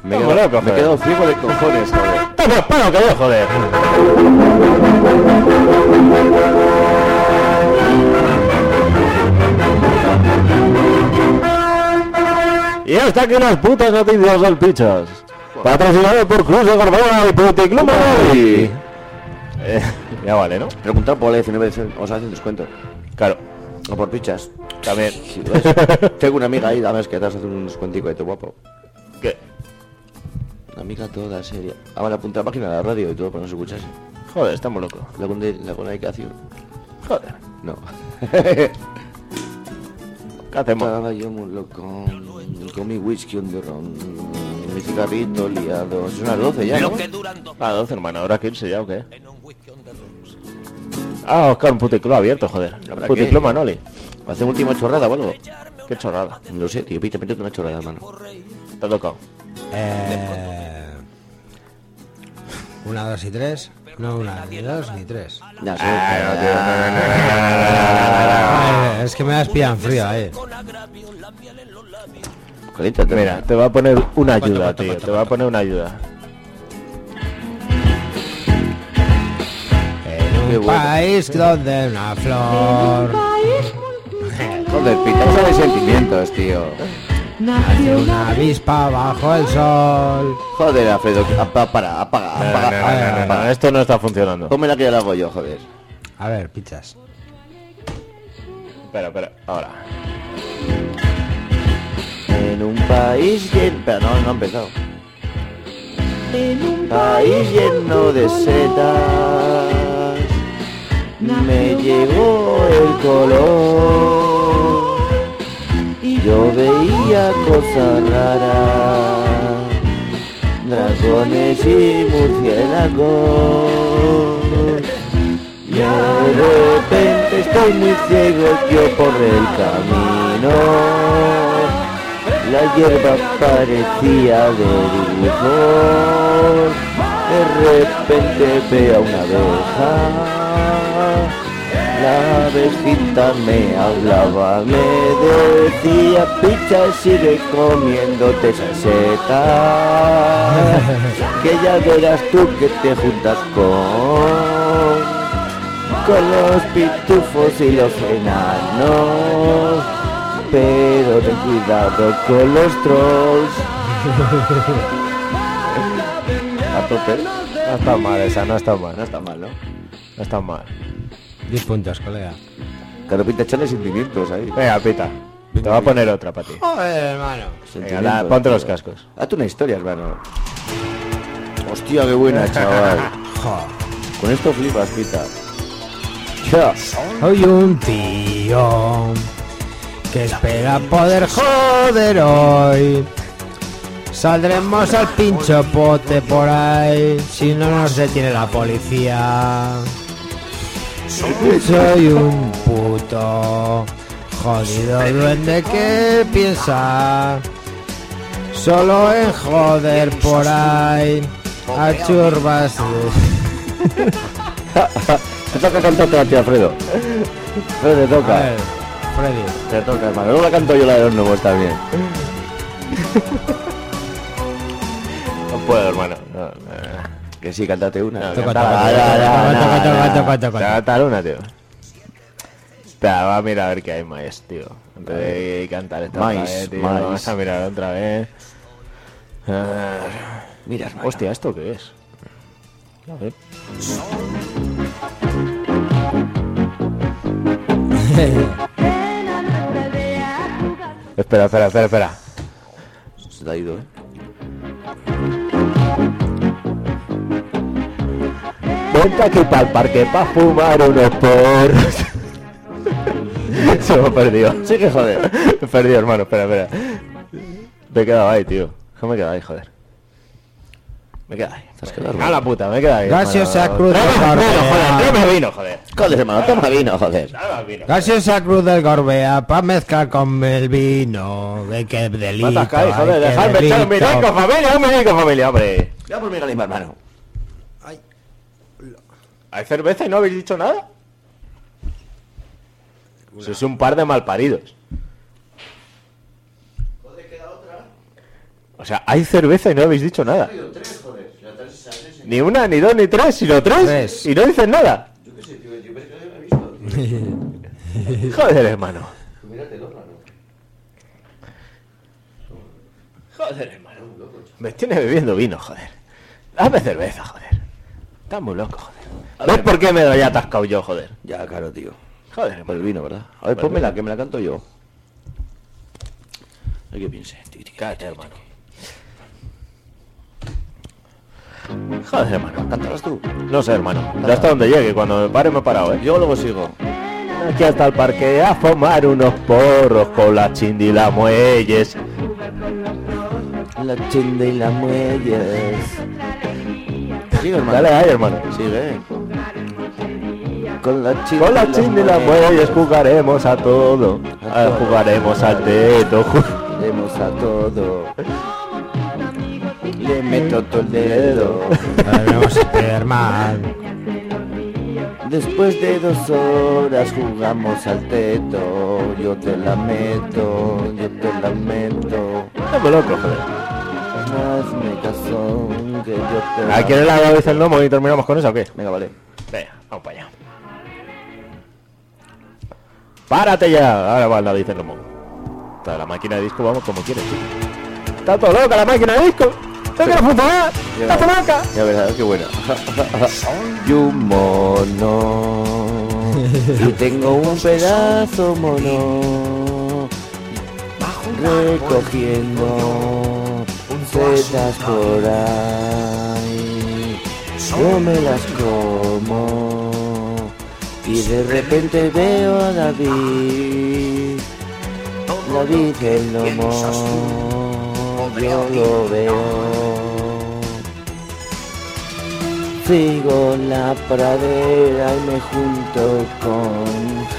Speaker 2: Me he
Speaker 3: Estamos
Speaker 2: quedado-
Speaker 3: locos,
Speaker 2: me he quedado
Speaker 3: joder.
Speaker 2: ciego de cojones, joder.
Speaker 3: Toma el palo que veo, joder. Y hasta aquí las putas noticias del pichos. Patrocinado por Cruz de Gorgona y Puticlub Madrid. Eh, ya vale, ¿no?
Speaker 2: Preguntar por la 19 de os hacen descuento.
Speaker 3: Claro.
Speaker 2: O por pichas.
Speaker 3: También.
Speaker 2: Sí, lo es. Tengo una amiga ahí, además que te vas a hacer un descuentico de tu guapo.
Speaker 3: ¿Qué?
Speaker 2: Una amiga toda seria. Ah, vale, apunta la página de la radio y todo para no se escuchase.
Speaker 3: Joder, estamos locos.
Speaker 2: La con la con hay que hacer.
Speaker 3: Joder.
Speaker 2: No.
Speaker 3: ¿Qué hacemos?
Speaker 2: Estaba yo muy loco. Con mi whisky on the ron. Mi cigarrito liado. Son las 12 ya, ¿no?
Speaker 3: A 12, Ah, hermano. ¿Ahora 15 ya o qué? Ah, Oscar, un puticlub abierto, joder.
Speaker 2: ¿Habrá
Speaker 3: Puticlub
Speaker 2: qué?
Speaker 3: Manoli.
Speaker 2: ¿Hacemos última chorrada o algo?
Speaker 3: Qué chorrada.
Speaker 2: No sé, tío. Pita, métete una chorrada, mano.
Speaker 3: Te ha tocado.
Speaker 4: Eh, una, dos y tres. No una, ni dos, ni tres.
Speaker 2: Ya sé.
Speaker 3: Ah, Ah.
Speaker 4: Eh, es que me das pillan frío ahí.
Speaker 2: Caliéntate,
Speaker 3: Mira, te va a poner una
Speaker 4: Cuatro,
Speaker 3: ayuda,
Speaker 4: cuatro,
Speaker 3: tío.
Speaker 4: cuatro,
Speaker 3: te va a poner una ayuda.
Speaker 4: En un
Speaker 2: Qué bueno.
Speaker 4: país donde una flor
Speaker 2: Joder, pita, eso de sentimientos, tío.
Speaker 4: nace una avispa bajo el sol.
Speaker 2: Joder, Alfredo. apa- para, apaga, apaga.
Speaker 4: no, no, no,
Speaker 2: apaga.
Speaker 3: Bueno, esto no está funcionando.
Speaker 2: Ponme la que ya la hago yo, joder.
Speaker 4: A ver, pichas.
Speaker 3: Espera, espera. Ahora.
Speaker 2: En un país lleno... Pero no, no ha empezado. En un país lleno de setas Me llegó el color Y yo veía cosas raras Dragones y murciélagos Y de repente estoy muy ciego yo por el camino la hierba parecía de dibujos, de repente veo una abeja. La abejita me hablaba, me decía, picha, sigue comiéndote esa seta, que ya verás tú que te juntas con con los pitufos y los enanos. Pero ten cuidado con los trolls. A tope.
Speaker 3: No está mal esa, no está mal.
Speaker 2: No está mal, ¿no?
Speaker 3: No está mal.
Speaker 4: 10 puntos, colega.
Speaker 2: Caropita, echale sentimientos ahí.
Speaker 3: Venga, pita. Te va a poner otra para ti.
Speaker 4: Joder, hermano.
Speaker 3: Venga, da- ponte los cascos.
Speaker 2: Hazte una historia, hermano. Hostia, qué buena, chaval.
Speaker 4: Jo.
Speaker 2: Con esto flipas, pita. Ya.
Speaker 4: Soy un tío que espera poder joder hoy. Saldremos al pincho pote por ahí si no nos detiene la policía. Soy un puto jodido duende que piensa solo en joder por ahí
Speaker 9: A churbas.
Speaker 2: Te toca cantarte a ti, Alfredo. Alfredo, te toca.
Speaker 9: A ver, Freddy.
Speaker 2: Te toca, hermano. Luego la canto yo la de los nuevos también.
Speaker 3: No puedo, hermano. No,
Speaker 2: Que sí, cántate una. Canta-
Speaker 3: Toca, toca,
Speaker 2: Ah, ya, ya,
Speaker 3: toca,
Speaker 2: ya,
Speaker 3: toca,
Speaker 2: ya.
Speaker 3: toca, toca, toca. Te va a cantar una, tío. Espera, va a mirar a ver qué hay más, tío. Antes de cantar esta otra
Speaker 2: Maíz,
Speaker 3: vez, tío.
Speaker 2: maíz.
Speaker 3: Vamos a mirar otra vez. Mira, Hostia, ¿esto qué es? A ver. Espera, espera, espera, espera.
Speaker 2: Se te ha ido, ¿eh?
Speaker 3: Vente aquí pa'l parque pa' fumar unos porros. Se me ha perdido.
Speaker 2: Sí que joder.
Speaker 3: Me he perdido, hermano, espera, espera. Me he quedado ahí, tío. ¿Cómo me he quedado ahí, joder? Me he quedado ahí. A la puta, me he quedado ahí.
Speaker 9: Gaseosa
Speaker 3: hermano.
Speaker 9: Cruz del
Speaker 3: Tráeme vino,
Speaker 9: Gorbea.
Speaker 3: joder, tráeme vino, joder.
Speaker 2: Joder, hermano, toma vino, joder.
Speaker 3: Tráeme vino.
Speaker 9: Gaseosa Cruz del Gorbea para mezclar con el vino. De qué delito.
Speaker 3: Matas caí,
Speaker 9: ay,
Speaker 3: joder,
Speaker 9: qué
Speaker 3: dejadme echar un
Speaker 9: delito.
Speaker 3: minuto, familia, un minuto, familia, hombre.
Speaker 2: Ya por mi organismo, hermano.
Speaker 3: ¿Hay cerveza y no habéis dicho nada? Sois un par de malparidos. O sea, hay cerveza y no habéis dicho nada. Ni una, ni dos, ni tres, sino tres. Y no dices nada. Joder, hermano. Joder, hermano. Me tiene bebiendo vino, joder. Dame cerveza, joder. Estás muy loco, joder. ¿Ves por qué me doy atascado yo, joder?
Speaker 2: Ya, claro, tío.
Speaker 3: Joder,
Speaker 2: Por
Speaker 3: hermano.
Speaker 2: el vino, ¿verdad? A ver,
Speaker 3: Por el
Speaker 2: ponmela,
Speaker 3: vino.
Speaker 2: que me la canto yo. Hay que piense. Tic, tic,
Speaker 3: Cállate, hermano. Joder, hermano.
Speaker 2: Cántalas tú.
Speaker 3: No sé, hermano. Ya hasta donde llegue. Cuando me pare, me he parado, ¿eh?
Speaker 2: Yo luego sigo.
Speaker 3: Aquí hasta el parque a fumar unos porros con la chindi y la muelles.
Speaker 2: La chinda y las muelles. Sigue, hermano.
Speaker 3: Dale ahí, hermano.
Speaker 2: Sigue. Con la chinda
Speaker 3: Con la chindi y la muelles jugaremos a todo. Ah, Jugaremos al teto. ju-
Speaker 2: Demos a todo. Le meto todo el dedo.
Speaker 9: Volvemos a perder mal.
Speaker 2: Después de dos horas jugamos al teto. Yo te la meto, yo te la meto.
Speaker 3: Estás muy loco, joder.
Speaker 2: Hazme caso que yo te la
Speaker 3: ¿A quién le la vez el lomo y terminamos con eso o qué?
Speaker 2: Venga, vale.
Speaker 3: Venga, vamos para allá. ¡Párate ya! Ahora va la dice el lomo. Toda la máquina de disco, vamos como quieres. ¡Está todo loca la máquina de disco! ¡No quiero funcionar! ¡Está todo loca!
Speaker 2: Ya verás, qué buena. y un mono. Y tengo un pedazo mono. Recogiendo setas por ahí. Yo me las como. Y de repente veo a David. David el lomo. Yo lo veo. Sigo la pradera y me junto con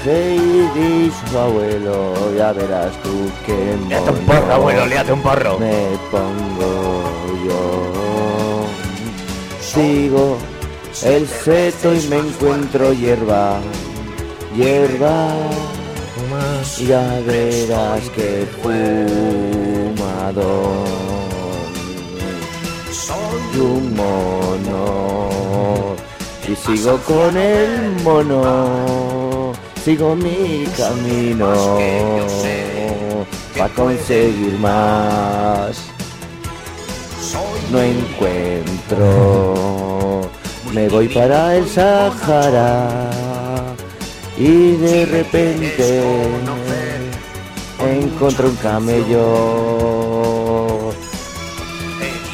Speaker 2: Heidi, su abuelo. Ya verás tú qué
Speaker 3: ¡Léate un
Speaker 2: mono
Speaker 3: porro, abuelo! ¡Léate un porro!
Speaker 2: me pongo yo. Sigo el seto y me encuentro hierba, hierba. Ya verás que fumador soy un mono y sigo con el mono, sigo mi camino para conseguir más. No encuentro, me voy para el Sahara y de repente encuentro un camello.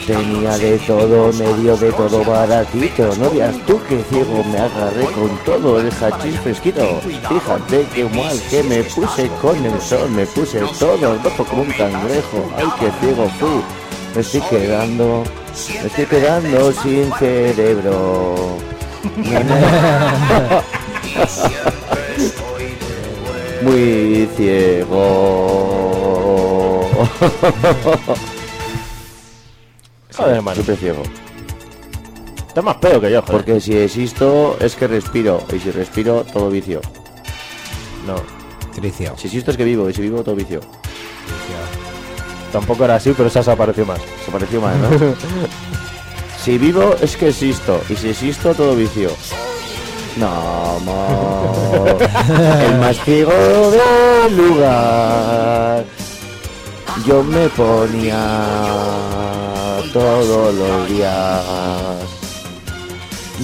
Speaker 2: Tenía de todo, medio de todo baratito. No veas tú que ciego me agarré con todo el hachís fresquito. Fíjate qué mal que me puse con el sol, me puse todo el rojo como un cangrejo. Ay, qué ciego fui. Me estoy quedando, me estoy quedando sin cerebro. Muy ciego.
Speaker 3: Joder, hermano.
Speaker 2: Siempre ciego.
Speaker 3: Está más pedo que yo, joder.
Speaker 2: Porque si existo es que respiro. Y si respiro, todo vicio.
Speaker 3: No.
Speaker 9: Tricio.
Speaker 2: Si existo es que vivo. Y si vivo, todo vicio.
Speaker 3: Tampoco era así, pero se apareció más.
Speaker 2: Se apareció más, ¿no? si vivo es que existo. Y si existo, todo vicio. No, mo. El mastigo del lugar. Yo me ponía todos los días.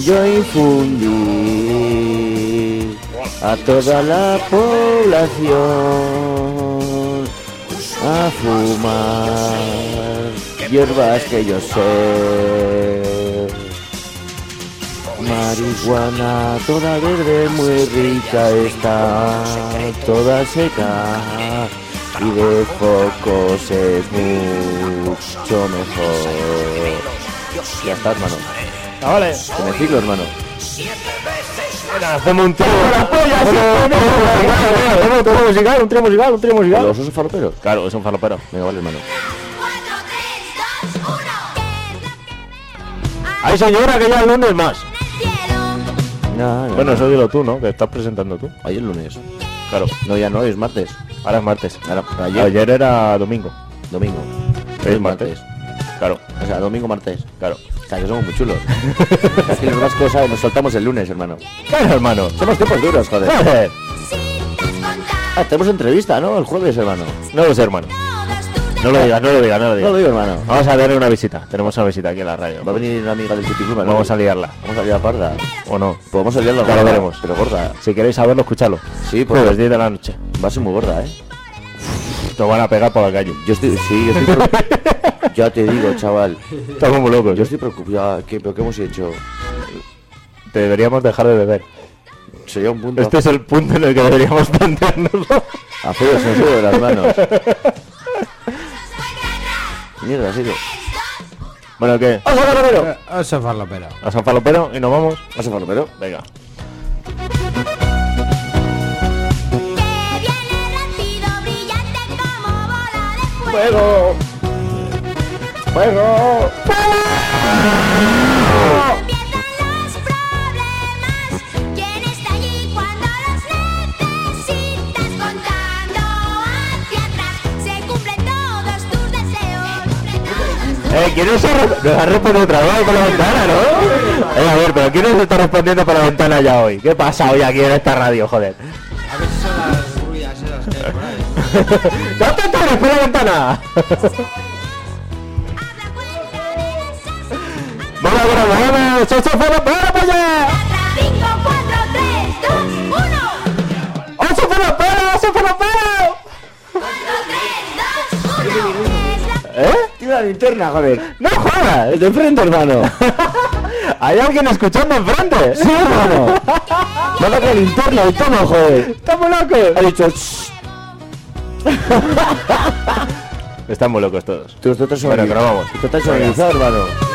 Speaker 2: Yo infundí a toda la población a fumar hierbas que yo sé. Marihuana toda verde muy rica está, toda seca y de focos es mucho mejor. Ya está, hermano.
Speaker 3: Ah, Vale.
Speaker 2: Que me ciclo, hermano.
Speaker 3: Hacemos un trío. Hacemos un trío musical, un trío musical, un trío musical.
Speaker 2: ¿Los osos faloperos?
Speaker 3: Claro, es un falopero.
Speaker 2: Venga, vale, hermano.
Speaker 3: Ay, señora, que ya el lunes más.
Speaker 2: No, no, no.
Speaker 3: Bueno, eso dilo tú, ¿no? Que estás presentando tú.
Speaker 2: Hoy es lunes.
Speaker 3: Claro.
Speaker 2: No, ya no, hoy es martes.
Speaker 3: Ahora es martes.
Speaker 2: Ahora, ayer,
Speaker 3: Ayer, era domingo.
Speaker 2: domingo.
Speaker 3: Es martes. Claro,
Speaker 2: O sea, domingo, martes.
Speaker 3: claro.
Speaker 2: O sea, que somos muy chulos. Aquí los vascos ¿sabes? nos soltamos el lunes, hermano.
Speaker 3: Claro, hermano.
Speaker 2: Somos tiempos duros, joder.
Speaker 3: Joder.
Speaker 2: Ah, tenemos entrevista, ¿no? El jueves, hermano.
Speaker 3: No lo sé, hermano. No lo digas, no lo digas, no lo
Speaker 2: No lo
Speaker 3: digas.
Speaker 2: digo, hermano.
Speaker 3: Vamos a darle una visita. Tenemos una visita aquí en la radio.
Speaker 2: Va a venir una amiga del City Club, ¿no?
Speaker 3: Vamos a liarla.
Speaker 2: Vamos a liar parda.
Speaker 3: ¿O no?
Speaker 2: Podemos liarla
Speaker 3: Ya lo
Speaker 2: gorda,
Speaker 3: veremos.
Speaker 2: Pero gorda.
Speaker 3: Si queréis saberlo, escuchadlo.
Speaker 2: Sí, pues
Speaker 3: Jueves 10 de la noche.
Speaker 2: va a ser muy gorda, ¿eh?
Speaker 3: Te van a pegar por la calle.
Speaker 2: Yo estoy... Sí, yo estoy... preocup- ya te digo, chaval.
Speaker 3: Estamos muy locos.
Speaker 2: Yo estoy preocupado. ¿Qué, ¿Pero qué hemos hecho?
Speaker 3: Te deberíamos dejar de beber.
Speaker 2: Sería un punto...
Speaker 3: Este es el punto en el que deberíamos planteárnoslo.
Speaker 2: A feo se nos sube de las manos. Mierda, en serio.
Speaker 3: Bueno, ¿qué?
Speaker 2: ¡Vamos a Palomero!
Speaker 9: Eso es falopero.
Speaker 3: A San Falopero y nos vamos.
Speaker 2: ¡Vamos a Palomero!
Speaker 3: Venga. ¡Fuego! ¡Fuego! Eh, ¿quién es el... Nos ha respondido otra vez por la ventana, ¿no? Eh, a ver, pero ¿quién nos está respondiendo por la ventana ya hoy? ¿Qué pasa hoy aquí en esta radio, joder?
Speaker 4: A ver si son las rubias esas que hay por ahí.
Speaker 3: ¡No te entres por la ventana! ¡Vamos, vamos, vamos! ¡Soy Sofero, para allá! ¡Oso para para! ¡Oso para para! ¿Eh?
Speaker 2: Tiene la linterna, joder.
Speaker 3: ¡No jodas!
Speaker 2: El de enfrente, hermano.
Speaker 3: ¿Hay alguien escuchando enfrente?
Speaker 2: Sí, hermano. Manda con la linterna y toma, joder.
Speaker 3: ¡Estamos locos!
Speaker 2: Ha dicho... "Shh".
Speaker 3: Estamos locos todos.
Speaker 2: Tú, esto te has
Speaker 3: Bueno, que nos
Speaker 2: organizado.
Speaker 3: vamos.
Speaker 2: Esto te has organizado, hermano.